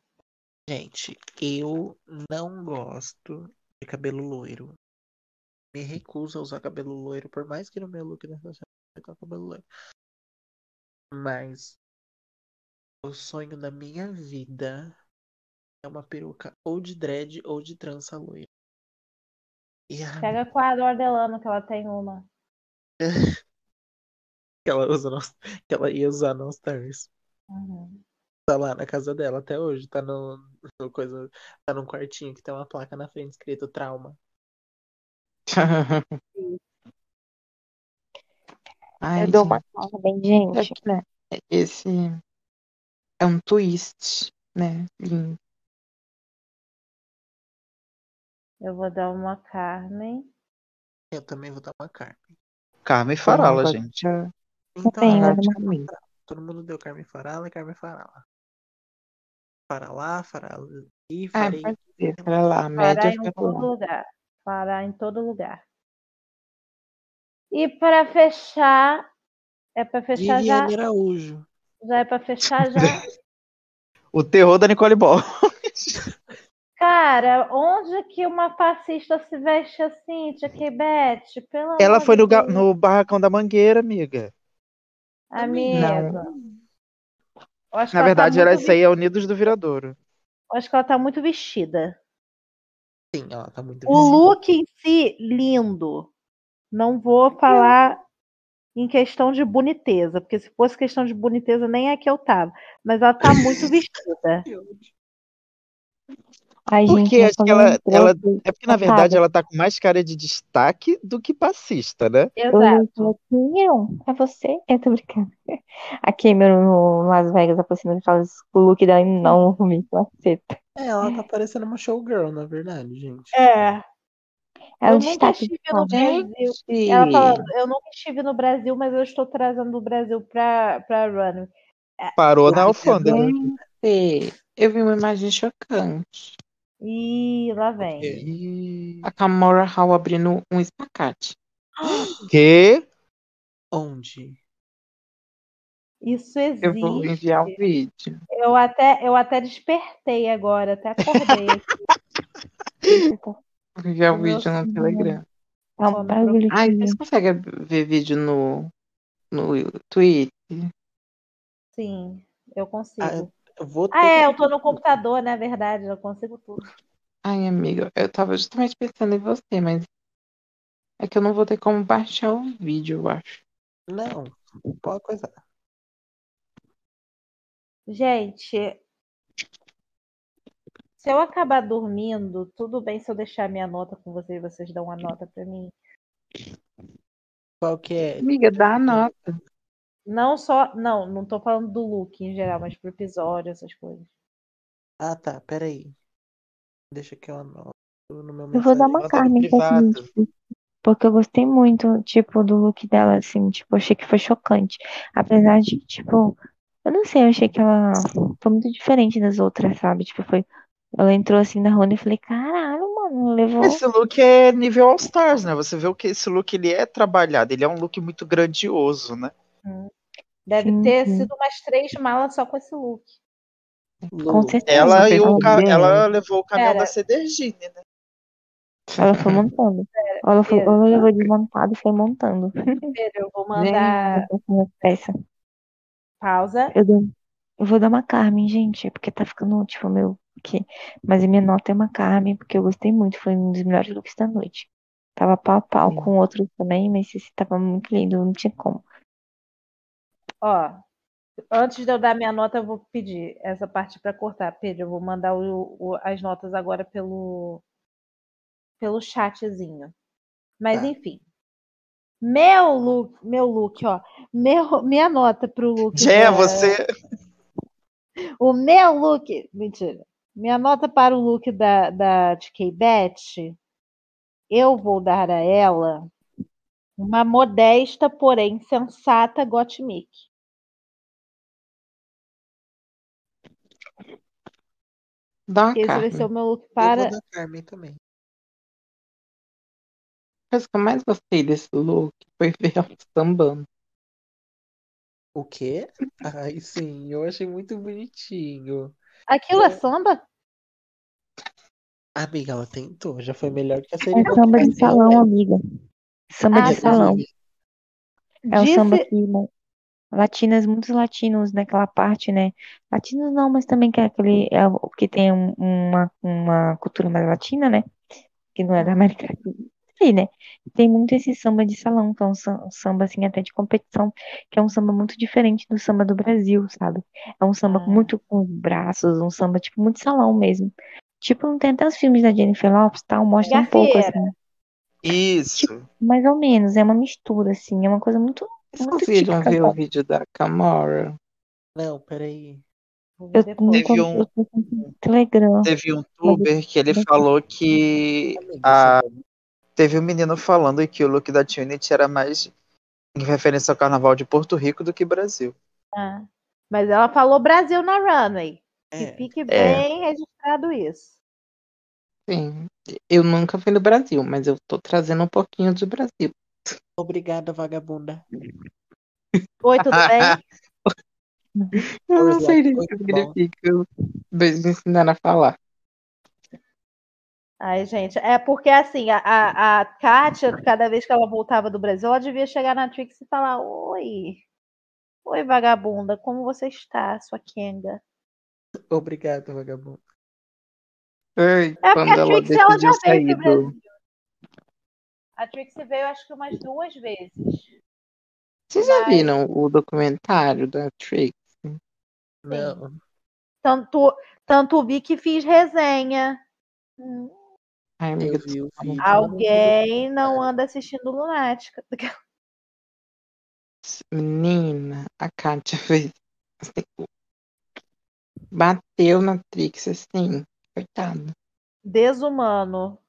E: gente, eu não gosto de cabelo loiro. Me recuso a usar cabelo loiro, por mais que no meu look nessa semana eu tô com cabelo loiro. Mas o sonho da minha vida é uma peruca ou de dread ou de trança loira. E a
B: Pega com a Ador Delano, que ela tem uma.
E: que ela usa no- que ela ia usar no All Stars.
B: Uhum.
E: Tá lá na casa dela até hoje, tá no, no coisa, tá num quartinho que tem uma placa na frente escrito trauma.
A: Ai,
D: eu dou
A: gente,
D: uma calma bem, gente.
A: é que, né, esse é um twist, né? Lindo.
B: Eu vou dar uma Carmen.
E: Eu também vou dar uma carne.
C: Carmen Farala,
A: Como
C: gente.
A: vai-
E: Então,
D: Também,
E: agora
D: mas uma-
A: praticamente.
E: todo mundo deu Carmen Farala e Carmen Farala. Faralá, Farala e
A: Ah,
E: Farei.
A: pode ser, para lá, média tá
B: Parar
D: um
B: em
A: para
B: todo
A: lá.
B: lugar. Parar em todo lugar. E para fechar, é para fechar já,
E: Viviane Araújo.
B: já é para fechar já.
C: O terror da Nicole Ball.
B: Cara, onde que uma fascista se veste assim, Tia Quebete? Pelo
C: Ela
B: amor
C: foi
B: de
C: no, ga-
B: Deus,
C: no Barracão da Mangueira, amiga.
B: amiga. Eu acho que
C: Na
B: ela tá
C: verdade, era
B: muito
C: isso aí, é Unidos do Viradouro.
B: vi- eu Acho que ela tá muito vestida.
E: Sim, ela tá muito
B: O
E: visível.
B: look em si, lindo. Não vou falar em questão de boniteza, porque se fosse questão de boniteza, nem é que eu tava. Mas ela tá muito vestida.
D: Ai, gente,
F: Porque
D: nós
F: acho que
D: somos
F: ela-
D: um
F: ela-
D: grupo.
F: É porque, na
D: Safada.
F: verdade, ela tá com mais cara de destaque do que passista, né?
D: Hoje
B: Exato.
D: eu falo, quem é? um? É você? Eu tô brincando. A Cameron no Las Vegas aproxima e fala o look dela é enorme, com a seta.
E: É, ela tá parecendo uma showgirl, na verdade, gente.
B: É.
D: É
B: eu
D: um
B: nunca
D: destaque
B: estive
D: de
B: no
D: fala.
B: Brasil.
A: Gente,
B: Ela falando, eu nunca estive no Brasil, mas eu estou trazendo o Brasil pra, pra Runway.
F: Parou
E: Lá
F: na alfândega.
B: tá
A: gente, eu vi uma imagem chocante.
B: Ih, lá vem.
F: Ih,
A: A Kamora Hall abrindo um espacate.
F: Que?
E: Onde?
B: Isso
A: Eu vou
B: existe.
A: enviar o vídeo.
B: Eu até, eu até despertei agora, até acordei.
F: assim.
A: Vou enviar o
B: Meu
A: vídeo no
D: sonho.
A: Telegram.
D: Tá
B: Só
D: então, um
B: me
D: bagulho
A: Ai, vocês
D: que
A: conseguem ver vídeo no, no Twitter?
B: Sim, assim. eu consigo.
E: Eu vou ter
B: Ah, é,
E: que-
B: eu tô no computador, na verdade, eu consigo tudo.
A: Ai, amiga, eu tava justamente pensando em você, mas é que eu não vou ter como baixar o vídeo, eu acho.
E: Não, qual a coisa?
B: Gente, se eu acabar dormindo, tudo bem se eu deixar minha nota com vocês, vocês dão uma nota pra mim.
E: Qual que é?
A: Amiga, dá a nota.
B: Não só, não, não tô falando do look em geral, mas pro episódio, essas coisas.
E: Ah, tá, peraí. Deixa que eu anoto no meu
D: Eu vou dar
E: mensagem.
D: uma
F: Manda no
D: Carmen pra esse
F: privado.
D: vídeo, porque eu gostei muito, tipo, do look dela, assim, tipo, achei que foi chocante. Apesar de, tipo, eu não sei, eu achei que ela foi muito diferente das outras, sabe? Tipo, foi. Ela entrou assim na rua e eu falei, caralho, mano, levou.
F: Esse look é nível All Stars, né? Você vê o que esse look ele é trabalhado, ele é um look muito grandioso, né?
B: Deve
D: Sim,
B: ter
D: sim.
B: sido umas três malas só com esse look.
D: Com
E: Lu,
B: É,
D: certeza.
F: Ela e o
D: Ela,
F: ca-
A: bem.
F: ela levou o caminhão
B: um né? Pera.
F: da Cedergine, né?
D: ela foi montando. Ela, foi,
B: Pera,
D: ela levou desmontado e foi montando.
B: pera, eu vou mandar
D: Essa peça.
B: pausa.
D: Eu, dou- eu vou dar uma Carmen, gente, porque tá ficando, tipo, meu. Que... Mas a minha nota é uma Carmen, porque eu gostei muito. Foi um dos melhores looks da noite. Tava pau a pau
A: Sim.
D: com outros também, mas esse tava muito lindo, não tinha como.
B: Ó, antes de eu dar minha nota, eu vou pedir essa parte para cortar. Pedro, eu vou mandar o- o- as notas agora pelo, pelo chatzinho. Mas
E: Tá.
B: enfim. Meu look, meu look, ó. Meu, minha nota pro look.
F: Jé,
B: da-
F: você.
B: O meu look. Mentira. Minha nota para o look da, da de K-Bet, eu vou dar a ela uma modesta, porém sensata Gottmik.
A: Dá uma
B: Porque Esse vai ser
A: Carmen.
B: o meu look
E: eu vou
B: para.
E: dar Carmen também.
A: A coisa que eu mais gostei desse look foi ver ela sambando.
E: O quê? Ai, sim, eu achei muito bonitinho.
B: Aquilo é samba?
E: Amiga, ela tentou, já foi melhor que a
D: É
E: cerimônia.
D: samba de
E: Mas é, ela
D: salão,
E: é-
D: amiga. Samba
B: Ah,
D: de
E: Amiga,
B: tá.
D: salão.
E: Lívia,
D: É o samba
B: Disse,
D: que né, latinas, muitos latinos naquela parte, né? Latinos não, mas também que é aquele é o que tem um- uma, uma cultura mais latina, né? Que não é da América Latina. Sim, né? Tem muito esse samba de salão, que é um sam- um samba assim até de competição, que é um samba muito diferente do samba do Brasil, sabe? É um samba
B: Ah.
D: muito com os braços, um samba tipo muito salão mesmo. Tipo, não tem até os filmes da Jennifer Lopez, tal, mostra um pouco
B: Gafieira.
D: assim,
F: Isso.
D: mais ou menos, é uma mistura assim, é uma coisa muito
A: Vocês
D: muito
A: conseguiram
D: típica,
A: ver o
D: sabe?
A: vídeo da Camora?
E: é. Não, peraí.
B: Vou ver
D: Eu não
B: depois.
F: Teve
D: consigo,
F: um,
D: eu tô com Telegram.
F: teve um tuber que ele falou que
E: Amiga,
A: Ah,
F: a, teve um menino falando que o look da Trinity era mais em referência ao carnaval de Porto Rico do que Brasil.
B: Ah, Mas ela falou Brasil na runway.
E: você-
B: Que
E: é,
B: fique
F: É.
B: bem registrado isso.
A: Sim. Eu nunca fui no Brasil, mas eu tô trazendo um pouquinho de Brasil.
E: obrigada, vagabunda.
B: Oi, tudo bem?
A: Eu não
E: Pois é,
A: sei nem o que
E: muito bom.
A: significa. Dois me ensinaram a falar.
B: Ai, gente, é porque assim, a, a, a Kátia, cada vez que ela voltava do Brasil, ela devia chegar na Trix e falar: Oi, oi, vagabunda, como você está, sua Kenga?
E: Obrigado, vagabundo.
A: Ai,
B: É porque
A: quando
B: a
A: ela
B: Trix ela já
A: decidiu
B: veio pro
A: sair do.
B: Brasil. A Trix veio acho que umas duas vezes.
A: Vocês já
B: Mas
A: viram o documentário da Trix?
E: Não,
B: tanto, tanto vi que fiz resenha.
A: Ai, amiga,
E: Eu vi o
A: desculpa.
E: vídeo.
B: Alguém não
A: É.
B: anda assistindo Lunática.
A: Menina, a Kátia fez. assim, Bateu na Trix, assim. Coitado.
B: Desumano.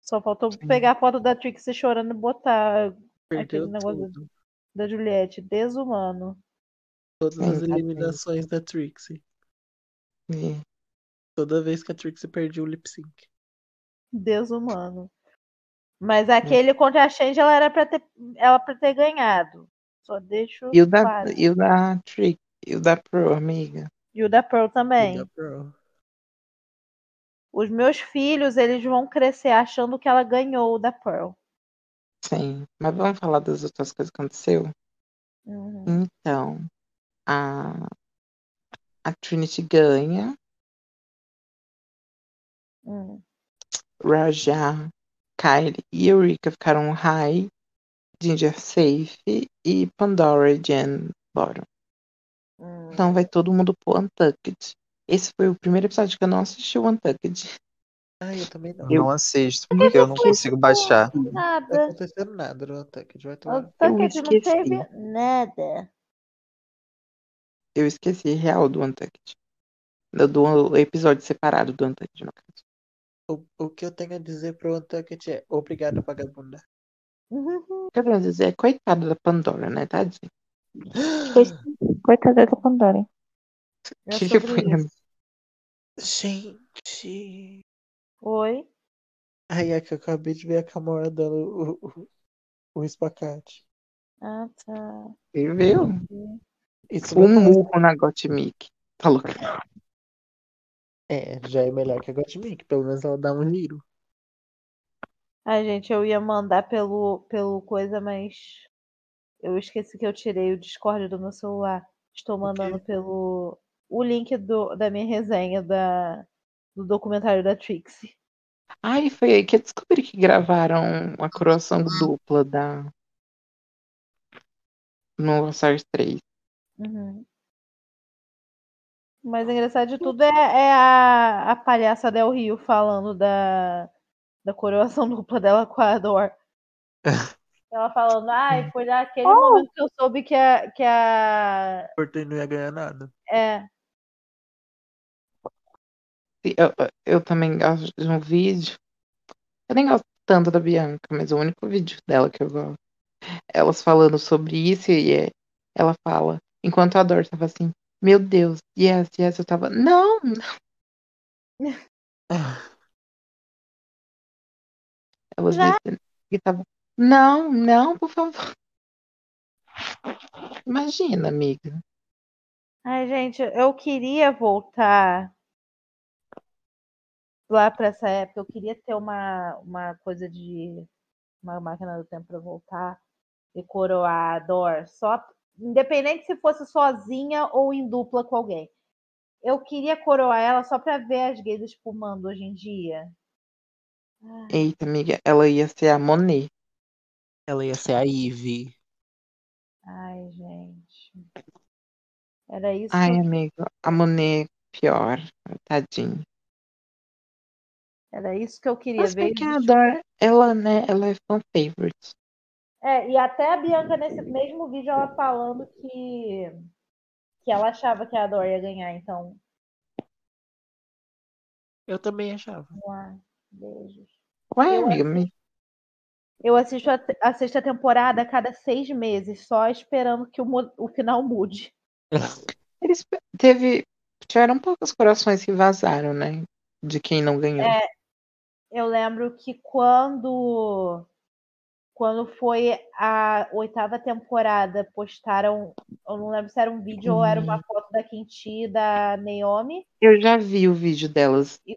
B: Só faltou pegar a foto da Trixie chorando e botar
E: Perdeu
B: Aquele negócio-
E: tudo.
B: da Juliette. Desumano.
E: Todas
A: Sim,
E: as
A: tadinho.
E: eliminações da Trixie.
A: E
E: Toda vez que a Trixie perdia o lip sync.
B: Desumano. Mas
A: É.
B: aquele contra a Change, ela era pra ter, ela pra ter ganhado. Só deixo.
A: e o da,
B: claro.
A: e o da Trix, e o da Pro, amiga.
B: E o da Pearl também.
E: E da Pearl.
B: Os meus filhos, eles vão crescer achando que ela ganhou da Pearl.
A: Sim. Mas vamos falar das outras coisas que aconteceu?
B: Uhum.
E: Hum.
A: Então, a, a Trinity ganha,
B: Uhum.
A: Raja, Kylie e Eureka ficaram high, Ginger safe e Pandora e Jen bottom.
B: Uhum.
A: Então vai todo mundo pro Untucked. Esse foi o primeiro episódio que eu não assisti o Untucked.
E: Ah, eu também não.
F: Eu não assisto, porque eu não
B: foi
F: consigo baixar.
E: Não tá
B: Nada.
E: acontecendo nada no ataque. Vai
B: O
E: tomar.
B: Tucket não
A: esqueci.
B: teve nada.
A: Eu esqueci real do Untucked. Do, do episódio separado do Untucked, no caso.
E: O, o que eu tenho a dizer pro Untucket é obrigado, vagabunda.
A: O que eu quero dizer é coitada da Pandora, né, tadinha?
D: Coitada da Pandora.
B: É
A: Que
B: sobre
A: foi,
B: isso.
E: Gente.
B: Oi?
E: Ai, é que eu acabei de ver a Camora dando o, o, o espacate.
B: Ah, tá.
A: Você viu?
E: Isso não
A: Um
E: parece-
A: murro na Gotmic. Tá louca.
E: É, já é melhor que a Gottmik. Pelo menos ela dá um giro.
B: Ai, gente, eu ia mandar pelo, pelo coisa, mas eu esqueci que eu tirei o Discord do meu celular. Estou mandando pelo o link do, da minha resenha da, do documentário da Trixie.
A: Ai, foi aí que eu descobri que gravaram a coroação dupla da. No All Stars 3.
B: Uhum. O mais engraçado de tudo é, é a, a palhaça Del Rio falando da, da coroação dupla dela com a Ador. Ela falando, ai, foi naquele momento que eu soube que a. Que a
E: Portanto, não ia ganhar nada.
B: é,
A: E Eu, eu também gosto de um vídeo. Eu nem gosto tanto da Bianca, mas o único vídeo dela que eu gosto. Elas falando sobre isso e é- ela fala. Enquanto a Dor tava assim, meu Deus, yes, yes, eu tava. Não! não." Elas
B: Já?
A: nesse- e tava. Não, não, por favor. Imagina, amiga.
B: Ai, gente, eu queria voltar lá para essa época. Eu queria ter uma, uma coisa de uma máquina do tempo para voltar e coroar a Dor, só independente se fosse sozinha ou em dupla com alguém. Eu queria coroar ela só para ver as gays espumando hoje em dia. Ah,
A: Eita, amiga, ela ia ser a Monet.
E: Ela ia ser a Ivy.
B: Ai, gente. Era isso.
A: Ai, amigo, a Monet é pior. Tadinho.
B: Era isso que eu queria
A: é. Mas
B: ver.
A: bem que a Dor, ela, né, ela é fan favorite.
B: É, e até a Bianca, nesse mesmo vídeo, ela falando que, que ela achava que a Dor ia ganhar, então.
E: Eu também achava.
B: vamos lá. um Beijos.
A: Ué,
B: Eu
A: amiga, me-
B: Eu assisto a, a sexta temporada a cada seis meses, só esperando que o, mu- o final mude.
A: eles pe- teve. Tiveram poucos corações que vazaram, né? De quem não ganhou.
B: É. Eu lembro que quando quando foi a oitava temporada, postaram, eu não lembro se era um vídeo ou era uma foto da Quinti e da Naomi,
A: Eu já vi o vídeo delas.
B: e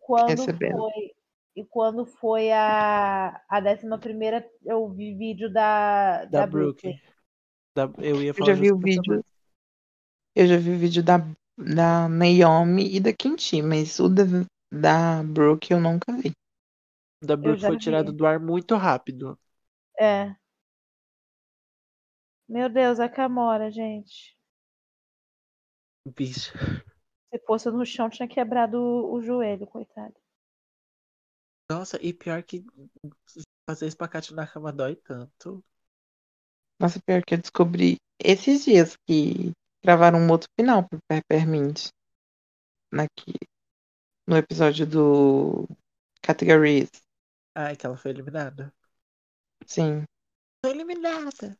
B: quando
A: Recebendo.
B: foi e quando foi a, a décima primeira, eu vi vídeo da, da,
E: Da,
B: Brooklyn.
E: Brooklyn. Da- eu ia
A: Eu
E: falar
A: já vi o
E: justamente
A: vídeo. Eu já vi o vídeo da, da Naomi e da Quinti, mas o da, da Brooke eu nunca vi.
E: Da Brooke
B: já
E: foi
B: vi.
E: tirado do ar muito rápido.
B: É. Meu Deus, a Camora, gente.
E: Bicho.
B: Se Se fosse no chão, tinha quebrado o, o joelho, coitado.
E: Nossa, e pior que fazer espacate na cama dói tanto.
A: Nossa, pior que eu descobri esses dias que gravaram um outro final pro Peppermint. Naqui, no episódio do Categories.
E: Ai, que ela foi eliminada.
A: Sim.
E: Foi eliminada.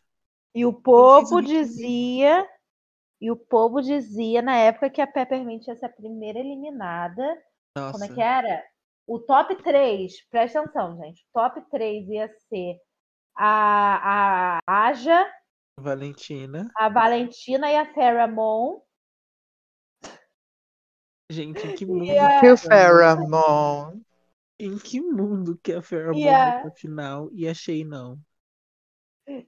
B: E o povo dizia. E o povo dizia na época que a Peppermint ia ser a primeira eliminada.
E: Nossa.
B: Como é que era? O top 3, presta atenção, gente. O top 3 ia ser a, a Aja,
E: Valentina.
B: a Valentina e a Pheromone.
E: Gente, em que mundo.
B: E a-
E: que
F: Que
E: a
F: o né? Pheromone.
E: Em que mundo que a Pheromone
B: Yeah.
E: yeah. pra final e achei não.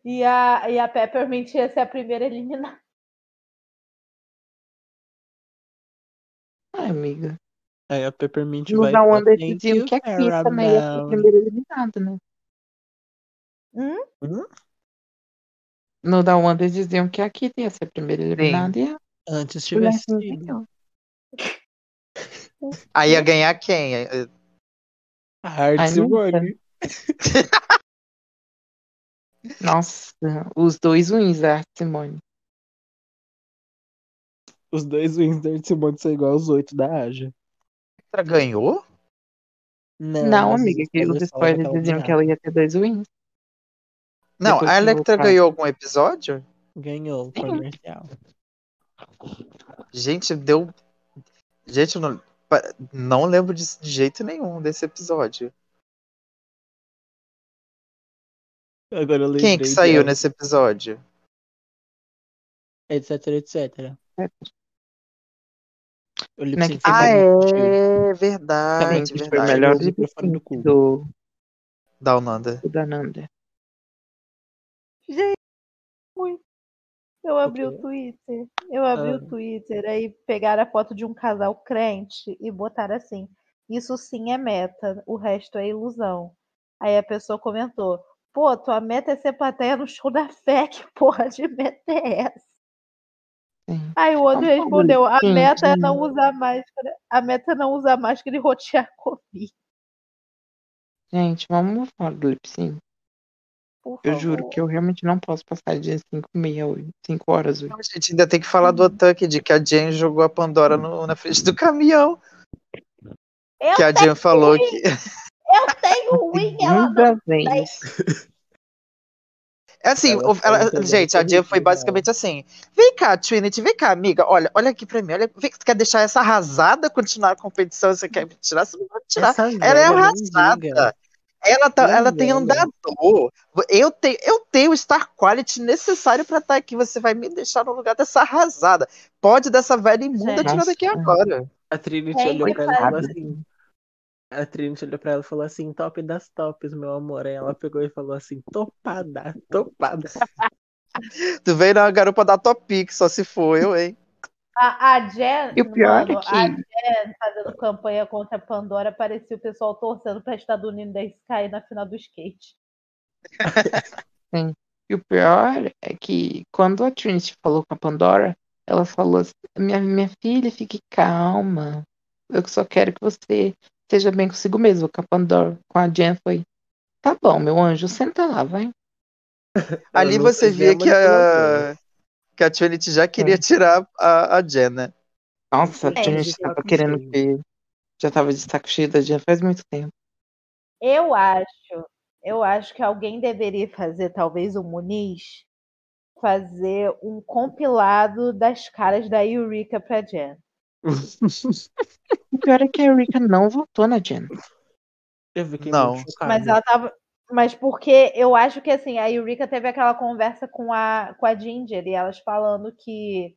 B: E a, e a Peppermint ia ser a primeira eliminada.
A: Ai, amiga.
E: Aí a Peppermint
A: No
E: vai
A: da
E: pra
A: Wanda
E: Thank
A: diziam
E: you,
A: que a Kiss também assim. ia ser a
E: Pheromone.
A: primeira eliminada, né?
B: Hum?
E: Hum?
A: No da Wanda diziam que a Kiss ia ser a primeira eliminada e a
E: Antes
A: Mulher
E: tivesse sido.
A: ganhou.
F: Aí ia ganhar quem? Eh,
E: A Hard
A: Ai, nunca.
E: Simone.
A: Nossa, os dois ruins da Arte Simone.
E: Os dois wins da Hard Simone são igual aos oito da Aja.
F: Ela ganhou?
E: Não,
A: Não,
E: mas
A: É, amiga, que os
E: spoilers falam
A: spoilers
E: ela
A: diziam
E: tá
A: que ela ia ter dois wins.
F: Não,
A: Depois
F: a
A: que
F: Electra
A: voltar.
F: ganhou algum episódio?
E: Ganhou o
A: Sim.
E: comercial.
F: Gente, deu. Gente, eu não, pa- não lembro disso de jeito nenhum desse episódio.
E: Agora eu
F: Quem é
E: lembrei
F: que saiu
E: dela.
F: nesse episódio?
E: Etc, etc. O lip sync
A: Naquele- Ah,
E: foi muito chill.
F: é
A: Também
F: verdade,
A: que foi
F: verdade.
A: melhor
E: Tirou o microfone do cu.
A: do,
F: Downanda.
A: do Dananda.
B: Eu abri
E: quê?
B: o Twitter. Eu abri
E: Ah.
B: o Twitter. Aí pegaram a foto de um casal crente e botaram assim: Isso sim é meta, o resto é ilusão. Aí a pessoa comentou: Pô, tua meta é ser plateia no show da fé, que porra de meta é essa?
A: Sim.
B: Aí o outro
A: Ah,
B: respondeu: A
A: sim,
B: meta é
A: sim.
B: não usar máscara. A meta é não usar máscara e rotear Covid.
A: Gente, vamos falar do lip sync.
B: Por
A: Eu juro
B: favor.
A: que eu realmente não posso passar de 5 meia hoje. 5 horas hoje.
F: Não, gente, ainda tem que falar do ataque de que a Jen jogou a Pandora no- na frente do caminhão.
B: Eu
F: que a Jen falou que.
B: tenho um win, ela não. tá
A: Segunda vez.
F: É assim,
E: Ela é
F: o- ela-
E: falou que a Jen
F: gente, a
E: foi
F: Jen foi
E: horrível,
F: basicamente assim: vem cá, Trinity, vem cá, amiga, olha, olha aqui pra mim, olha, vem que tu quer deixar essa arrasada continuar a competição, você quer me tirar, você não vai me tirar.
E: Essa
F: Ela é
E: velha, não julga.
F: arrasada. Ela, tá,
E: Ela é
F: ela tem
E: velha.
F: andador. Eu tenho, eu tenho o star quality necessário pra estar aqui. Você vai me deixar no lugar dessa arrasada. Pode dessa velha imunda
B: Gente.
F: tirar daqui agora.
E: A Trinity
A: É,
B: Tem
E: olhou
B: que
E: pra ela e falou
A: fazer.
E: assim. A Trinity olhou pra ela e falou assim, top das tops, meu amor. Aí ela pegou e falou assim, topada, topada.
F: Tu veio na garupa da Topic, só se for eu, hein?
B: A, a Jen,
A: E o pior
B: mano,
A: é que-
B: a Jen fazendo campanha contra a Pandora, parecia o pessoal torcendo pra Estados Unidos cair na final do skate.
A: E o pior é que quando a Trinity falou com a Pandora, ela falou assim, minha, minha filha, fique calma. Eu só quero que você seja bem consigo mesmo. Com a Pandora, com a Jen foi. Tá bom, meu anjo, senta lá, vai.
E: Ela
F: Ali
E: não
F: você
E: fez
F: via
E: nenhuma
F: que a,
E: manipulação.
F: que a Trinity já queria tirar a, a Jen, né?
A: Nossa, a
B: É, Gente,
A: Trinity
E: ela
A: tava
E: tá
A: querendo
E: cheia.
A: que. Já tava de saco cheio da Jen faz muito tempo.
B: Eu acho, eu acho que alguém deveria fazer, talvez o Muniz, fazer um compilado das caras da Eureka pra Jen.
A: O pior é que a Erika não votou na Jen.
E: Eu fiquei
F: Não.
E: muito chocado.
B: Mas ela tava. Mas porque eu acho que assim, a Eureka teve aquela conversa com a, com a Ginger e elas falando que.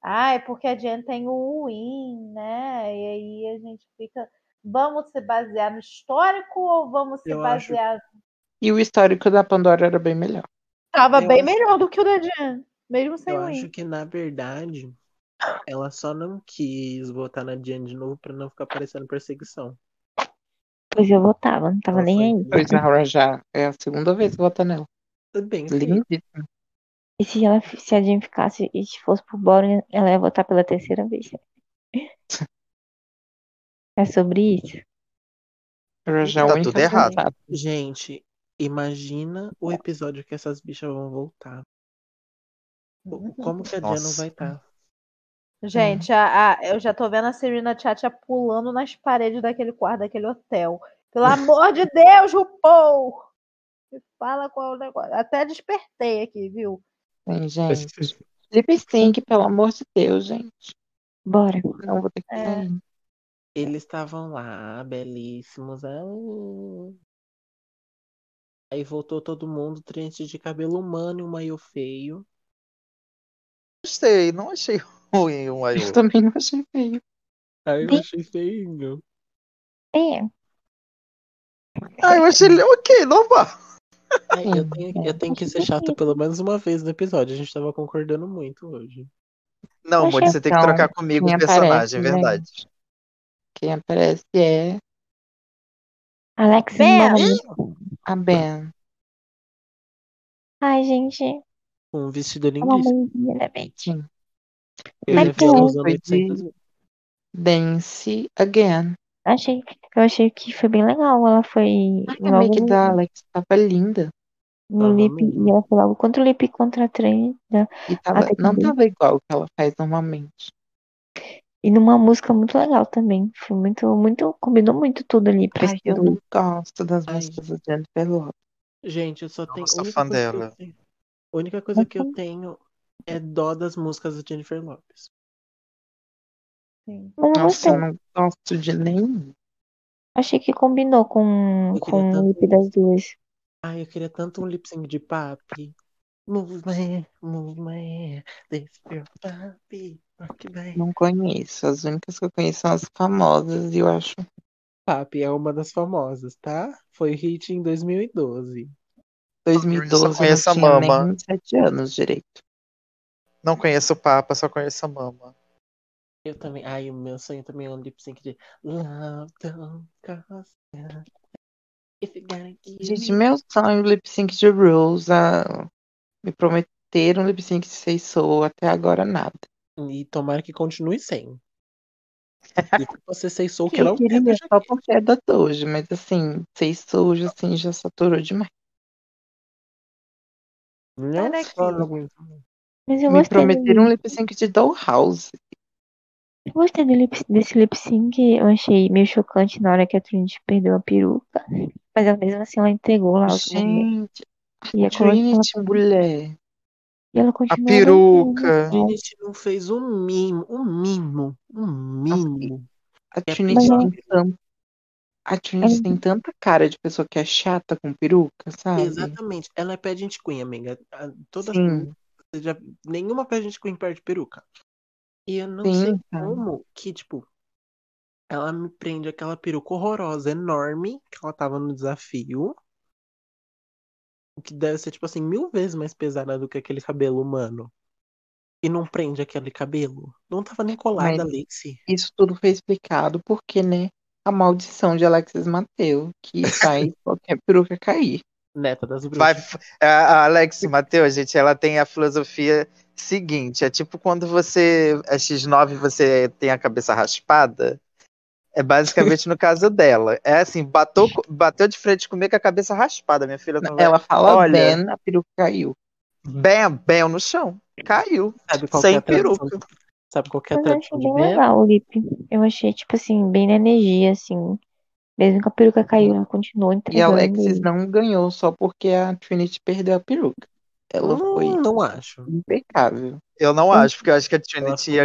B: Ah, é porque a Jen tem o win, né? E aí a gente fica. Vamos se basear no histórico ou vamos se
E: Eu acho-
B: basear.
A: E o histórico da Pandora era bem melhor.
B: Tava
E: Eu
B: bem
E: acho-
B: melhor do que o da Jen, mesmo sem
E: Eu
B: win.
E: acho que, na verdade, ela só não quis votar na Jen de novo pra não ficar parecendo perseguição.
D: Pois eu votava, não tava
E: Ela
D: nem
E: foi
D: aí.
A: Pois a Aura já é a segunda vez que vota nela.
E: Tudo bem, filho.
A: Lindíssimo.
D: E se, ela, se a Jane ficasse e se fosse pro Boring, ela ia votar pela terceira vez. É sobre isso?
A: Hoje é a
F: Tá
A: única
F: tudo errado.
A: sensata.
E: Gente, imagina o episódio que essas bichas vão voltar. O-
B: Uhum.
E: Como que a Diana
F: Nossa.
E: vai tá? estar?
B: Gente, a- a- eu já tô vendo a Serena Tchatcha pulando nas paredes daquele quarto, daquele hotel. Pelo amor de Deus, RuPaul! Me fala qual é o negócio. Até despertei aqui, viu?
A: Sim, gente. Lip sync, pelo amor de Deus, gente.
D: Bora.
A: Não vou ter que
B: É.
A: sair.
E: Eles estavam lá, belíssimos. ah. Aí voltou todo mundo, trente de cabelo humano e um maio feio.
F: Gostei, não achei ruim um o
A: Eu
F: maior.
A: também não achei feio.
E: Aí eu
D: Bem-
E: achei feinho.
D: É.
F: Ah, eu achei ele ok, normal.
E: Ai, eu,
A: Sim,
E: tenho,
A: é.
E: eu tenho que ser chato pelo menos uma vez no episódio. A gente tava concordando muito hoje.
F: Não,
D: Achei
F: Modi, você tem que
D: então,
F: trocar comigo
A: quem
F: o personagem,
A: aparece, né?
F: é verdade.
A: Quem aparece é
D: Alex
B: Bem,
D: Maravilhoso.
A: a Ben.
D: Ai, gente. É
E: Com um vestido
D: uma
E: lindíssimo.
D: mãezinha, né, gente?
A: Sim.
E: Eu
D: Mas
E: já vi ela
D: pronto,
E: usando 800
A: de- Dance Again.
D: Achei, eu achei que foi bem legal. Ela foi
A: Ai, a
D: logo
A: make
D: no-
A: da Alex tava linda.
D: no
E: Tava
D: lip
E: mesmo.
D: e ela foi logo contra o lip e contra a trem. né?
A: E tava,
D: Até que
A: não
D: bem.
A: tava igual o que ela faz normalmente.
D: E numa música muito legal também. Foi muito, muito, combinou muito tudo ali pra
A: Ai,
D: esses
A: eu
D: dois.
A: não gosto das
E: Ai.
A: músicas do Jennifer Lopez.
E: Gente, eu só tenho. a
F: sou
E: única
F: fã
E: coisa que eu
F: dela.
E: tenho- A única coisa que eu
D: Uhum.
E: tenho é dó das músicas da Jennifer Lopez.
D: Mas eu
A: Nossa,
D: gostei.
A: eu não gosto de nenhum.
D: Achei que combinou com,
E: Eu queria
D: com o
E: tanto
D: lip das duas.
E: Ai, eu queria tanto um lip sync de papi. Move my hair, move my hair, this your papi, rock my
A: Não conheço. As únicas que eu conheço são as famosas e eu acho.
E: Papi é uma das famosas, tá? Foi hit em 2012.
F: Eu só
A: 2012 eu
F: conheço
A: não
F: a
A: tinha
F: Mama.
A: nem 7 anos direito.
F: Não conheço o Papa, só conheço a Mama.
E: Eu também. Ai, o meu sonho também é um lip sync de Love Don't Cost Nothing. If you gotta give
A: Gente,
E: me.
A: meu sonho lip sync de Rose. ah, me prometeram lip sync de Seisou, até agora nada.
E: E tomara que continue sem. E que você sei sou que
A: Eu
E: não
A: queria
E: quer,
A: só porque é da Doja, mas assim, Seisou hoje assim já saturou demais.
E: Não
A: Olha
E: só
A: aqui.
E: não aguento.
D: Mas eu
A: Me
D: gostei do
A: prometeram um
D: lip.
A: lip sync de Dollhouse.
D: Eu gostei do lip- desse lip sync. Eu achei meio chocante na hora que a Trinity perdeu a peruca. Mas ela, mesmo assim ela entregou lá os movimentos.
A: Gente,
D: E a coloca ela,
A: Trinity, mulher.
D: e ela
F: A
D: continuou dançando.
F: peruca.
D: cara.
E: Trinity não fez um mimo, um mimo, um mimo.
A: A
E: É
A: Trinity
D: Mas
A: tem tanto. A Trinity tem tanta cara de pessoa que é chata com peruca, sabe?
E: Exatamente. Ela é pé de gente queen, amiga. A- Todas,
A: Sim,
E: você já- nenhuma pé de gente queen perde peruca. E eu não sei
A: sim, então, sabe?
E: como que, tipo, ela me prende aquela peruca horrorosa, enorme, que ela tava no desafio. o Que deve ser, tipo assim, mil vezes mais pesada do que aquele cabelo humano. E não prende aquele cabelo. Não tava nem colada,
A: Mas-
E: Lacey.
A: Isso tudo foi explicado porque, né? A maldição de Alexis Mateu, que faz qualquer peruca cair.
E: Neta das
F: Vai,
E: bruxas.
F: a a Alex Matheus, gente, ela tem a filosofia seguinte: é tipo quando você é X9 e você tem a cabeça raspada. É basicamente no caso dela. É assim, bateu, co- bateu de frente comigo com a cabeça raspada, minha filha.
E: é
F: Não vai.
A: Ela fala
F: Olha.
A: Ben, a peruca caiu.
F: Bem, bem no chão. Caiu.
E: Sabe qual que é
F: sem
E: a tradução?
F: peruca.
E: Sabe qual que é a
D: Mas eu achei
E: tradução de
D: bem
E: Ben?
D: legal o lip. Eu achei, tipo assim, bem na energia, assim. Mesmo que a peruca caiu, ela continuou
A: E Alexis
D: entregando.
A: não ganhou só porque a Trinity perdeu a peruca. Ela foi
E: Hum, não acho.
A: impecável.
F: Eu não
D: Eu-
F: acho, porque eu acho que a
E: Hum. Ela
F: Trinity
E: ficou
F: ia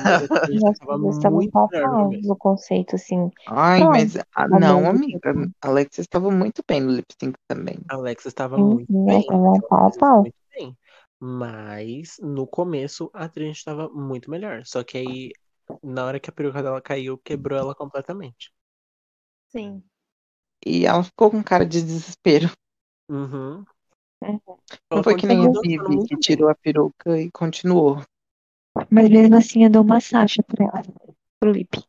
F: ganhar.
E: mas a
D: Eu
E: Trinity
D: acho que
E: tava
D: eles estavam
E: muito melhor no
D: pautados
E: começo.
D: no conceito, assim.
E: Tá.
A: Ai,
D: Pronto,
A: mas ah,
D: a
A: não,
D: banda que
A: amiga. Alexis estava muito bem no lip sync também.
E: A Alexa estava
D: Sim,
E: muito
D: sim, Uhum, ela
E: bem,
D: tava
E: ela
D: pau a
E: fez isso
D: pau.
E: muito bem. Mas no começo a Trinity estava muito melhor. Só que aí, na hora que a peruca dela caiu, quebrou ela completamente.
B: Sim.
A: E ela ficou com cara de desespero.
E: Uhum.
D: Uhum.
A: Não
E: Ela
A: foi que nem a
E: continuou dançando
A: Vivi que
E: muito bem.
A: tirou a peruca e continuou.
D: Mas mesmo assim, eu dou uma Sasha pra ela, pro lip.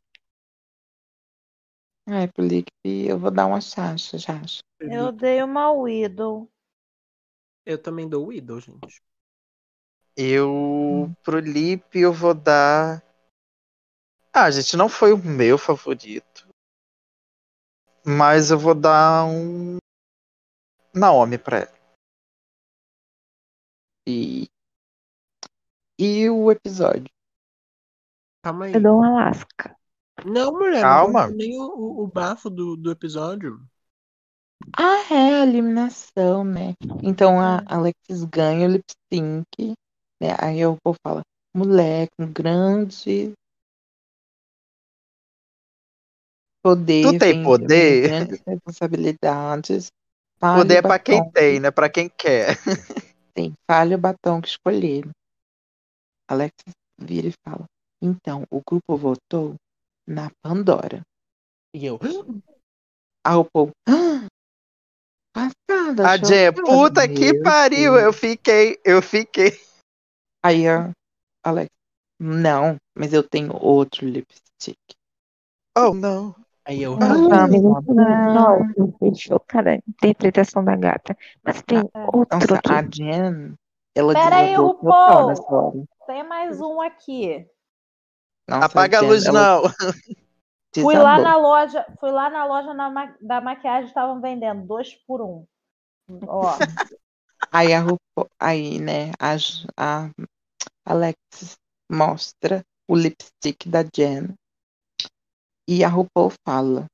A: Ai, É, pro Lick, eu vou dar uma chacha, chacha.
B: Eu dei uma Widow.
E: Eu também dou o Idol, gente.
A: Hum.
F: Eu, pro Lip, eu vou dar. Ah, gente, não foi o meu favorito. Mas eu vou dar um. Naomi pra ela.
A: E. E o episódio?
E: Calma aí.
D: Eu dou um Alasca.
E: Não, mulher,
F: Calma.
E: não tem nem o, o- o bafo do, do episódio.
A: Ah, é, a eliminação, né? Então a Alexis ganha o lip sync, né? Aí o povo fala, moleque, um grande poder.
F: Tu tem
A: vem-
F: poder?
A: vem Grandes responsabilidades. Falha
F: Poder é
A: o
F: pra quem
A: batom
F: tem, né? Pra quem quer.
A: que tem, falha o batom que escolheram. Alexis vira e fala, então, o grupo votou na Pandora.
E: E eu.
A: Aí o povo, "Ah, passada,
F: A Jé,
A: chocada."
F: puta que
A: Meu
F: pariu!
A: Deus.
F: Eu fiquei, eu fiquei.
A: Aí a Alex, não, mas eu tenho outro lipstick.
F: Oh, não.
E: Aí eu.
A: Ah,
D: Nossa, amigo,
A: não.
D: nossa, fechou, cara. Interpretação da gata. Mas tem outro
A: Nossa,
D: aqui.
A: a Jen, ela
B: Pera aí,
A: desligou
B: RuPaul.
A: total nessa hora.
B: Tem mais um aqui.
A: Nossa,
F: Apaga a
A: Jen,
F: luz,
A: ela
F: não.
B: Fui lá
A: desabou.
B: na loja, fui lá na loja na ma- da maquiagem, estavam vendendo dois por um. Ó,
A: Aí a RuPaul, aí, né, a, J- a Alexis mostra o lipstick da Jen. E a RuPaul fala,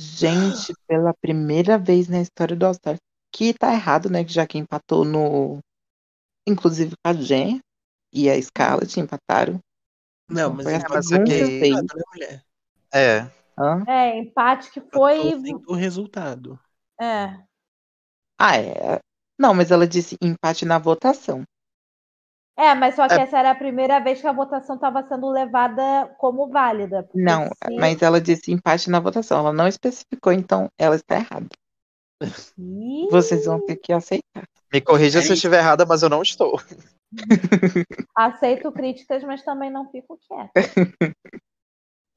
A: gente, pela primeira vez na história do All Star, que tá errado, né, que já que empatou no... Inclusive com a Jen e a Scarlett empataram.
E: Não,
A: Então,
E: mas
A: foi a
E: isso
F: mas
A: segunda
F: aqui-
A: vez.
E: Nada, né, mulher?
F: É.
A: Hã?
B: é, empate que
E: Eu
B: foi.
E: tô vendo o resultado.
B: É.
A: Ah, é. Não, mas ela disse empate na votação.
B: É, mas só que
F: É.
B: essa era a primeira vez que a votação estava sendo levada como válida. porque
A: Não,
B: se-
A: mas ela disse empate na votação. Ela não especificou, então ela está errada.
B: Ih,
A: Vocês vão ter que aceitar.
F: Me corrija se eu estiver errada, mas eu não estou.
B: Aceito críticas, mas também não fico quieta.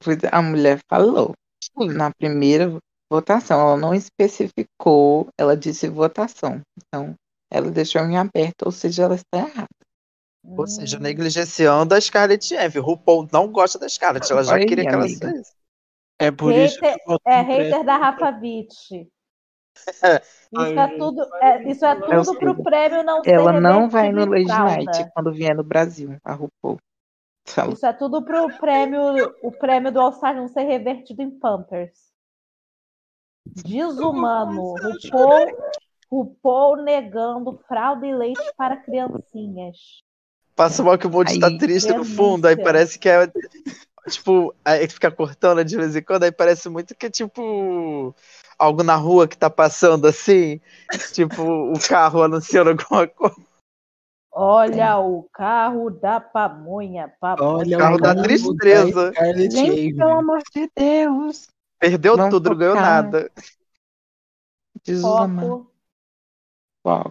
A: Pois A mulher falou na primeira votação. Ela não especificou, ela disse votação. Então, ela deixou em aberto, ou seja, ela está errada.
F: Ou seja,
B: Hum.
F: negligenciando a Scarlett Envy. RuPaul não gosta da Scarlett. Ela já
A: Olha aí,
F: queria que ela
A: amiga.
F: saísse.
E: É por isso que eu voto
B: É
E: no Preto.
B: hater da Rafa Witt. Isso
E: Ai,
B: é
E: gente,
B: tudo, é, isso é
A: Eu
B: tudo
A: sei.
B: pro prêmio não ser
A: Ela não vai no
B: revestido em
A: Lady
B: fralda.
F: né?
A: Night quando vier no Brasil, a RuPaul. Falou.
B: Isso é tudo pro prêmio, o prêmio do All Star não ser revertido em Pampers. Desumano. RuPaul, RuPaul negando fralda e leite para criancinhas.
F: Passa mal que o monte tá
A: Aí,
F: triste no
B: denúncia.
F: fundo. Aí parece que é. Tipo, aí fica cortando de vez em quando. Aí parece muito que é tipo. Algo na rua que tá passando assim. tipo, o carro anunciando alguma coisa.
B: Olha o carro da pamonha, pamonha.
E: Olha um
F: carro da
E: da
F: tristeza.
E: Scarlett
A: Gente,
E: Envy.
A: pelo amor de Deus.
F: Perdeu
A: Vamos
F: tudo, não ganhou
A: focar.
F: nada.
A: Jesus amado.
B: Foco.
A: foco,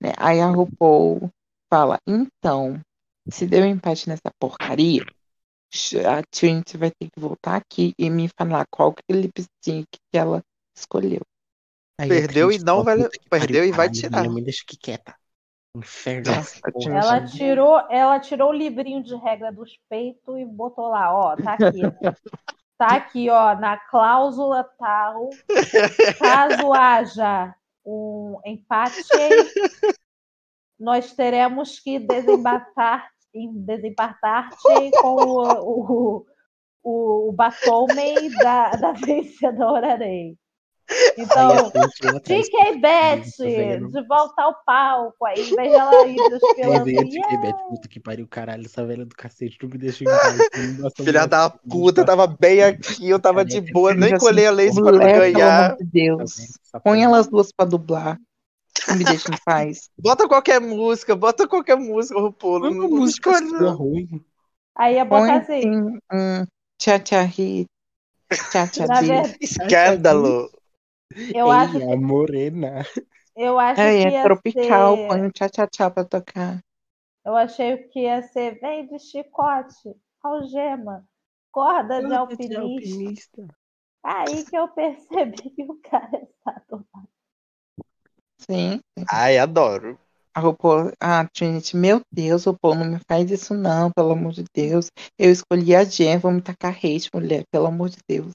A: né? Aí a RuPaul fala, então, se deu empate nessa porcaria, a Trinity vai ter que voltar aqui e me falar qual que é o lipstick que ela escolheu.
E: Aí eu
F: Perdeu
E: print,
F: e não
E: fala,
F: vai-
E: puta que pariu,
F: perdeu e vai
E: caralho,
F: tirar.
E: mulher, Me deixa aqui quieta. Inferno.
A: Nossa,
E: essa porra.
A: Trinity.
B: Ela tirou, ela tirou o livrinho de regra dos peitos e botou lá, ó, tá aqui. Tá aqui, ó, na cláusula tal, caso haja um empate, nós teremos que desembatar, desembarcar-te com o, o, o, o Batwoman da, da vencedora Arei.
E: Aí
B: Então,
E: a
A: É
E: Cintia lá atrás,
B: DK Bet,
E: velho.
B: de volta ao palco. Aí, em vez dela ir
A: é
B: desfilando.
E: Aí eu
B: e
E: fiquei, Beth, puta que pariu, caralho, essa velha do cacete, tu me deixou em paz. tu me gosta
F: Filha
E: muito,
F: da
E: tu me
F: puta,
E: gosta
F: tava bem aqui, eu tava
E: Cara,
F: de
E: é
F: boa,
E: que
F: nem
A: já
F: colhei a lace pra não
A: Mulher, é, pelo
F: ganhar.
A: amor de
E: muito,
A: Deus.
E: tá essa
A: Põe
E: porra.
A: elas duas pra dublar. Me deixa em paz.
F: Bota qualquer música, bota qualquer música, RuPaul. Não,
E: Uma
F: não
E: música
F: escolhe,
E: sua
F: não.
E: ruim.
B: Aí ia
A: Põe
B: botar assim.
A: sim um tcha-tcha hit, tcha-tcha
B: Na
A: diz.
B: verdade,
F: Escândalo.
B: eu acho,
E: Ei, a morena.
B: eu acho
A: É,
B: que
A: é
B: ia
A: tropical, põe
B: ser.
A: um tcha-tcha-tcha pra tocar.
B: Eu achei que ia ser. Vem de chicote, algema, corda de alpinista. Aí que eu percebi que o cara está todo.
A: Sim.
F: Ai, adoro.
A: A RuPaul, a Trinity, ah, meu Deus, RuPaul, não me faz isso não, pelo amor de Deus. Eu escolhi a Jen, vou me tacar hate, mulher, pelo amor de Deus.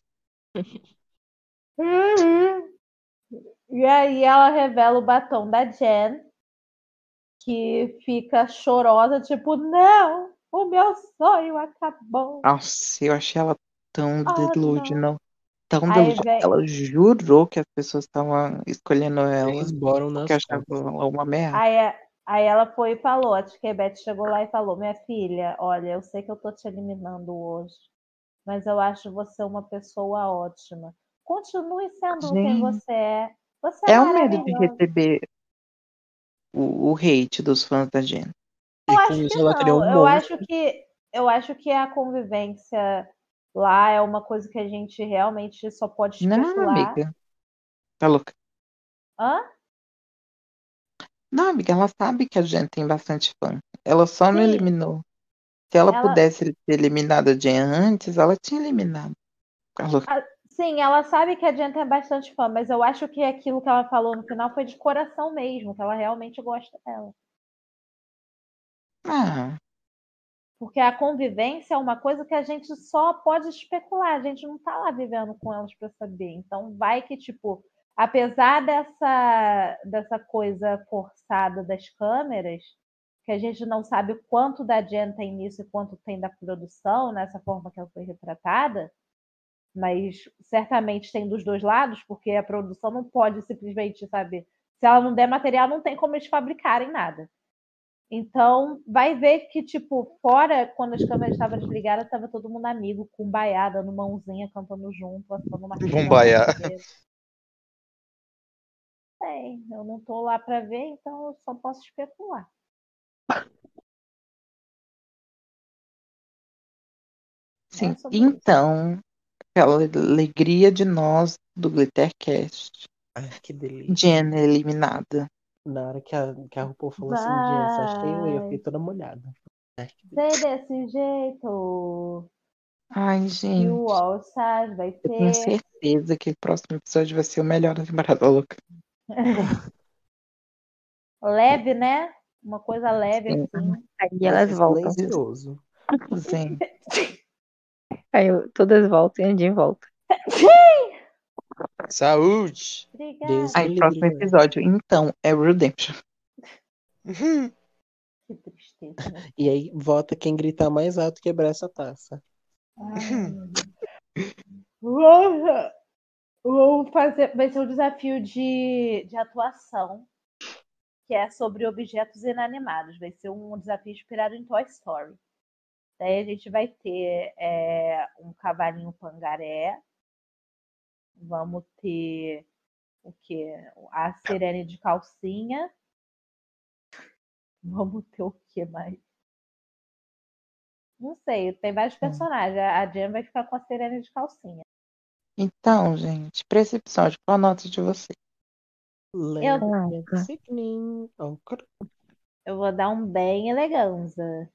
B: Uhum. E aí ela revela o batom da Jen, que fica chorosa, tipo, não, o meu sonho acabou.
A: Nossa, eu achei ela tão
B: Ah, não.
A: delusional. Tão
B: Aí
A: delusional.
B: vem-
A: Ela jurou que as pessoas estavam escolhendo ela,
E: Eles boram nas
A: que achavam
E: costas.
A: ela uma merda.
B: Aí, a- aí ela foi e falou, a Tiquebete chegou lá e falou, minha filha, olha, eu sei que eu tô te eliminando hoje, mas eu acho você uma pessoa ótima. Continue sendo quem
A: Gente,
B: você é. Você é,
A: É o medo de
B: maravilhosa.
A: receber o, o hate dos fãs da Jen.
E: E
B: Eu
E: com
B: acho
E: isso
B: que
E: ela criou um
B: não. Eu
E: monte.
B: acho que eu acho que a convivência lá é uma coisa que a gente realmente só pode
A: Não,
B: especular.
A: amiga. Tá louca?
B: Hã?
A: Não, amiga, ela sabe que a Jen tem bastante fã. Ela só não
B: Sim.
A: eliminou. Se ela
B: Ela-
A: pudesse ter eliminado a Jen antes, ela tinha eliminado. Tá louca?
B: Sim, ela sabe que a Jen é bastante fã, mas eu acho que aquilo que ela falou no final foi de coração mesmo, que ela realmente gosta dela.
A: Ah,
B: Porque a convivência é uma coisa que a gente só pode especular, a gente não tá lá vivendo com elas pra saber. Então vai que, tipo, apesar dessa, dessa coisa forçada das câmeras, que a gente não sabe o quanto da Jen tem nisso e quanto tem da produção, nessa forma que ela foi retratada, mas certamente tem dos dois lados, porque a produção não pode simplesmente saber. Se ela não der material, não tem como eles fabricarem nada. Então, vai ver que, tipo, fora, quando as câmeras estavam desligadas, estava todo mundo amigo, com baiada, dando mãozinha, cantando junto, passando uma
F: Cumbaiá.
B: Bem, eu não tô lá para ver, então eu só posso especular.
A: sim.
B: Nossa, Deus.
A: Então, pela alegria de nós do Glittercast,
E: Ai, que delícia.
A: Jen é eliminada.
E: Na hora que a, que a RuPaul falou assim, gente, só achei eu, eu fiquei toda molhada. Ai, que delícia.
B: Sei desse jeito
A: Ai,
B: que
A: gente,
B: o All Stars vai
A: eu tenho
B: ser.
A: certeza que o próximo episódio vai ser o melhor da temporada Tá louca.
B: Leve, né? Uma coisa leve
A: Sim.
B: assim.
D: Aí
E: Vai
D: elas
E: ser
D: voltam.
E: Silencioso.
A: Gente,
D: Aí eu- todas voltam e a Jean volta.
F: Saúde!
B: Obrigada.
A: aí, próximo episódio, então, é Redemption.
F: Uhum.
B: Que tristeza. né?
E: E aí, vota quem gritar mais alto quebrar essa taça.
B: Ai, meu Deus. Vamos- Vamos fazer. Vai ser um desafio de, de atuação, que é sobre objetos inanimados. Vai ser um desafio inspirado em Toy Story. Daí a gente vai ter é, um cavalinho pangaré. Vamos ter o quê? A sirene de calcinha. Vamos ter o que mais? Não sei, tem vários
F: Hum.
B: personagens. A a Jen vai ficar com a sirene de calcinha.
A: Então, gente, pra esse episódio, qual a nota de vocês?
E: Lembra?
D: Caraca.
E: Sickening. Oh, cr-
B: Eu vou dar um bem eleganza.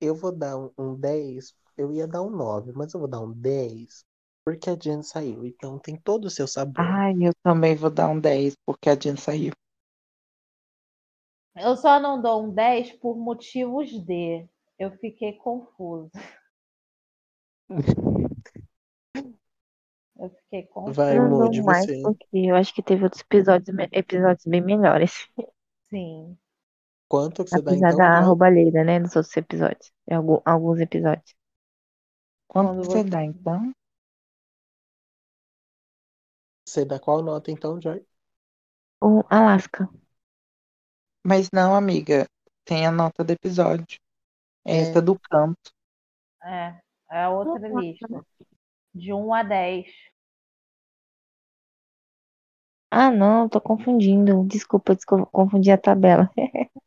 E: Eu vou dar um, um 10. Eu ia dar um 9, mas eu vou dar um 10. Porque a Jen saiu. Então tem todo o seu sabor.
D: Ah,
A: Ai, eu também vou dar um 10, porque a Jen saiu.
B: Eu só não dou um 10 por motivos de. Eu fiquei confusa. Eu fiquei confusa.
E: Vai,
D: Eu não
E: Moody,
D: dou mais
E: você.
D: porque eu acho que teve outros episódios, me- episódios bem melhores.
B: Sim.
E: Quanto que você dá
D: Apesar
E: então?
D: da
E: Clau?
D: roubalheira, né? Dos outros episódios. Em algu- alguns episódios.
A: Quanto
B: Quando
A: você
B: você-
A: dá, então?
E: Você dá qual nota então, Joy?
D: O Alaska.
A: Mas não, amiga, tem a nota do episódio.
E: É.
A: Essa do canto.
B: É. É a outra lista. De 1 a 10.
D: Ah, não, tô confundindo. Desculpa, desco- confundi a tabela.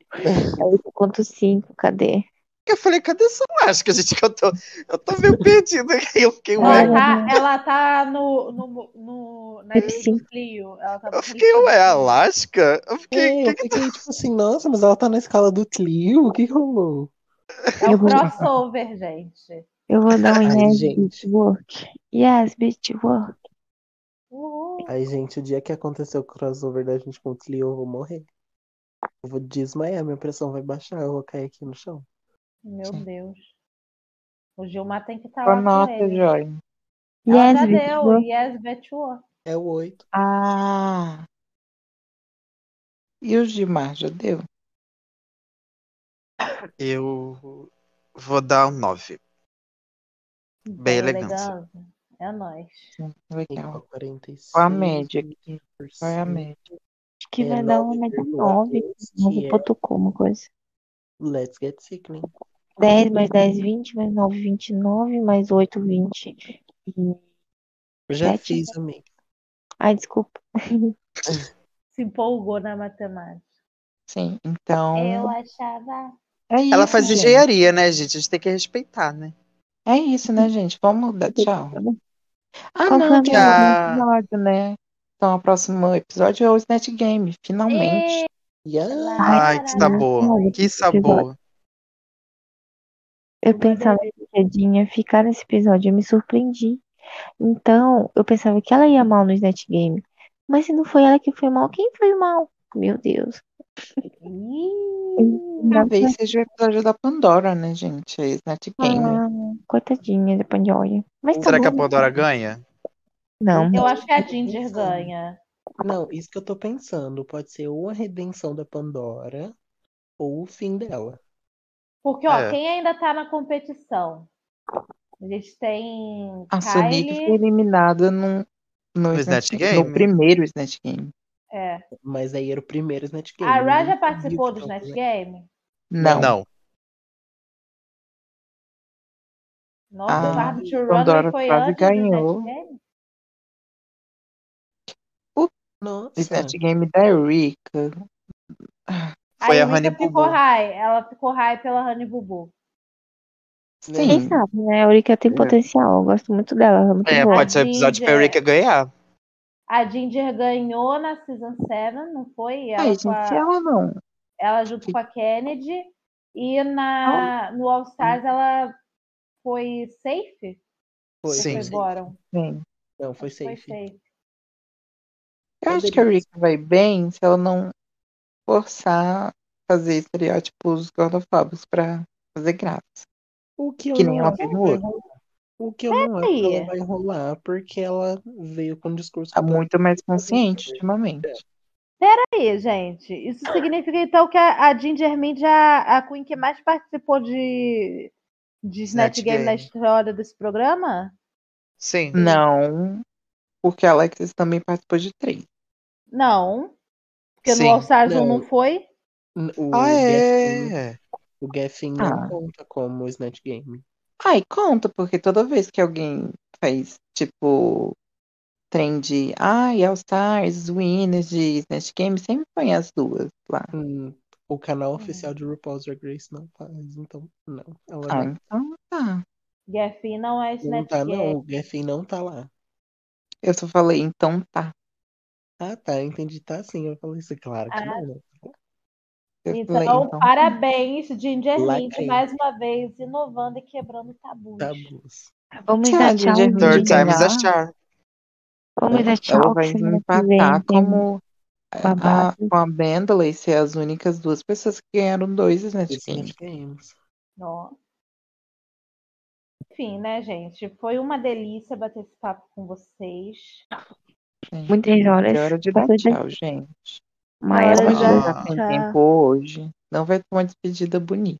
D: Aí eu conto cinco, cadê?
F: Eu falei, cadê essa lasca, gente? Que eu tô, eu tô meio perdido aqui. Eu fiquei,
B: Ela
F: ué.
D: Ai, meu
B: tá,
D: Deus.
B: ela tá no, no, no, na lista do
D: Sim.
B: Clio. Ela tá no
F: Eu fiquei,
B: clichê do
F: ué, a
B: Clio.
F: lasca? Eu fiquei,
E: É, eu fiquei tipo assim, nossa, mas ela tá na escala do Clio? O que que rolou?
B: É
D: Eu
B: um
D: vou,
B: crossover, gente.
D: eu vou dar um
E: Ai,
D: yes,
E: gente.
D: bitch, work. Yes, bitch, work.
B: Uhul.
E: Ai, gente, o dia que acontecer o crossover da gente com o Clio, eu vou morrer. Eu vou desmaiar, minha pressão vai baixar, eu vou cair aqui no chão.
B: Meu Deus. O Gilmar tem que estar
A: Sua
B: lá
A: nota, é
B: com ele.
A: Joy.
B: Ela
D: Yes,
B: já
D: bitch,
B: deu.
D: boa.
B: Yes, bitch, boa.
E: É o 8.
A: Ah! E o Gilmar já deu?
F: Eu vou dar um 9. Bem
B: Então,
F: elegante.
B: elegância. É nóis.
A: Legal.
B: É
E: Igual 45.
A: Qual a média aqui? Qual é a média?
D: Acho que
E: É,
D: vai dar uma média 9, 9.com, uma coisa.
E: Let's get né? sickening.
D: 10 mais 10, 20, mais 9, 29, mais 8, 20. E...
E: Eu já
D: Sete.
E: fiz, amigo.
D: Ai, desculpa.
B: Se empolgou na matemática.
A: Sim, então.
B: Eu achava.
A: É isso,
F: Ela faz
A: gente.
F: engenharia, né, gente? A gente tem que respeitar, né?
A: É isso, né, gente? Vamos dar tchau. Ah,
D: Qual
A: não,
D: foi
A: tem
F: a
A: mais
F: minha?
A: um episódio, né? Então, o próximo episódio é o Snatch Game, finalmente.
E: Yeah.
F: Ai, que tá
D: caraca,
F: sabor.
D: olha
F: Que
D: que
F: sabor.
D: Eu pensava que a Quedinha ia ficar nesse episódio, eu me surpreendi. Então, eu pensava que ela ia mal no Snatch Game. Mas se não foi ela que foi mal, quem foi mal? Meu Deus.
B: Ih,
A: Talvez seja o episódio da Pandora, né, gente? É Snatch Game.
D: Ah, coitadinha da Pandora. Mas tá
F: Será que a
D: bom.
F: Pandora ganha?
D: Não.
B: Eu acho que a Ginger ganha.
E: Não, isso que eu tô pensando. Pode ser ou a redenção da Pandora ou o fim dela.
B: Porque, ó,
F: É.
B: quem ainda tá na competição? A gente tem
A: A Sonic foi
B: Kylie.
A: eliminada no, no,
F: Snatch
A: Snatch
F: Game?
A: no primeiro Snatch Game.
B: É.
E: Mas aí era o primeiro Snatch Game. né?
B: A Ra
E: ninguém
B: já
E: sabia
B: participou
E: que
B: do
E: tava
B: Snatch
E: lá.
B: Game?
A: Não.
F: Não.
B: Nossa,
A: Ah,
B: o Barbie
A: Pandora
B: Runway foi
A: quase
B: antes do Snatch
A: ganhou.
B: Game?
E: Nossa.
A: Snatch Game da Erika.
F: Foi
B: a
F: a
B: Rita
F: Honey
B: ficou
F: Bubu.
B: high. Ela ficou high pela Honey Bubu.
D: Quem
A: Sim.
D: sabe, né? A Eurica tem potencial. Eu gosto muito dela, ela é muito
F: É,
D: boa.
F: pode ser o episódio pra Erika ganhar.
B: A Ginger ganhou na Season 7, não foi? Ela,
A: Ai,
B: com a-
A: É, gente, ela não.
B: ela junto com a Kennedy. E na, no All Stars ela foi safe?
E: Foi,
B: Ou
F: Sim.
B: foi bottom?
A: Sim.
E: Não,
B: Foi
E: foi safe.
B: safe.
A: Eu acho que a Erika vai bem se ela não forçar fazer estereótipos gordofóbicos pra fazer graça.
E: O que eu
A: Que É,
E: não
A: nem ela
E: acho
A: fez
E: que
A: no
E: vai
A: outro.
E: rolar. O que eu não acho que
B: aí.
E: ela vai rolar, porque ela veio com um discurso
A: Tá muito mais consciente
E: completamente-
A: ultimamente.
B: Aí, gente, isso significa então que a, a Ginger Mint é a, a Queen que mais participou de, de Snatch
F: Snatch
B: Game na
F: Game.
B: história desse programa?
F: Sim.
A: Não, porque a Alexis também participou de três.
B: Não. Porque
F: Sim.
B: no All Stars 1
E: Não.
B: não foi?
E: O
F: Ah,
E: Gaffin,
F: é.
E: o Gaffin
A: Ah.
E: não conta como Snatch Game.
A: Ai, Ah, conta, porque toda vez que alguém faz, tipo, trem de ai, All Stars, Winners de Snatch Game, sempre põe as duas lá.
E: Hum, o canal oficial de RuPaul's Drag Race não faz, então não. Ela
A: Ah,
D: Uhum.
E: não,
A: então tá.
B: Gaffin não é
E: não
B: Snatch
E: tá,
B: Game.
E: não. O Gaffin não tá lá.
A: Eu só falei, então tá.
E: Ah, tá, entendi. Tá sim. Eu falei isso, claro que
B: Ah,
E: não. né?
A: Eu
B: Então,
A: falei, então.
B: parabéns, Ginger
E: Lacrei.
B: Mint, mais uma vez, inovando e quebrando tabus.
E: Tá Tabus.
D: Vamos
A: Tchau,
D: dar tchau.
A: Ginger
D: gente.
F: Third time is a
A: ganhar.
F: charm.
D: Vamos dar
A: Ela
D: tchau. que
A: vai
D: semana que vem né?
A: empatar
D: tem
A: como a, a,
D: babado.
A: com a Bendeley ser as únicas duas pessoas que ganharam dois Snatch Game.
E: Snatch Games.
B: Ó. Enfim, né, gente? Foi uma delícia bater esse papo com vocês.
A: Gente,
D: Muitas horas.
A: É hora de dar
D: Passou de
A: tchau, gente.
D: Maia
B: Hora
A: A
B: de
A: gente
D: Machado.
A: não
B: dar
A: tá
F: Ah.
A: sem
B: tchau.
A: tempo hoje. Não vai ter uma despedida bonita.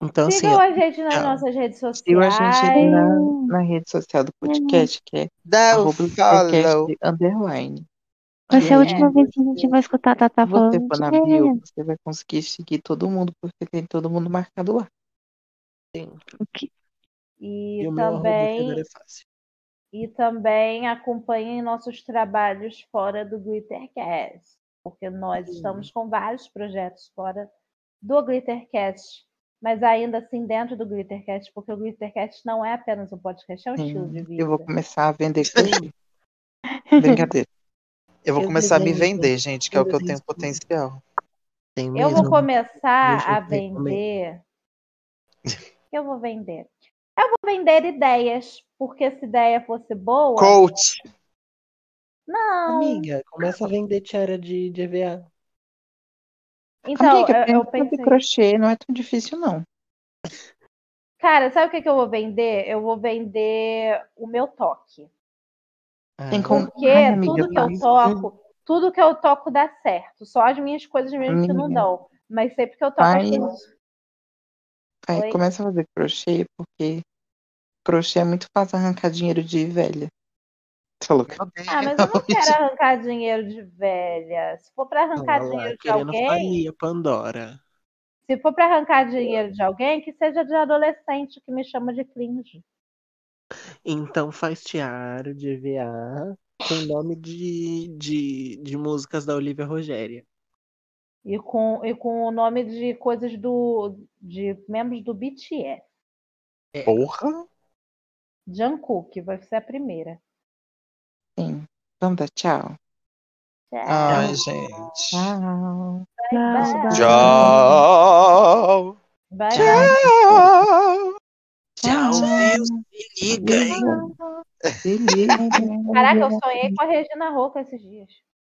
E: Então, assim,
B: Sigam a gente nas
E: tchau.
B: nossas redes
A: Siga a
B: sociais.
A: gente na, na rede social do podcast, que é
F: Dá o
A: arroba podcast
F: follow.
A: underline.
D: Vai ser a
B: É.
D: última vez que a gente vai escutar a
B: Tá
D: Tatá
A: Se você
D: falando
A: for na
D: "Tchê".
A: bio, você vai conseguir seguir todo mundo, porque tem todo mundo marcado lá.
B: E,
E: E o meu arroba que agora
B: também,
E: é fácil.
B: e também acompanhem nossos trabalhos fora do Glittercast. Porque nós estamos com vários projetos fora do Glittercast. Mas ainda assim dentro do Glittercast, porque o Glittercast não é apenas um podcast, é um estilo de
A: Sim, eu
B: vida.
A: vou começar a vender crochê. Brincadeira.
F: Eu vou
E: Eu
F: começar a me
E: desenho,
F: vender, gente, que é o que eu tenho potencial.
E: Tem
B: Eu
E: mesmo.
B: vou começar
E: Deixa eu
B: a
E: ver como é.
B: vender. Eu vou vender. Eu vou vender ideias, porque se ideia fosse boa,
F: Coach.
B: não, um
E: Amiga, começa a vender tiara de, de EVA.
B: Então,
A: Amiga,
B: eu, eu
A: pensa é de
B: pensei.
A: crochê não é tão difícil, não.
B: Cara, sabe o que, que eu vou vender? Eu vou vender o meu toque.
A: Tem
E: Ah,
A: como-
B: Porque
A: Ai, amiga,
B: tudo que eu
A: mas-
B: toco, tudo que eu toco dá certo. Só as minhas coisas mesmo que não
A: Amiga.
B: dão. Mas sempre que eu toco. as
A: Faz.
B: coisas-
A: Vai,
B: Oi?
A: começa a fazer crochê, porque crochê é muito fácil arrancar dinheiro de velha. Tá louca?
F: Meu Deus.
B: Ah, mas eu não quero
F: Isso.
B: arrancar dinheiro de velha. Se for pra
E: não,
B: arrancar
E: olha lá,
B: dinheiro de
E: querendo
B: alguém,
E: falir a Pandora.
B: se for pra arrancar dinheiro de alguém, que seja de adolescente que me chama de cringe.
E: Então faz tiara de EVA com nome de, de, de músicas da Olivia Rogéria.
B: E com, e com o nome de coisas do de membros do BTS.
F: Porra.
B: Jungkook, vai ser a primeira.
A: Sim. Vamos dar tchau.
F: Ai, gente.
A: Tchau.
B: Bye.
F: Tchau.
B: Bye.
E: Tchau, viu? Se liga, hein?
A: Beleza.
B: Caraca, eu sonhei com a Regina Roca esses dias.